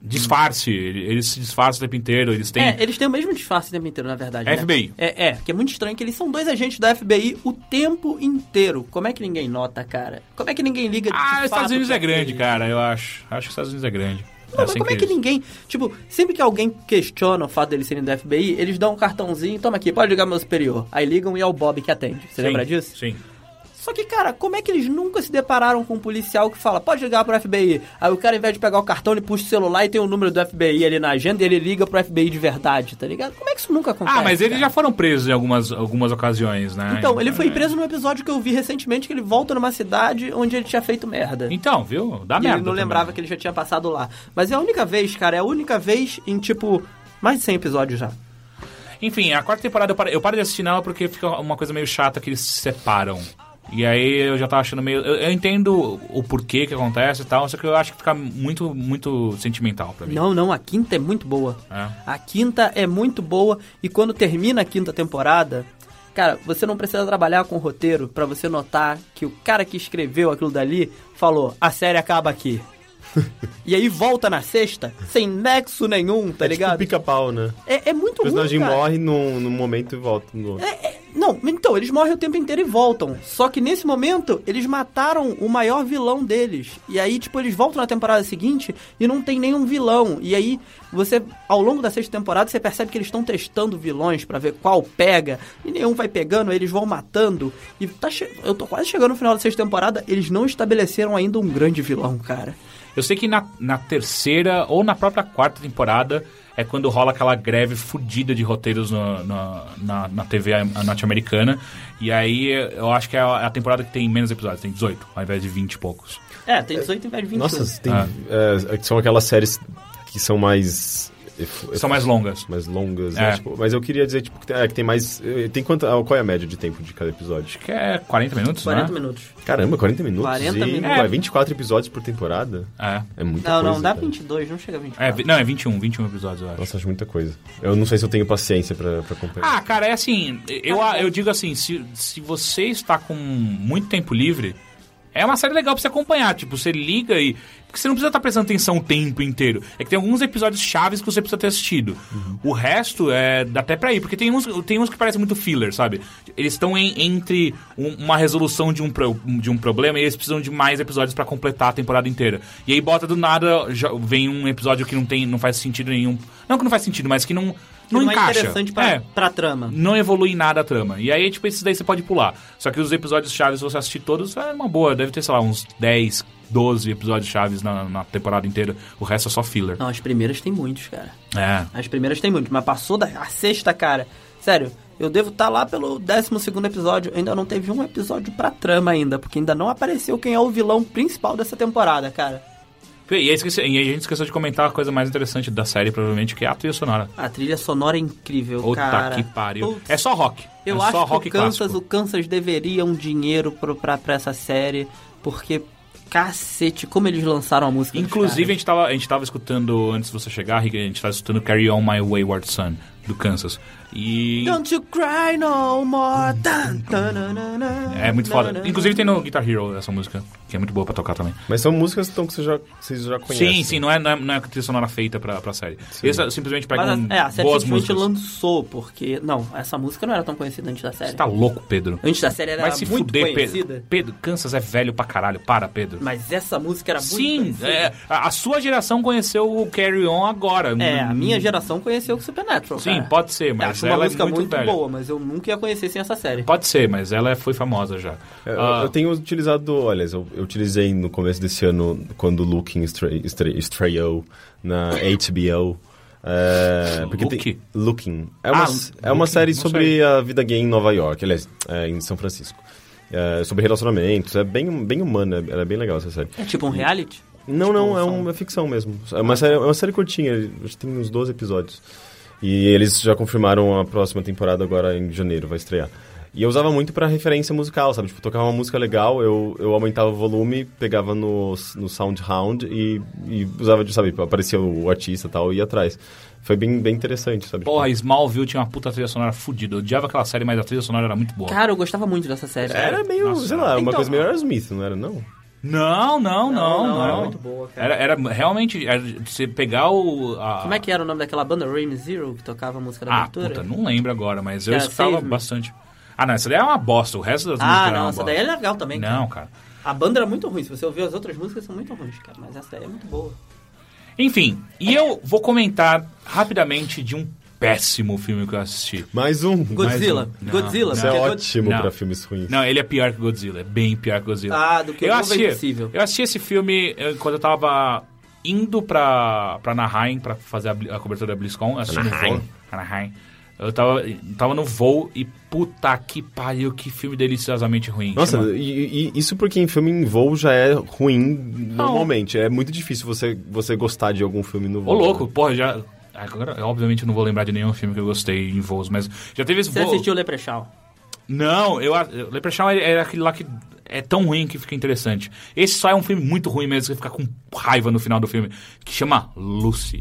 Speaker 2: disfarce. ele- Eles se disfarçam o tempo inteiro, eles têm. Ah,
Speaker 1: É, eles têm o mesmo disfarce o tempo inteiro, na verdade. né?
Speaker 2: FBI.
Speaker 1: É, é, que é muito estranho que eles são dois agentes da FBI o tempo inteiro. Como é que ninguém nota, cara? Como é que ninguém liga de
Speaker 2: Ah,
Speaker 1: fato
Speaker 2: os Estados Unidos
Speaker 1: pra
Speaker 2: é grande,
Speaker 1: aquele-
Speaker 2: cara, eu acho. Acho que os Estados Unidos é grande.
Speaker 1: Não, mas como é que
Speaker 2: eles-
Speaker 1: ninguém. Tipo, sempre que alguém questiona o fato deles serem da FBI, eles dão um cartãozinho, toma aqui, pode ligar meu superior. Aí ligam e é o Bob que atende. Você
Speaker 2: Sim,
Speaker 1: lembra disso?
Speaker 2: Sim.
Speaker 1: Só que, cara, como é que eles nunca se depararam com um policial que fala, pode ligar pro FBI? Aí o cara, ao invés de pegar o cartão, ele puxa o celular e tem o número do FBI ali na agenda e ele liga pro FBI de verdade, tá ligado? Como é que isso nunca acontece?
Speaker 2: Ah, mas eles
Speaker 1: cara?
Speaker 2: já foram presos em algumas, algumas ocasiões, né?
Speaker 1: Então, ele foi preso num episódio que eu vi recentemente, que ele volta numa cidade onde ele tinha feito merda.
Speaker 2: Então, viu? Dá
Speaker 1: E
Speaker 2: merda.
Speaker 1: ele não lembrava que ele já tinha passado lá. Mas é a única vez, cara, é a única vez em, tipo, mais de 100 episódios já.
Speaker 2: Enfim, a quarta temporada eu paro, eu paro de assistir nela porque fica uma coisa meio chata que eles se separam. E aí eu já tava achando meio. Eu, eu entendo o porquê que acontece e tal, só que eu acho que fica muito, muito sentimental pra mim.
Speaker 1: Não, não, a quinta é muito boa.
Speaker 2: É.
Speaker 1: A quinta é muito boa e quando termina a quinta temporada, cara, você não precisa trabalhar com roteiro pra você notar que o cara que escreveu aquilo dali falou: "A série acaba aqui". e aí volta na sexta sem nexo nenhum, tá
Speaker 3: é
Speaker 1: ligado?
Speaker 3: tipo pica-pau, né?
Speaker 1: É, é muito
Speaker 3: O personagem
Speaker 1: ruim, cara.
Speaker 3: morre num, num momento e volta no outro.
Speaker 1: É, é, não, então, eles morrem o tempo inteiro e voltam. Só que nesse momento, eles mataram o maior vilão deles. E aí, tipo, eles voltam na temporada seguinte e não tem nenhum vilão. E aí, você, ao longo da sexta temporada, você percebe que eles estão testando vilões pra ver qual pega. E nenhum vai pegando, eles vão matando. E tá che- eu tô quase chegando no final da sexta temporada, eles não estabeleceram ainda um grande vilão, cara.
Speaker 2: Eu sei que na, na terceira ou na própria quarta temporada é quando rola aquela greve fodida de roteiros no- na- na, na TV am- norte-americana. E aí eu acho que é a a temporada que tem menos episódios, tem 18, ao invés de 20 e poucos.
Speaker 1: É, tem 18 em vez de 21.
Speaker 3: Nossa, tem,
Speaker 2: Ah.
Speaker 3: é, são aquelas séries que são mais...
Speaker 2: São mais longas.
Speaker 3: mais longas,
Speaker 2: É.
Speaker 3: né? Tipo, mas eu queria dizer tipo, que, tem, é, que tem mais... eh, Tem quanto, ah, qual é a média de tempo de cada episódio?
Speaker 2: Acho que é 40 minutos,
Speaker 1: 40
Speaker 2: né?
Speaker 1: minutos.
Speaker 3: Caramba, 40 minutos
Speaker 1: 40
Speaker 3: e
Speaker 1: minutos.
Speaker 3: ué, 24 episódios por temporada?
Speaker 2: É.
Speaker 3: É muita
Speaker 1: Não,
Speaker 3: coisa.
Speaker 1: não, dá
Speaker 3: cara.
Speaker 1: 22, não chega a 24.
Speaker 2: É, vi- não, é 21, 21 episódios, eu acho.
Speaker 3: Nossa, acho muita coisa. Eu não sei se eu tenho paciência pra, pra acompanhar.
Speaker 2: Ah, cara, é assim, eu,
Speaker 1: Tá
Speaker 2: eu digo assim, se, se você está com muito tempo livre, é uma série legal pra você acompanhar, tipo, você liga e... Porque você não precisa estar prestando atenção o tempo inteiro. É que tem alguns episódios chaves que você precisa ter assistido. O resto é dá até pra ir, porque tem uns, tem uns que parecem muito filler, sabe? Eles estão em- entre um- uma resolução de um, pro- de um problema e eles precisam de mais episódios pra completar a temporada inteira. E aí bota do nada, já vem um episódio que não tem, não faz sentido nenhum. Não que não faz sentido, mas que não,
Speaker 1: não
Speaker 2: não, encaixa.
Speaker 1: é interessante pra,
Speaker 2: É
Speaker 1: pra trama.
Speaker 2: não evolui nada a trama. E aí, tipo, esses daí você pode pular. Só que os episódios chaves, se você assistir todos, é uma boa. Deve ter, sei lá, uns 10, 12 episódios chaves na, na temporada inteira. O resto é só filler.
Speaker 1: Não, as primeiras tem muitos, cara.
Speaker 2: É.
Speaker 1: As primeiras tem muitos, mas passou da a sexta, cara. Sério, eu devo estar lá pelo 12 episódio. Ainda não teve um episódio pra trama ainda, porque ainda não apareceu quem é o vilão principal dessa temporada, cara.
Speaker 2: E aí, esqueci- e aí a gente esqueceu de comentar a coisa mais interessante da série, provavelmente, que é a trilha sonora.
Speaker 1: A trilha sonora é incrível,
Speaker 2: Puta
Speaker 1: cara.
Speaker 2: que pariu.
Speaker 1: Putz,
Speaker 2: É só rock.
Speaker 1: Eu
Speaker 2: é
Speaker 1: acho
Speaker 2: só
Speaker 1: que
Speaker 2: rock
Speaker 1: o Kansas,
Speaker 2: clássico.
Speaker 1: o Kansas deveria um dinheiro pro, pra, pra essa série, porque cacete, como eles lançaram a música. dos
Speaker 2: Inclusive, a
Speaker 1: caras.
Speaker 2: gente, tava, a gente tava escutando, antes de você chegar, Rick, a gente tava escutando Carry On My Wayward Son, do Kansas. E...
Speaker 1: Don't you cry no more. Tan, tananana,
Speaker 2: É muito foda.
Speaker 1: nanana.
Speaker 2: Inclusive tem no Guitar Hero essa música, que é muito boa pra tocar também.
Speaker 3: Mas são músicas então, que vocês já, vocês já conhecem.
Speaker 2: Sim, sim, não é, não é, não é trilha sonora feita pra, pra série. Eles ah, simplesmente
Speaker 1: Mas
Speaker 2: pegam
Speaker 1: a, é, a série
Speaker 2: boas
Speaker 1: simplesmente
Speaker 2: músicas.
Speaker 1: lançou, porque. Não, essa música não era tão conhecida antes da série.
Speaker 2: Você tá louco, Pedro.
Speaker 1: Antes da série era
Speaker 2: Vai se
Speaker 1: é muito
Speaker 2: fuder,
Speaker 1: conhecida.
Speaker 2: Pedro. Pedro, Kansas é velho pra caralho. Para, Pedro.
Speaker 1: Mas essa música era muito
Speaker 2: Sim,
Speaker 1: conhecida.
Speaker 2: é, a a sua geração conheceu o Carry On agora.
Speaker 1: É,
Speaker 2: Hum,
Speaker 1: a minha geração conheceu o Supernatural.
Speaker 2: Sim,
Speaker 1: cara.
Speaker 2: pode ser, mas
Speaker 1: Acho uma
Speaker 2: ela é
Speaker 1: música
Speaker 2: muito
Speaker 1: muito,
Speaker 2: velha.
Speaker 1: boa, mas eu nunca ia conhecer sem essa série.
Speaker 2: Pode ser, mas ela foi famosa já.
Speaker 3: É, Eu,
Speaker 2: Ah,
Speaker 3: eu tenho utilizado, olha, eu, eu utilizei no começo desse ano, quando o Looking estra- estra- estreou na HBO. é, porque
Speaker 2: Looking?
Speaker 3: tem, Looking. É uma,
Speaker 2: Ah,
Speaker 3: s- é uma
Speaker 2: Looking,
Speaker 3: série
Speaker 2: não
Speaker 3: sobre
Speaker 2: sei.
Speaker 3: a vida gay em Nova York, aliás, é, em São Francisco. É, sobre relacionamentos, é bem, bem humana, era bem legal essa série.
Speaker 1: É tipo um reality?
Speaker 3: Não, não,
Speaker 1: Tipo,
Speaker 3: é
Speaker 1: são-
Speaker 3: uma ficção mesmo. É uma série, é uma série curtinha, acho que tem uns 12 episódios. E eles já confirmaram a próxima temporada agora em janeiro, vai estrear. E eu usava muito pra referência musical, sabe? Tipo, tocava uma música legal, eu, eu aumentava o volume, pegava no, no SoundHound e, e usava de, sabe, aparecia o artista e tal, e ia atrás. Foi bem, bem interessante, sabe?
Speaker 2: Porra, Smallville tinha uma puta trilha sonora fudida. Eu odiava aquela série, mas a trilha sonora era muito boa.
Speaker 1: Cara, eu gostava muito dessa série.
Speaker 3: Tipo, Era meio, sei lá, uma
Speaker 1: é? Então-
Speaker 3: coisa meio Aerosmith, não era não?
Speaker 2: Não, não, não,
Speaker 1: Não,
Speaker 2: não.
Speaker 1: não, é muito boa, cara.
Speaker 2: Era, era realmente. era de você pegar o. a-
Speaker 1: Como é que era o nome daquela banda, Rame Zero, que tocava a música da
Speaker 2: Ah,
Speaker 1: abertura?
Speaker 2: puta, não lembro agora, mas eu
Speaker 1: Cara,
Speaker 2: escutava
Speaker 1: Save Me.
Speaker 2: bastante. Ah, não, essa daí é uma bosta. O resto das músicas
Speaker 1: Ah,
Speaker 2: era
Speaker 1: não,
Speaker 2: uma
Speaker 1: essa
Speaker 2: bosta.
Speaker 1: daí é legal também. cara.
Speaker 2: Não, cara.
Speaker 1: A banda era muito ruim, se você ouvir as outras músicas são muito ruins, cara, mas essa daí é muito boa.
Speaker 2: Enfim, e eu vou comentar rapidamente de um péssimo filme que eu assisti.
Speaker 3: Mais um.
Speaker 1: Godzilla.
Speaker 2: Não,
Speaker 1: Godzilla,
Speaker 3: Isso é
Speaker 1: porque God-
Speaker 3: ótimo
Speaker 2: Não.
Speaker 3: pra filmes ruins.
Speaker 2: Não, ele é pior que Godzilla, é bem pior que Godzilla.
Speaker 1: Ah, do que o
Speaker 2: eu
Speaker 1: Novo
Speaker 2: assisti,
Speaker 1: Invencível.
Speaker 2: Eu assisti esse filme eh, quando eu tava indo pra, pra Anaheim pra fazer a, bli- a cobertura da BlizzCon. Assisti
Speaker 3: Anaheim.
Speaker 2: no voo. Anaheim. Eu tava, tava no voo e puta que pariu, que filme deliciosamente ruim.
Speaker 3: Nossa,
Speaker 2: Chama-
Speaker 3: e, e- isso porque em filme em voo já é ruim normalmente. É muito difícil você, você gostar de algum filme no
Speaker 2: Ô
Speaker 3: voo.
Speaker 2: louco, porra, já. Agora, obviamente, eu não vou lembrar de nenhum filme que eu gostei em voos, mas já teve esse
Speaker 1: Você
Speaker 2: voo.
Speaker 1: assistiu o Leprechaun?
Speaker 2: Não, eu, a- eu- Leprechaun é, é aquele lá que é tão ruim que fica interessante. Esse só é um filme muito ruim mesmo, que fica com raiva no final do filme, que chama Lucy.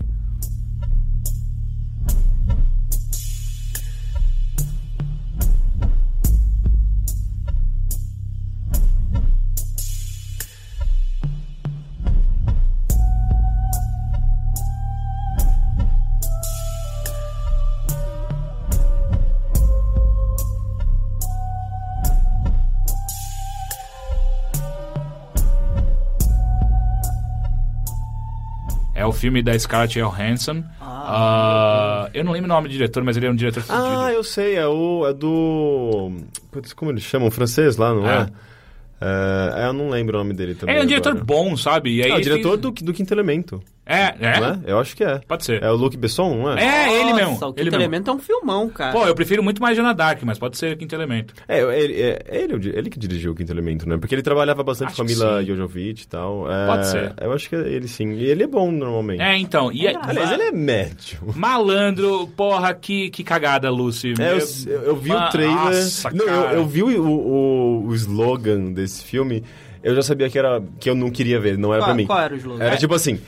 Speaker 2: É o filme da Scarlett Johansson. Ah, eu não lembro o nome do diretor, mas ele é um diretor
Speaker 3: Ah,
Speaker 2: fudido.
Speaker 3: eu sei, é o. É do. Putz, como eles chamam? Francês lá, não é?
Speaker 2: É.
Speaker 3: É, eu não lembro o nome dele também.
Speaker 2: Ele é um diretor
Speaker 3: agora.
Speaker 2: bom, sabe? E aí
Speaker 3: É o
Speaker 2: ele
Speaker 3: diretor
Speaker 2: fez-
Speaker 3: do, do Quinto Elemento,
Speaker 2: É, é.
Speaker 3: não é? Eu acho que é.
Speaker 2: Pode ser.
Speaker 3: É o Luke Besson, não é?
Speaker 2: É, ele mesmo.
Speaker 1: Nossa, o
Speaker 2: ele
Speaker 1: Quinto
Speaker 2: mesmo.
Speaker 1: Elemento é um filmão, cara.
Speaker 2: Pô, eu prefiro muito mais Jonah Dark, mas pode ser Quinto Elemento.
Speaker 3: É, ele, é ele, o di- ele que dirigiu o Quinto Elemento, né? Porque ele trabalhava bastante
Speaker 2: Acho
Speaker 3: com a
Speaker 2: que
Speaker 3: Mila
Speaker 2: sim.
Speaker 3: Jojovic e tal. É,
Speaker 2: Pode ser.
Speaker 3: Eu acho que é ele sim. E ele é bom normalmente.
Speaker 2: É, então. E é-
Speaker 3: Aliás, ele é médio.
Speaker 2: Malandro, porra, que, que cagada, Lucy.
Speaker 3: É, eu, eu- eu vi o trailer.
Speaker 2: Ah, Nossa,
Speaker 3: não, eu,
Speaker 2: cara.
Speaker 3: eu vi o, o, o slogan desse filme. Eu já sabia que era que eu não queria ver, não era
Speaker 1: Qual-
Speaker 3: pra mim.
Speaker 1: qual era o slogan?
Speaker 3: Era
Speaker 1: É.
Speaker 3: tipo assim.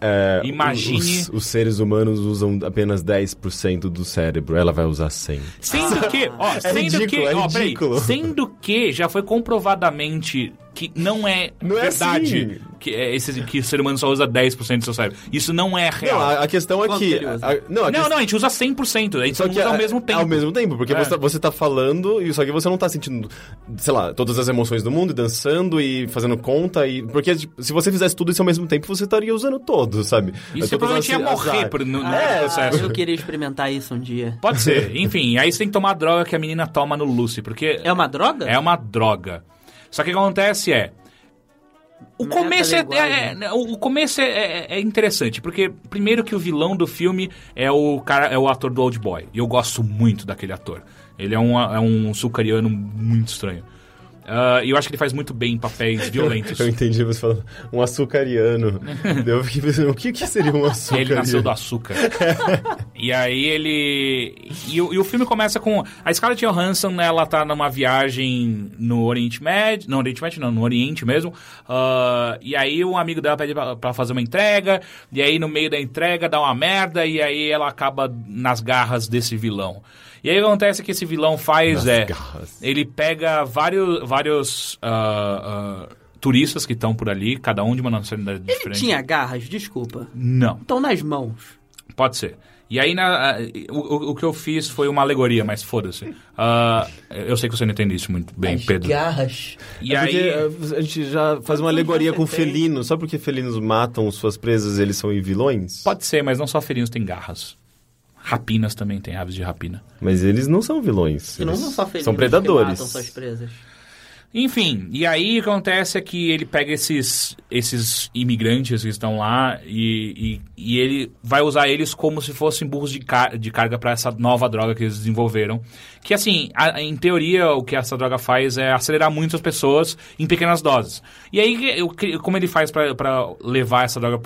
Speaker 3: é,
Speaker 2: Imagine-
Speaker 3: Os, os seres humanos usam apenas 10% do cérebro, ela vai usar 100%.
Speaker 2: Sendo que, ó, sendo
Speaker 3: ridículo,
Speaker 2: que,
Speaker 3: é
Speaker 2: ó, peraí,
Speaker 3: ridículo.
Speaker 2: sendo que já foi comprovadamente que não é
Speaker 3: Não é
Speaker 2: verdade
Speaker 3: assim.
Speaker 2: que, é, esse, que o ser humano só usa 10% do seu cérebro. Isso não é
Speaker 3: Não,
Speaker 2: real.
Speaker 3: a, a questão é
Speaker 1: Quanto
Speaker 3: que.
Speaker 1: ele usa?
Speaker 3: a- não, a
Speaker 2: não,
Speaker 3: questão-
Speaker 2: não, a gente usa 100%, a gente
Speaker 3: Só
Speaker 2: não
Speaker 3: que
Speaker 2: usa ao
Speaker 3: a-
Speaker 2: mesmo tempo.
Speaker 3: Ao mesmo tempo, porque
Speaker 2: É.
Speaker 3: você, tá, você tá falando, e só que você não tá sentindo, sei lá, todas as emoções do mundo, e dançando e fazendo conta. e Porque tipo, se você fizesse tudo isso ao mesmo tempo, você estaria usando todos, sabe?
Speaker 2: E
Speaker 3: Eu
Speaker 2: você
Speaker 3: tô
Speaker 2: provavelmente ia
Speaker 3: pensando assim,
Speaker 2: morrer
Speaker 3: azar.
Speaker 2: por, no, no
Speaker 1: Ah,
Speaker 2: processo.
Speaker 1: Eu queria experimentar isso um dia.
Speaker 2: Pode ser, enfim, aí você tem que tomar a droga que a menina toma no Lucy, porque...
Speaker 1: É uma droga?
Speaker 2: É uma droga. Só que o que acontece é. O começo é,
Speaker 1: Metalinguagem.
Speaker 2: é- é- o começo é, é- é interessante, porque primeiro que o vilão do filme é o cara é o ator do Old Boy. E eu gosto muito daquele ator. Ele é um, é um sul-coreano muito estranho. Ah, E eu acho que ele faz muito bem em papéis violentos.
Speaker 3: Eu entendi você falando um açucariano. Daí eu fiquei pensando, o que, que seria um açucariano?
Speaker 2: Ele nasceu do açúcar. e aí ele. E, o- e o filme começa com. A Scarlett Johansson, ela tá numa viagem no Oriente Médio. Não, Oriente Médio não, no Oriente mesmo. Ah, e aí um amigo dela pede pra, pra fazer uma entrega. E aí no meio da entrega dá uma merda. E aí ela acaba nas garras desse vilão. E aí acontece é que esse vilão faz
Speaker 3: Nas
Speaker 2: é.
Speaker 3: garras.
Speaker 2: Ele pega vários. vários ah, ah, turistas que estão por ali, cada um de uma nacionalidade
Speaker 1: Ele
Speaker 2: diferente.
Speaker 1: tinha garras, desculpa.
Speaker 2: Não.
Speaker 1: Estão nas mãos.
Speaker 2: Pode ser. E aí, na- a- o, o- o que eu fiz foi uma alegoria, mas foda-se. Ah, eu sei que você não entende isso muito bem, Pedro.
Speaker 1: garras.
Speaker 2: E
Speaker 3: É porque,
Speaker 2: aí.
Speaker 3: eh, a gente já faz uma alegoria com
Speaker 1: Você tem.
Speaker 3: felino. Só porque felinos matam suas presas, eles são vilões?
Speaker 2: Pode ser, mas não só felinos têm garras. Rapinas também têm aves de rapina.
Speaker 3: Mas eles não são vilões.
Speaker 1: E não
Speaker 3: eles
Speaker 1: são só felizes
Speaker 3: São
Speaker 1: que matam
Speaker 3: predadores.
Speaker 1: suas presas.
Speaker 2: Enfim, e aí o que acontece é que ele pega esses, esses imigrantes que estão lá e, e, e ele vai usar eles como se fossem burros de, car de carga para essa nova droga que eles desenvolveram. Que assim, a- em teoria, o que essa droga faz é acelerar muito as pessoas em pequenas doses. E aí, eu cri- como ele faz para levar essa droga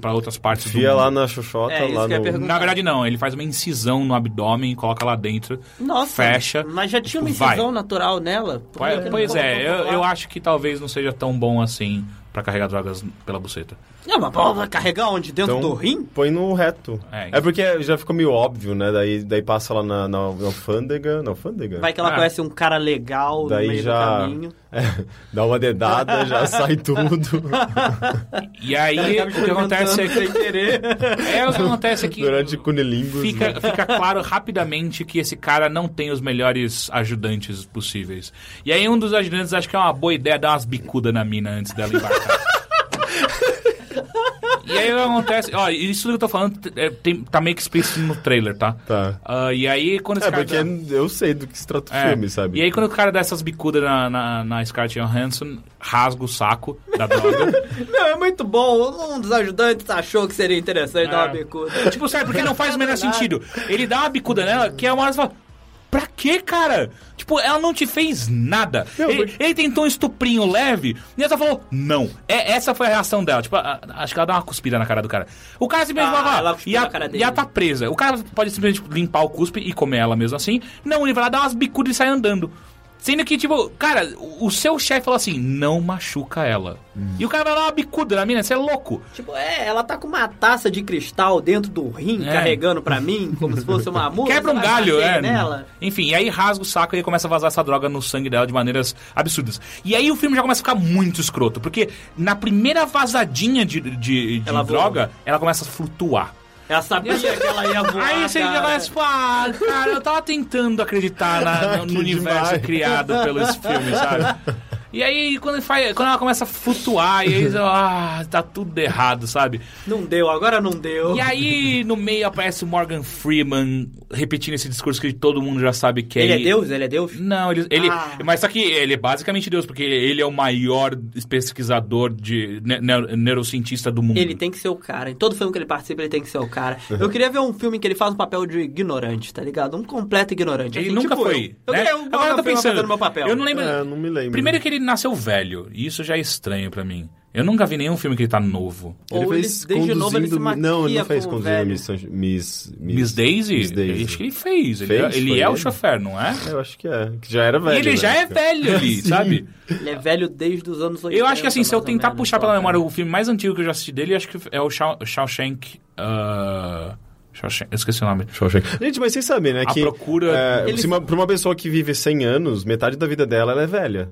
Speaker 2: para outras partes
Speaker 3: Fia
Speaker 2: do mundo?
Speaker 3: lá na xoxota,
Speaker 1: É, isso
Speaker 3: lá
Speaker 1: que eu ia
Speaker 3: no...
Speaker 1: perguntar.
Speaker 2: Na verdade, não. Ele faz uma incisão no abdômen, coloca lá dentro,
Speaker 1: Nossa,
Speaker 2: fecha.
Speaker 1: mas já tinha uma
Speaker 2: tipo, vai.
Speaker 1: incisão natural nela? Por
Speaker 2: Pois,
Speaker 1: que
Speaker 2: pois
Speaker 1: não
Speaker 2: é,
Speaker 1: colocou
Speaker 2: eu,
Speaker 1: lá?
Speaker 2: eu acho que talvez não seja tão bom assim pra pra carregar drogas pela buceta.
Speaker 1: Não, mas pra- pra carregar onde? Dentro
Speaker 2: Então,
Speaker 1: do rim?
Speaker 3: Então, põe no reto.
Speaker 2: É,
Speaker 3: É, porque já ficou meio óbvio, né? Daí, daí passa lá na, na alfândega. Na alfândega?
Speaker 1: Vai que ela
Speaker 2: Ah.
Speaker 1: conhece um cara legal no
Speaker 3: Daí
Speaker 1: meio do
Speaker 3: já
Speaker 1: caminho.
Speaker 3: é, dá uma dedada, já sai tudo.
Speaker 2: E aí, o que acontece é que...
Speaker 1: Sem querer.
Speaker 2: É, o que acontece é que...
Speaker 3: Durante cunilingus.
Speaker 2: Fica,
Speaker 3: né?
Speaker 2: fica claro rapidamente que esse cara não tem os melhores ajudantes possíveis. E aí um dos ajudantes acha que é uma boa ideia dar umas bicudas na mina antes dela embarcar. e aí o que acontece... Ó, isso que eu tô falando é, tem- tá meio que explícito no trailer, tá?
Speaker 3: Tá.
Speaker 2: Ah, e aí quando esse
Speaker 3: É,
Speaker 2: cara... tá-
Speaker 3: porque eu sei do que se trata o
Speaker 2: É.
Speaker 3: filme, sabe?
Speaker 2: E aí quando o cara dá essas bicudas na, na, na Scarlett Johansson, rasga o saco da droga.
Speaker 1: Não, é muito bom. Um dos ajudantes achou que seria interessante dar uma
Speaker 2: É.
Speaker 1: bicuda.
Speaker 2: tipo, sabe, porque não faz o menor sentido. Ele dá uma bicuda nela, que é uma hora você fala, pra quê, cara? Tipo, ela não te fez nada. ele, ele tentou um estuprinho leve, e ela só falou, não. É, essa foi a reação dela. Tipo, a- a- acho que ela dá uma cuspida na cara do cara. O cara simplesmente
Speaker 1: Ah,
Speaker 2: vai lá,
Speaker 1: ela
Speaker 2: e,
Speaker 1: cuspiu
Speaker 2: a,
Speaker 1: na cara
Speaker 2: e
Speaker 1: dele.
Speaker 2: ela tá presa. O cara pode simplesmente limpar o cuspe e comer ela mesmo assim. Não, ele vai lá dar umas bicudas e sai andando. Sendo que, tipo, cara, o o seu chefe falou assim, não machuca ela. E o cara vai dar uma bicuda na mina, você é louco.
Speaker 1: Tipo, é, ela tá com uma taça de cristal dentro do rim,
Speaker 2: É.
Speaker 1: carregando pra mim, como se fosse uma música. tá
Speaker 2: Quebra um galho, é.
Speaker 1: Nela.
Speaker 2: Enfim, e aí rasga o saco e aí começa a vazar essa droga no sangue dela de maneiras absurdas. E aí o filme já começa a ficar muito escroto, porque na primeira vazadinha de, de, de
Speaker 1: Ela voa.
Speaker 2: droga, ela começa a flutuar.
Speaker 1: Ela sabia que ela ia voar.
Speaker 2: aí você já
Speaker 1: cara.
Speaker 2: vai tipo, ah, cara, eu tava tentando acreditar na- no,
Speaker 3: Que
Speaker 2: no universo
Speaker 3: demais.
Speaker 2: criado pelo esse filme, sabe? E aí, quando, ele faz, quando ela começa a flutuar, e aí, ah, tá tudo errado, sabe?
Speaker 1: Não deu, agora não deu.
Speaker 2: E aí, no meio aparece o Morgan Freeman repetindo esse discurso que todo mundo já sabe que
Speaker 1: Ele é Deus? Ele é Deus?
Speaker 2: Não, ele, ele-
Speaker 1: Ah.
Speaker 2: mas só que ele é basicamente Deus, porque ele é o maior pesquisador de ne- ne- neurocientista do mundo.
Speaker 1: Ele tem que ser o cara. Em todo filme que ele participa, ele tem que ser o cara. Eu queria ver um filme em que ele faz um papel de ignorante, tá ligado? Um completo ignorante.
Speaker 2: Ele
Speaker 1: assim,
Speaker 2: nunca
Speaker 1: tipo
Speaker 2: foi.
Speaker 1: Eu, eu
Speaker 2: né?
Speaker 1: queria um
Speaker 2: Agora eu tô pensando
Speaker 1: no meu papel.
Speaker 2: Eu não lembro.
Speaker 3: É, não me lembro.
Speaker 2: Primeiro que ele nasceu velho, e isso já é estranho pra mim. Eu nunca vi nenhum filme que ele tá novo.
Speaker 1: Ou ele, desde novo ele se maquia
Speaker 3: Não, ele não fez
Speaker 1: com o
Speaker 3: conduzindo
Speaker 1: velho.
Speaker 3: Miss, Miss, Miss,
Speaker 2: Miss Daisy?
Speaker 3: Miss Daisy.
Speaker 2: Acho que ele fez. Ele,
Speaker 3: Fez?
Speaker 2: ele
Speaker 3: Foi
Speaker 2: é o
Speaker 3: ele?
Speaker 2: chofer, não é?
Speaker 3: É, Eu acho que é. Que já era velho.
Speaker 2: ele
Speaker 3: né?
Speaker 2: já é velho ali,
Speaker 3: Sim.
Speaker 2: sabe?
Speaker 1: Ele é velho desde os anos 80.
Speaker 2: Eu acho que assim, se eu
Speaker 1: mais ou
Speaker 2: tentar
Speaker 1: menos,
Speaker 2: puxar
Speaker 1: então,
Speaker 2: pela
Speaker 1: cara.
Speaker 2: memória o filme mais antigo que eu já assisti dele, acho que é o Shaw- Shawshank. ah, Shawshank eu esqueci o nome. Shawshank.
Speaker 3: Gente, mas vocês sabem, né?
Speaker 2: A
Speaker 3: que,
Speaker 2: procura-
Speaker 3: É,
Speaker 1: Ele-
Speaker 3: se uma, pra uma pessoa que vive 100 anos, metade da vida dela ela é velha.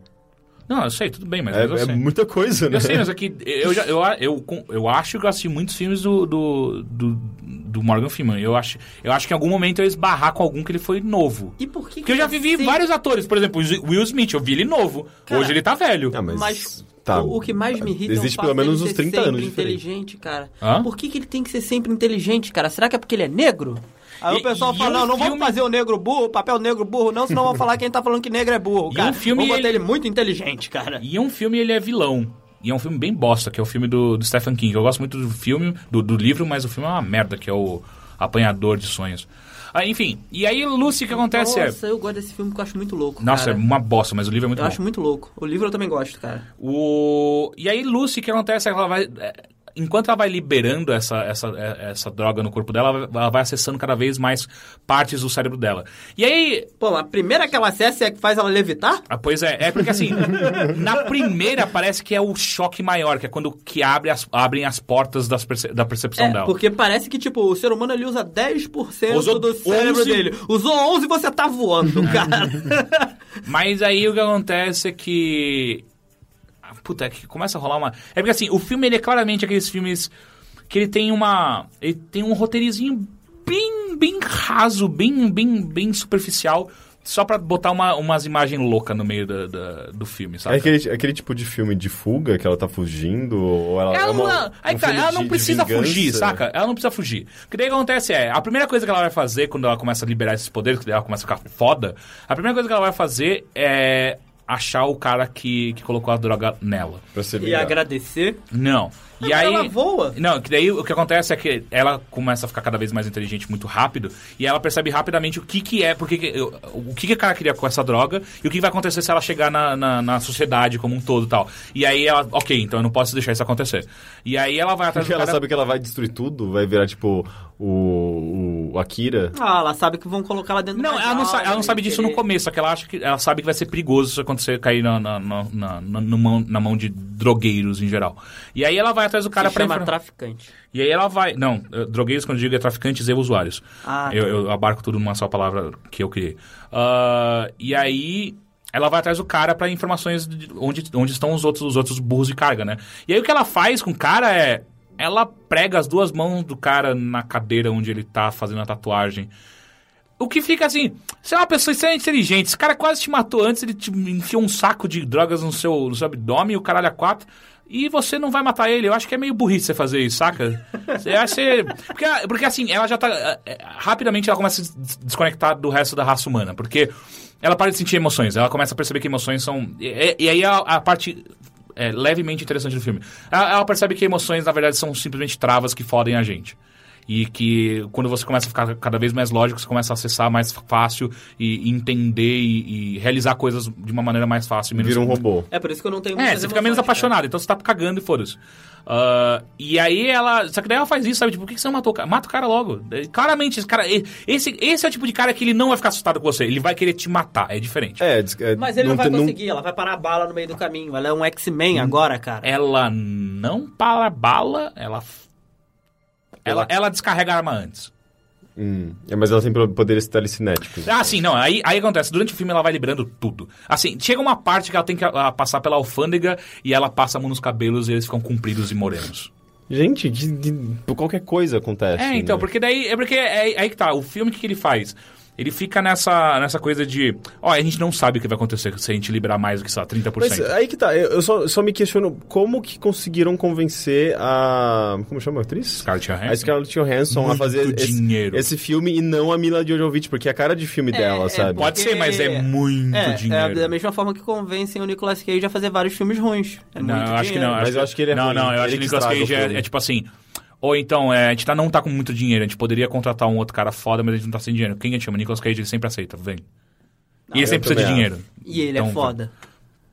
Speaker 2: Não, eu sei, tudo bem, mas
Speaker 3: É,
Speaker 2: eu
Speaker 3: é
Speaker 2: sei.
Speaker 3: muita coisa, né?
Speaker 2: Eu sei, mas aqui eu, já, eu, eu, com- eu acho que eu assisti muitos filmes do, do, do, do Morgan Freeman. Eu acho, eu acho que em algum momento eu ia esbarrar com algum que ele foi novo.
Speaker 1: E por que
Speaker 2: Porque eu já
Speaker 1: que
Speaker 2: vivi
Speaker 1: sempre-
Speaker 2: vários atores, por exemplo, o Will Smith, eu vi ele novo.
Speaker 1: Cara,
Speaker 2: Hoje ele tá velho.
Speaker 3: Ah, mas,
Speaker 1: Mas
Speaker 3: tá.
Speaker 1: o, o que mais me irrita é
Speaker 3: Existe
Speaker 1: o fato
Speaker 3: pelo menos
Speaker 1: dele
Speaker 3: uns
Speaker 1: ser
Speaker 3: 30 anos
Speaker 1: sempre
Speaker 3: de diferença.
Speaker 1: inteligente, cara.
Speaker 2: Hã?
Speaker 1: Por que, que ele tem que ser sempre inteligente, cara? Será que é porque ele é negro? Aí
Speaker 2: E-
Speaker 1: o pessoal
Speaker 2: e
Speaker 1: fala,
Speaker 2: um
Speaker 1: não, não
Speaker 2: filme-
Speaker 1: vamos fazer o negro burro, papel negro burro, não, senão vão falar quem tá falando que negro é burro,
Speaker 2: E
Speaker 1: cara.
Speaker 2: um filme
Speaker 1: Vamos botar
Speaker 2: ele-
Speaker 1: ele... muito inteligente, cara.
Speaker 2: E é um filme, ele é vilão. E é um filme bem bosta, que é o filme do, do Stephen King. Eu gosto muito do filme, do, do livro, mas o filme é uma merda, que é o Apanhador de Sonhos. Ah, enfim, e aí, Lucy, o que acontece é...
Speaker 1: Nossa, eu gosto desse filme que eu acho muito louco,
Speaker 2: Nossa,
Speaker 1: cara.
Speaker 2: é uma bosta, mas o livro é muito
Speaker 1: Eu
Speaker 2: bom.
Speaker 1: acho muito louco. O livro eu também gosto, cara.
Speaker 2: O... E aí, Lucy, o que acontece é que ela vai. é, Enquanto ela vai liberando essa, essa, é, essa droga no corpo dela, ela vai- ela vai acessando cada vez mais partes do cérebro dela. E aí.
Speaker 1: Pô, a primeira que ela acessa é a que faz ela levitar?
Speaker 2: ah, Pois é, é porque assim, na primeira parece que é o choque maior, que é quando que abre as, abrem as portas das perce- da percepção
Speaker 1: É,
Speaker 2: dela.
Speaker 1: porque parece que, tipo, o ser humano ele usa 10%
Speaker 2: Usou
Speaker 1: do cérebro
Speaker 2: 11.
Speaker 1: dele. Usou 11 e você tá voando, cara.
Speaker 2: Mas aí o que acontece é que. Ah, Puta, é que começa a rolar uma. É porque assim, o filme ele é claramente aqueles filmes que ele tem uma. Ele tem um roteirizinho bem, bem raso, bem, bem, bem superficial, só pra botar uma, umas imagens loucas no meio da, da- do filme,
Speaker 3: É
Speaker 2: sabe?
Speaker 3: aquele, é aquele tipo de filme de fuga que ela tá fugindo? Ou ela,
Speaker 2: Ela
Speaker 3: é uma-
Speaker 2: não, aí
Speaker 3: um
Speaker 2: que tá,
Speaker 3: filme
Speaker 2: ela
Speaker 3: de-
Speaker 2: não
Speaker 3: de
Speaker 2: precisa
Speaker 3: vingança?
Speaker 2: fugir, saca? Ela não precisa fugir. O que daí acontece é, a primeira coisa que ela vai fazer quando ela começa a liberar esses poderes, que daí ela começa a ficar foda, a primeira coisa que ela vai fazer é achar o cara que, que colocou a droga nela.
Speaker 3: Pra se
Speaker 1: e
Speaker 3: vingar.
Speaker 1: agradecer.
Speaker 2: Não. E
Speaker 1: Mas
Speaker 2: aí.
Speaker 1: ela voa.
Speaker 2: Não, que daí o que acontece é que ela começa a ficar cada vez mais inteligente muito rápido e ela percebe rapidamente o que que é, porque que- o que que o cara queria com essa droga e o que vai acontecer se ela chegar na, na, na sociedade como um todo e tal. E aí ela, ok, então eu não posso deixar isso acontecer. E aí ela vai atrás
Speaker 3: Porque
Speaker 2: do
Speaker 3: ela
Speaker 2: cara...
Speaker 3: sabe que ela vai destruir tudo, vai virar tipo o, o o Akira.
Speaker 1: Ah, ela sabe que vão colocar ela dentro do né,
Speaker 2: Não, ela não,
Speaker 1: casal,
Speaker 2: sa- ela não
Speaker 1: vai
Speaker 2: sabe disso no
Speaker 1: querer-
Speaker 2: começo, só que ela acha que ela sabe que vai ser perigoso isso acontecer cair na, na, na, na, na- na mão, na mão de drogueiros em geral. E aí ela vai atrás do cara
Speaker 1: Se
Speaker 2: pra
Speaker 1: chama
Speaker 2: informar.
Speaker 1: traficante.
Speaker 2: E aí ela vai. Não, eh, drogueiros, quando eu digo é traficantes e usuários.
Speaker 1: Ah,
Speaker 2: eu, eu abarco tudo numa só palavra que eu criei. Ah, e aí ela vai atrás do cara pra informações de onde, onde estão os outros, os outros burros de carga, né? E aí o que ela faz com o cara é. Ela prega as duas mãos do cara na cadeira onde ele tá fazendo a tatuagem. O que fica assim, você é uma pessoa extremamente inteligente, esse cara quase te matou antes, ele te enfiou um saco de drogas no seu, no seu abdômen, o caralho a quatro, e você não vai matar ele. Eu acho que é meio burrice você fazer isso, saca? Você acha que... porque, porque assim, ela já tá... eh, eh, Rapidamente ela começa a se des- desconectar do resto da raça humana, porque ela para de sentir emoções, ela começa a perceber que emoções são... E, e- e aí a, a parte... eh, levemente interessante do filme. Ela, ela percebe que emoções, na verdade, são simplesmente travas que fodem a gente. E que quando você começa a ficar cada vez mais lógico, você começa a acessar mais fácil e entender e, e realizar coisas de uma maneira mais fácil. menos-
Speaker 3: Vira um robô.
Speaker 1: É por isso que eu não tenho
Speaker 2: É,
Speaker 1: muitas
Speaker 2: você fica menos
Speaker 1: emoções, né? cara.
Speaker 2: apaixonado, então você tá cagando e foda-se. Ah, e aí ela. Só que daí ela faz isso, sabe? Tipo, por que que você não matou o cara? Mata o cara logo. Eh, Claramente, esse cara. eh, Esse, esse é o tipo de cara que ele não vai ficar assustado com você, ele vai querer te matar, é diferente.
Speaker 3: É, diz- é,
Speaker 1: Mas ele não, vai
Speaker 3: tem-
Speaker 1: conseguir, ela vai parar a bala no meio do caminho. Ela é um
Speaker 2: Hum.
Speaker 1: X-Men agora, cara.
Speaker 2: Ela não para a bala, ela. Ela, ela descarrega a arma antes.
Speaker 3: Hum, é, mas ela tem pro- poderes telecinéticos.
Speaker 2: Ah, sim, não. Aí, aí acontece. Durante o filme ela vai liberando tudo. Assim, chega uma parte que ela tem que ah, passar pela alfândega e ela passa a mão nos cabelos e eles ficam compridos e morenos.
Speaker 3: Gente, que- que- qualquer coisa acontece.
Speaker 2: É, então,
Speaker 3: né?
Speaker 2: porque daí. É porque é, aí que tá. O filme o que, que ele faz? Ele fica nessa, nessa coisa de. Ó, a gente não sabe o que vai acontecer se a gente liberar mais do que, sei lá, 30%.
Speaker 3: Mas
Speaker 1: é.
Speaker 3: aí que tá, eu, eu só, só me questiono como que conseguiram convencer a. Como chama a atriz?
Speaker 2: Scarlett Johansson.
Speaker 3: A Scarlett Johansson a
Speaker 2: É? Muito
Speaker 3: fazer
Speaker 2: dinheiro.
Speaker 3: esse, esse filme e não a Mila Jovovich, porque é a cara de filme dela,
Speaker 1: é,
Speaker 3: sabe?
Speaker 2: Pode ser, mas é
Speaker 1: porque-
Speaker 2: muito
Speaker 1: É, é
Speaker 2: dinheiro. né?
Speaker 1: da mesma forma que convencem o Nicolas Cage a fazer vários filmes ruins. É
Speaker 2: Não,
Speaker 1: muito
Speaker 2: eu acho que
Speaker 1: dinheiro.
Speaker 2: não.
Speaker 3: Mas eu acho que ele é
Speaker 2: Não,
Speaker 3: ruim.
Speaker 2: não, eu
Speaker 3: Ele
Speaker 2: acho que o
Speaker 3: que
Speaker 2: Nicolas
Speaker 3: estraga o
Speaker 2: Cage é,
Speaker 3: filme.
Speaker 2: é tipo assim. Ou então, é, a gente tá, não tá com muito dinheiro, a gente poderia contratar um outro cara foda, mas a gente não tá sem dinheiro. Quem a gente chama? Nicolas Cage, ele sempre aceita, vem. e ele
Speaker 3: eu
Speaker 2: sempre precisa de
Speaker 3: também
Speaker 2: dinheiro.
Speaker 1: E ele
Speaker 2: Então,
Speaker 1: é foda.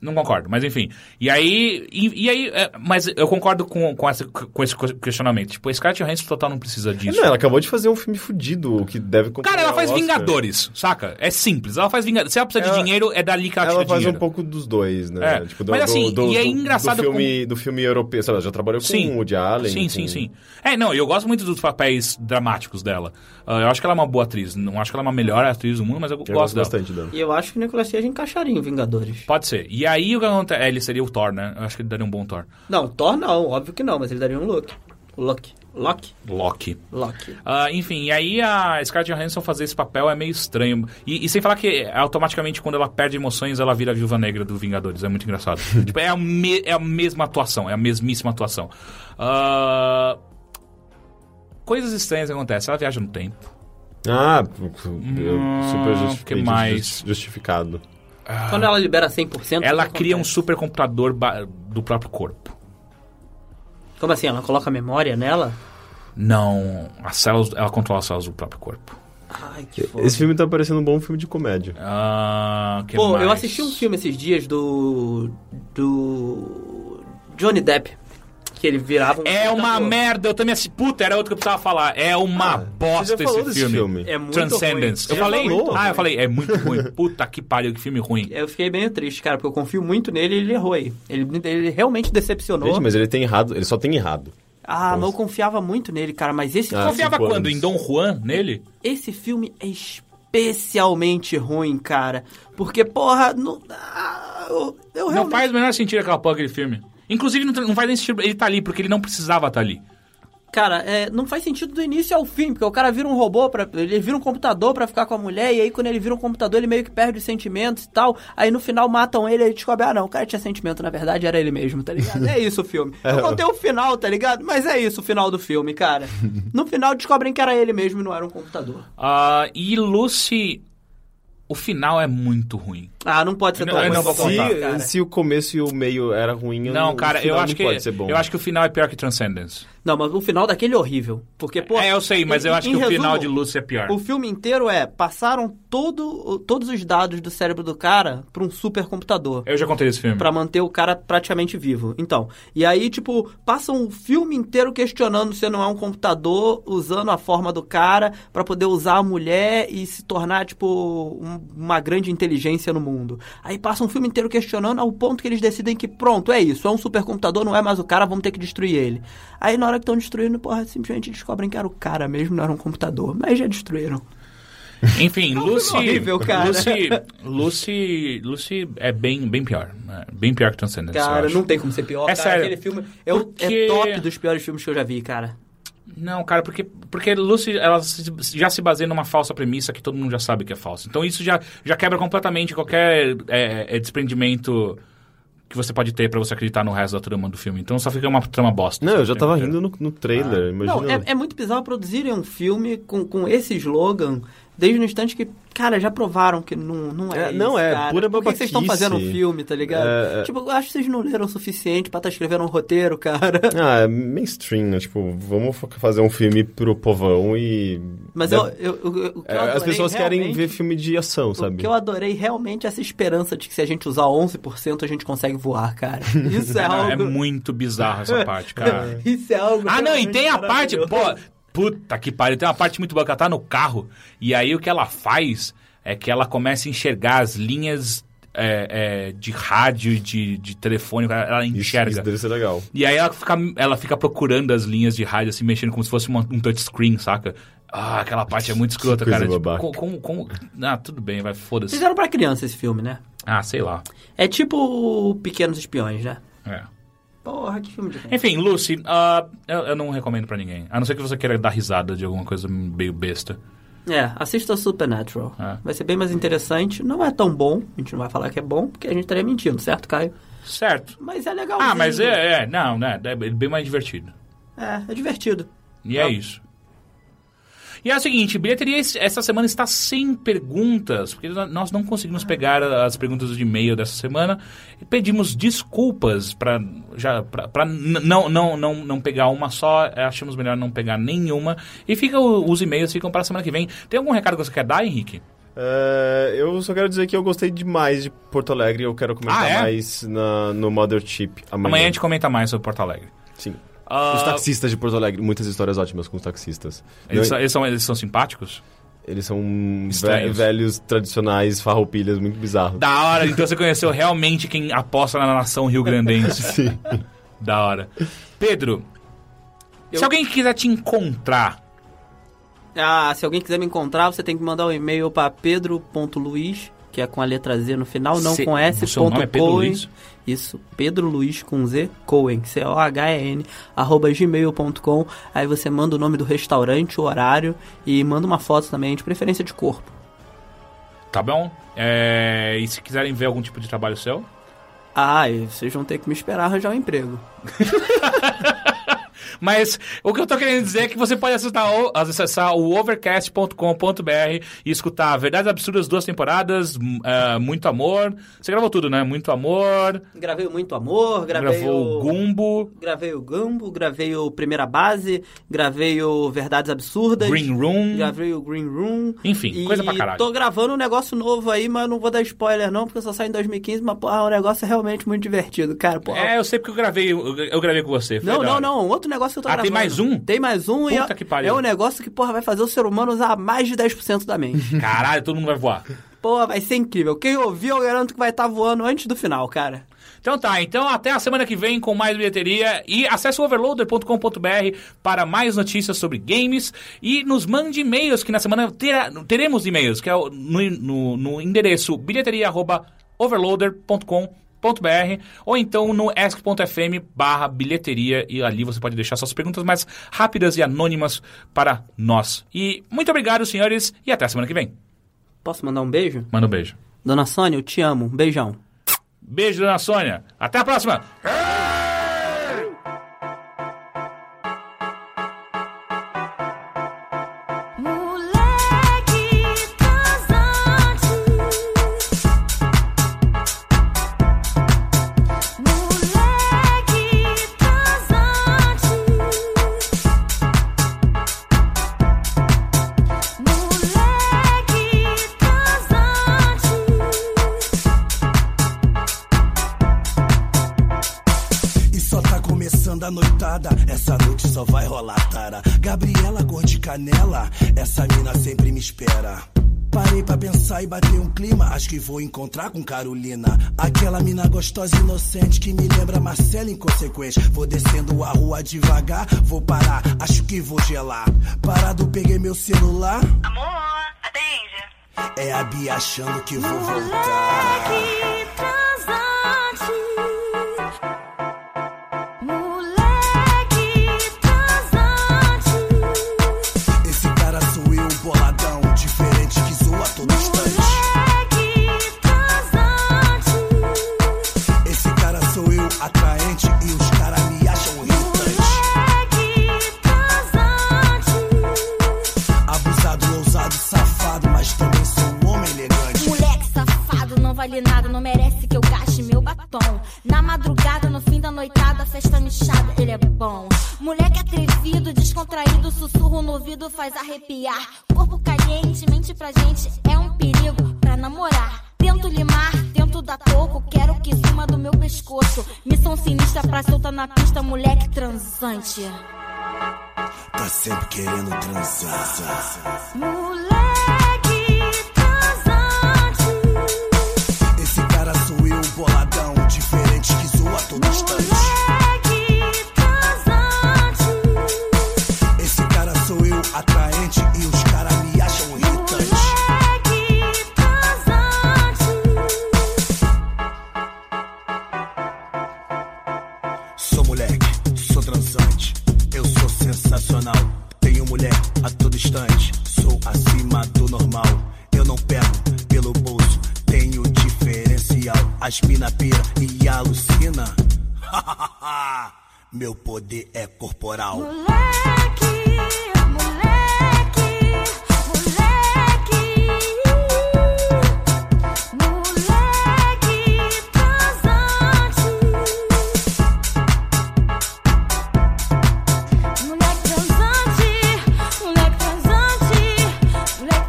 Speaker 2: Não concordo, mas enfim. E aí. E, e aí é, mas eu concordo com, com, essa- com esse questionamento. Tipo, a Scarlett Johansson total não precisa disso.
Speaker 3: Não, ela acabou de fazer um filme fudido, o que deve
Speaker 2: Cara, ela
Speaker 3: concorrer
Speaker 2: faz
Speaker 3: ao Oscar.
Speaker 2: Vingadores, saca? É simples. Ela faz Vingadores. Se ela precisa de
Speaker 3: Ela-
Speaker 2: dinheiro, é dali que ela,
Speaker 3: Ela
Speaker 2: tira
Speaker 3: faz
Speaker 2: dinheiro.
Speaker 3: um pouco dos dois, né?
Speaker 2: É, mas assim, e é engraçado
Speaker 3: do filme, do filme europeu, sabe? Ela já trabalhou com o Woody Allen.
Speaker 2: Sim, sim,
Speaker 3: com-
Speaker 2: sim. É, não, eu gosto muito dos papéis dramáticos dela. Ah, eu acho que ela é uma boa atriz. Não acho que ela é uma melhor atriz do mundo, mas eu,
Speaker 3: Eu
Speaker 2: gosto
Speaker 3: gosto
Speaker 2: dela.
Speaker 3: bastante dela.
Speaker 1: E eu acho que o Nicolas Cage encaixaria em Vingadores.
Speaker 2: Pode ser. E aí o que acontece? É, ele seria o Thor, né? Eu acho que ele daria um bom Thor.
Speaker 1: Não, Thor não, óbvio que não, mas ele daria um look. Loki. Loki?
Speaker 2: Loki.
Speaker 1: Loki.
Speaker 2: Ah, enfim, e aí a Scarlett Johansson fazer esse papel é meio estranho. E, e sem falar que é, automaticamente quando ela perde emoções, ela vira a viúva negra do Vingadores. É muito engraçado. tipo, é a, me- é a mesma atuação, é a mesmíssima atuação. Ah, coisas estranhas acontecem. Ela viaja no tempo.
Speaker 3: Ah, eu super
Speaker 2: Hum,
Speaker 3: justifiquei,
Speaker 2: que mais?
Speaker 3: justi- justificado.
Speaker 1: Quando ela libera 100%.
Speaker 2: Ah. Ela
Speaker 1: o que
Speaker 2: cria um
Speaker 1: acontece?
Speaker 2: supercomputador ba- do próprio corpo. um
Speaker 1: Como assim? Ela coloca memória nela?
Speaker 2: Não, as células, ela controla as células do próprio corpo.
Speaker 1: Ai, que foda.
Speaker 3: Esse filme tá parecendo um bom filme de comédia.
Speaker 2: Ah, que
Speaker 1: Pô,
Speaker 2: mais?
Speaker 1: eu assisti um filme esses dias do. do. Johnny Depp. Que ele virava um.
Speaker 2: É uma
Speaker 1: computador.
Speaker 2: merda, eu também assisti. Puta, era outro que eu precisava falar. É uma bosta
Speaker 3: Ah, Você já falou
Speaker 2: esse
Speaker 3: desse
Speaker 2: filme.
Speaker 1: É muito
Speaker 2: Transcendence.
Speaker 1: ruim.
Speaker 2: Eu falei?
Speaker 3: falou.
Speaker 2: ah, eu falei, é muito ruim. Puta que pariu, que filme ruim.
Speaker 1: É, Eu fiquei meio triste, cara, porque eu confio muito nele e ele errou aí. Ele, ele realmente decepcionou.
Speaker 3: Gente, mas ele tem errado, ele só tem errado.
Speaker 1: Ah, mas eu confiava muito nele, cara. Mas esse,
Speaker 3: Ah,
Speaker 2: Confiava
Speaker 3: cinco
Speaker 2: quando?
Speaker 3: anos.
Speaker 2: Em Dom Juan, nele?
Speaker 1: esse filme é especialmente ruim, cara. Porque, porra, não, ah, eu, eu
Speaker 2: Não
Speaker 1: realmente...
Speaker 2: faz o menor sentido aquela porra, aquele filme. Inclusive, não, tra- não faz nem sentido. Ele tá ali, porque ele não precisava estar ali.
Speaker 1: Cara, é, não faz sentido do início ao fim, porque o cara vira um robô, pra, ele vira um computador pra ficar com a mulher, e aí quando ele vira um computador ele meio que perde os sentimentos e tal, aí no final matam ele e ele descobre, ah não, o cara tinha sentimento, na verdade era ele mesmo, tá ligado? É isso o filme. Eu contei o final, tá ligado? Mas é isso o final do filme, cara. No final descobrem que era ele mesmo e não era um computador.
Speaker 2: Ah, e Lucy. O final é muito ruim.
Speaker 1: Ah, não pode ser
Speaker 2: Eu
Speaker 1: tão
Speaker 2: não- eu
Speaker 1: ruim
Speaker 2: não vou
Speaker 1: assim,
Speaker 2: contar.
Speaker 1: cara.
Speaker 3: Se, se o começo e o meio era ruim,
Speaker 2: Não,
Speaker 3: Então, o
Speaker 2: cara,
Speaker 3: final
Speaker 2: eu acho
Speaker 3: não
Speaker 2: que.
Speaker 3: pode ser bom.
Speaker 2: Eu acho que o final é pior que Transcendence.
Speaker 1: Não, mas o final daquele é horrível. Porque, pô.
Speaker 2: é, eu sei, mas
Speaker 1: em-
Speaker 2: eu acho
Speaker 1: em
Speaker 2: que o
Speaker 1: resumo,
Speaker 2: final de Lucy é pior.
Speaker 1: O filme inteiro é passaram todo, todos os dados do cérebro do cara pra um supercomputador.
Speaker 2: Eu já contei esse filme.
Speaker 1: Pra manter o cara praticamente vivo. Então, e aí, tipo, passam o filme inteiro questionando se não é um computador, usando a forma do cara pra poder usar a mulher e se tornar, tipo, um- uma grande inteligência no mundo. Aí passam o filme inteiro questionando ao ponto que eles decidem que, pronto, é isso, é um supercomputador, não é mais o cara, vamos ter que destruir ele. Aí na hora que estão destruindo, porra, simplesmente descobrem que era o cara mesmo, não era um computador. Mas já destruíram.
Speaker 2: Enfim, Lucy.
Speaker 1: é um horrível, cara.
Speaker 2: Lucy, Lucy, Lucy é bem, bem pior. né? Bem pior que Transcendence. eu
Speaker 1: Cara,
Speaker 2: acho.
Speaker 1: não tem como ser pior.
Speaker 2: É
Speaker 1: cara.
Speaker 2: sério.
Speaker 1: Aquele filme é, o,
Speaker 2: Porque-
Speaker 1: é top dos piores filmes que eu já vi, cara.
Speaker 2: Não, cara, porque, porque Lucy ela se- já se baseia numa falsa premissa que todo mundo já sabe que é falsa. Então isso já, já quebra completamente qualquer é, é, desprendimento que você pode ter pra você acreditar no resto da trama do filme. Então só fica uma trama bosta.
Speaker 3: Não, eu já
Speaker 2: sabe?
Speaker 3: tava rindo no, no
Speaker 2: Ah.
Speaker 3: trailer, imagina.
Speaker 1: Não, é, é muito bizarro produzirem um filme com, com esse slogan desde no instante que, cara, já provaram que não, não é,
Speaker 3: É, não
Speaker 1: isso,
Speaker 3: é,
Speaker 1: cara.
Speaker 3: pura
Speaker 1: Por que que vocês estão
Speaker 3: babaquice.
Speaker 1: fazendo um filme, tá ligado?
Speaker 3: É, é.
Speaker 1: Tipo, eu acho que vocês não leram o suficiente pra estar escrevendo um roteiro, cara.
Speaker 3: Ah, é mainstream, né? Tipo, vamos fo- fazer um filme pro povão e.
Speaker 1: Mas
Speaker 3: Deve-
Speaker 1: eu, eu, eu- eu- o que
Speaker 3: É,
Speaker 1: eu adorei
Speaker 3: as pessoas querem
Speaker 1: realmente-
Speaker 3: ver filme de ação,
Speaker 1: O
Speaker 3: sabe?
Speaker 1: que eu adorei realmente é essa esperança de que se a gente usar 11% a gente consegue voar, cara. Isso é
Speaker 2: Não, é
Speaker 1: algo...
Speaker 2: muito bizarro essa parte, cara.
Speaker 1: Isso é algo...
Speaker 2: Ah, não, e
Speaker 1: realmente
Speaker 2: tem a parte,
Speaker 1: maravilhoso.
Speaker 2: pô, puta que pariu, tem uma parte muito boa que ela tá no carro e aí o que ela faz é que ela começa a enxergar as linhas é, é, de rádio, de, de telefone, ela
Speaker 3: Isso-
Speaker 2: enxerga.
Speaker 3: Isso, deve ser legal.
Speaker 2: E aí ela fica, ela fica procurando as linhas de rádio, assim, mexendo como se fosse uma- um touchscreen, saca? Ah, aquela parte é muito escrota,
Speaker 3: coisa
Speaker 2: cara. Tipo,
Speaker 3: babaca.
Speaker 2: como, como, como- Ah, tudo bem, vai, foda-se.
Speaker 1: Fizeram pra criança esse filme, né?
Speaker 2: Ah, sei lá.
Speaker 1: É tipo o Pequenos Espiões, né? É,
Speaker 2: É.
Speaker 1: Porra, que filme de criança.
Speaker 2: Enfim, Lucy, ah, eu, eu não recomendo pra ninguém. A não ser que você queira dar risada de alguma coisa meio besta.
Speaker 1: É, assista Supernatural.
Speaker 2: É.
Speaker 1: Vai ser bem mais interessante. Não é tão bom, a gente não vai falar que é bom, porque a gente estaria mentindo, certo, Caio?
Speaker 2: Certo.
Speaker 1: Mas é legal.
Speaker 2: Ah, mas é, é, não, né? É bem mais divertido.
Speaker 1: É, é divertido.
Speaker 2: E é isso. E é o seguinte, bilheteria es- essa semana está sem perguntas, porque no- nós não conseguimos pegar a- as perguntas de e-mail dessa semana e pedimos desculpas para já pra- pra n- não, não não não pegar uma só, eh, achamos melhor não pegar nenhuma e fica o- os e-mails ficam para a semana que vem. Tem algum recado que você quer dar, Henrique?
Speaker 3: É, eu só quero dizer que eu gostei demais de Porto Alegre e eu quero comentar
Speaker 2: Ah, é?
Speaker 3: mais na- no Mothership amanhã.
Speaker 2: Amanhã a gente comenta mais sobre Porto Alegre.
Speaker 3: Sim.
Speaker 2: Ah,
Speaker 3: Os taxistas de Porto Alegre, muitas histórias ótimas com os taxistas.
Speaker 2: eles,
Speaker 3: Não,
Speaker 2: são- eles são eles são simpáticos?
Speaker 3: eles são ve
Speaker 2: Estranhos.
Speaker 3: velhos tradicionais, farroupilhas, muito bizarros.
Speaker 2: Da hora, então você conheceu realmente quem aposta na nação rio-grandense. Sim. Da hora. Pedro,
Speaker 1: Eu-
Speaker 2: se alguém quiser te encontrar,
Speaker 1: Ah, se alguém quiser me encontrar, você tem que mandar um e-mail pra pedro.luiz, que é com a letra Z no final, não
Speaker 2: Cê-
Speaker 1: com S.
Speaker 2: o seu nome é Pedro
Speaker 1: Cohen.
Speaker 2: Luiz?
Speaker 1: Isso, Pedro Luiz com Z, Cohen, C-O-H-E-N, arroba gmail.com. Aí você manda o nome do restaurante, o horário e manda uma foto também, de preferência de corpo.
Speaker 2: tá bom? É, e se quiserem ver algum tipo de trabalho seu,
Speaker 1: Ah, e vocês vão ter que me esperar arranjar um emprego.
Speaker 2: Mas o que eu tô querendo dizer é que você pode acessar o, acessar o overcast.com.br e escutar Verdades Absurdas, duas temporadas, m- ah, Muito Amor. Você gravou tudo, né? Muito Amor,
Speaker 1: Gravei o Muito Amor, gravei
Speaker 2: gravou o
Speaker 1: o...
Speaker 2: Gumbo,
Speaker 1: Gravei o Gambo, gravei o Primeira Base, gravei o Verdades Absurdas.
Speaker 2: Green Room.
Speaker 1: Gravei o Green Room.
Speaker 2: Enfim,
Speaker 1: E
Speaker 2: coisa pra caralho.
Speaker 1: Tô gravando um negócio novo aí, mas não vou dar spoiler não, porque só sai em 2015, mas porra, o negócio é realmente muito divertido, cara. Porra.
Speaker 2: É, eu sei porque eu gravei, eu eu gravei com você. foi
Speaker 1: Não,
Speaker 2: da
Speaker 1: não,
Speaker 2: hora.
Speaker 1: não. Outro negócio que eu tô
Speaker 2: Ah, tem
Speaker 1: gravando.
Speaker 2: mais um?
Speaker 1: Tem mais um e
Speaker 2: Puta
Speaker 1: é,
Speaker 2: que pariu.
Speaker 1: é um negócio que, porra, vai fazer o ser humano usar mais de 10% da mente.
Speaker 2: Caralho, todo mundo vai voar.
Speaker 1: porra, vai ser incrível. Quem ouvir, eu garanto que vai estar voando antes do final, cara.
Speaker 2: Então tá, então até a semana que vem com mais bilheteria e acesse o overloader.com.br para mais notícias sobre games e nos mande e-mails que na semana terá- teremos e-mails, que é o- no, no, no endereço bilheteria.overloader.com.br ou então no ask.fm barra bilheteria e ali você pode deixar suas perguntas mais rápidas e anônimas para nós. E muito obrigado, senhores, e até a semana que vem.
Speaker 1: Posso mandar um beijo?
Speaker 2: Manda um beijo.
Speaker 1: Dona Sônia, eu te amo. Um beijão.
Speaker 2: Beijo, dona Sônia. Até a próxima!
Speaker 5: Moleque tá transante, tá moleque transante. tá da tá noitada. Essa noite só vai rolar tara. Gabriela, cor de canela, essa mina sempre me espera. Parei pra pensar e bater um clima. Acho que vou encontrar com Carolina. Aquela mina gostosa e inocente que me lembra Marcela inconsequente. Vou descendo a rua devagar, vou parar. Acho que vou gelar. Parado, peguei meu celular.
Speaker 6: Amor, atende.
Speaker 5: É a Bia achando que vou voltar.
Speaker 7: Moleque transante,
Speaker 5: tá
Speaker 7: moleque transante,
Speaker 5: Esse cara sou eu, boladão. Diferente que zoa todo instante.
Speaker 7: moleque transante,
Speaker 5: Esse cara sou eu, atraente. E os caras me acham irritante.
Speaker 7: moleque transante.
Speaker 5: Abusado, ousado, safado. Mas também sou um homem elegante.
Speaker 8: Moleque safado, não vale nada, não merece que eu gaste meu batom. Na madrugada, no fim da noitada, festa michada, ele é bom. Moleque atrevido, descontraído, sussurro no ouvido faz arrepiar. Corpo caliente, mente pra gente, é um perigo pra namorar. Tento limar, tento dar toco, quero que cima do meu pescoço. Missão sinistra pra solta na pista, moleque transante.
Speaker 5: Tá sempre querendo transar.
Speaker 7: Moleque transante,
Speaker 5: Esse cara sou eu, boladão. Diferente que zoa todo instante.
Speaker 7: moleque tá transante,
Speaker 5: Esse cara sou eu, atraente. E os caras me acham irritante.
Speaker 7: moleque tá transante.
Speaker 5: Sou moleque, sou transante. Eu sou sensacional. Tenho mulher a todo instante. Sou acima do normal. Eu não pego pelo bolso. Tenho diferencial. As mina pira e alucina. Meu poder é corporal.
Speaker 7: Moleque, moleque, moleque, moleque transante, moleque transante, moleque transante, moleque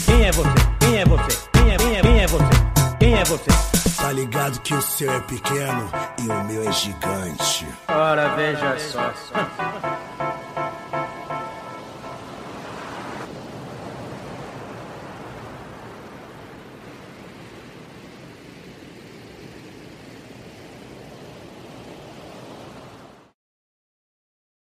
Speaker 7: transante.
Speaker 9: Quem é você? Quem é você? Quem é, quem é, quem é você? Quem é você?
Speaker 5: Tá ligado que o seu é pequeno e o meu é gigante.
Speaker 9: Ora, veja só.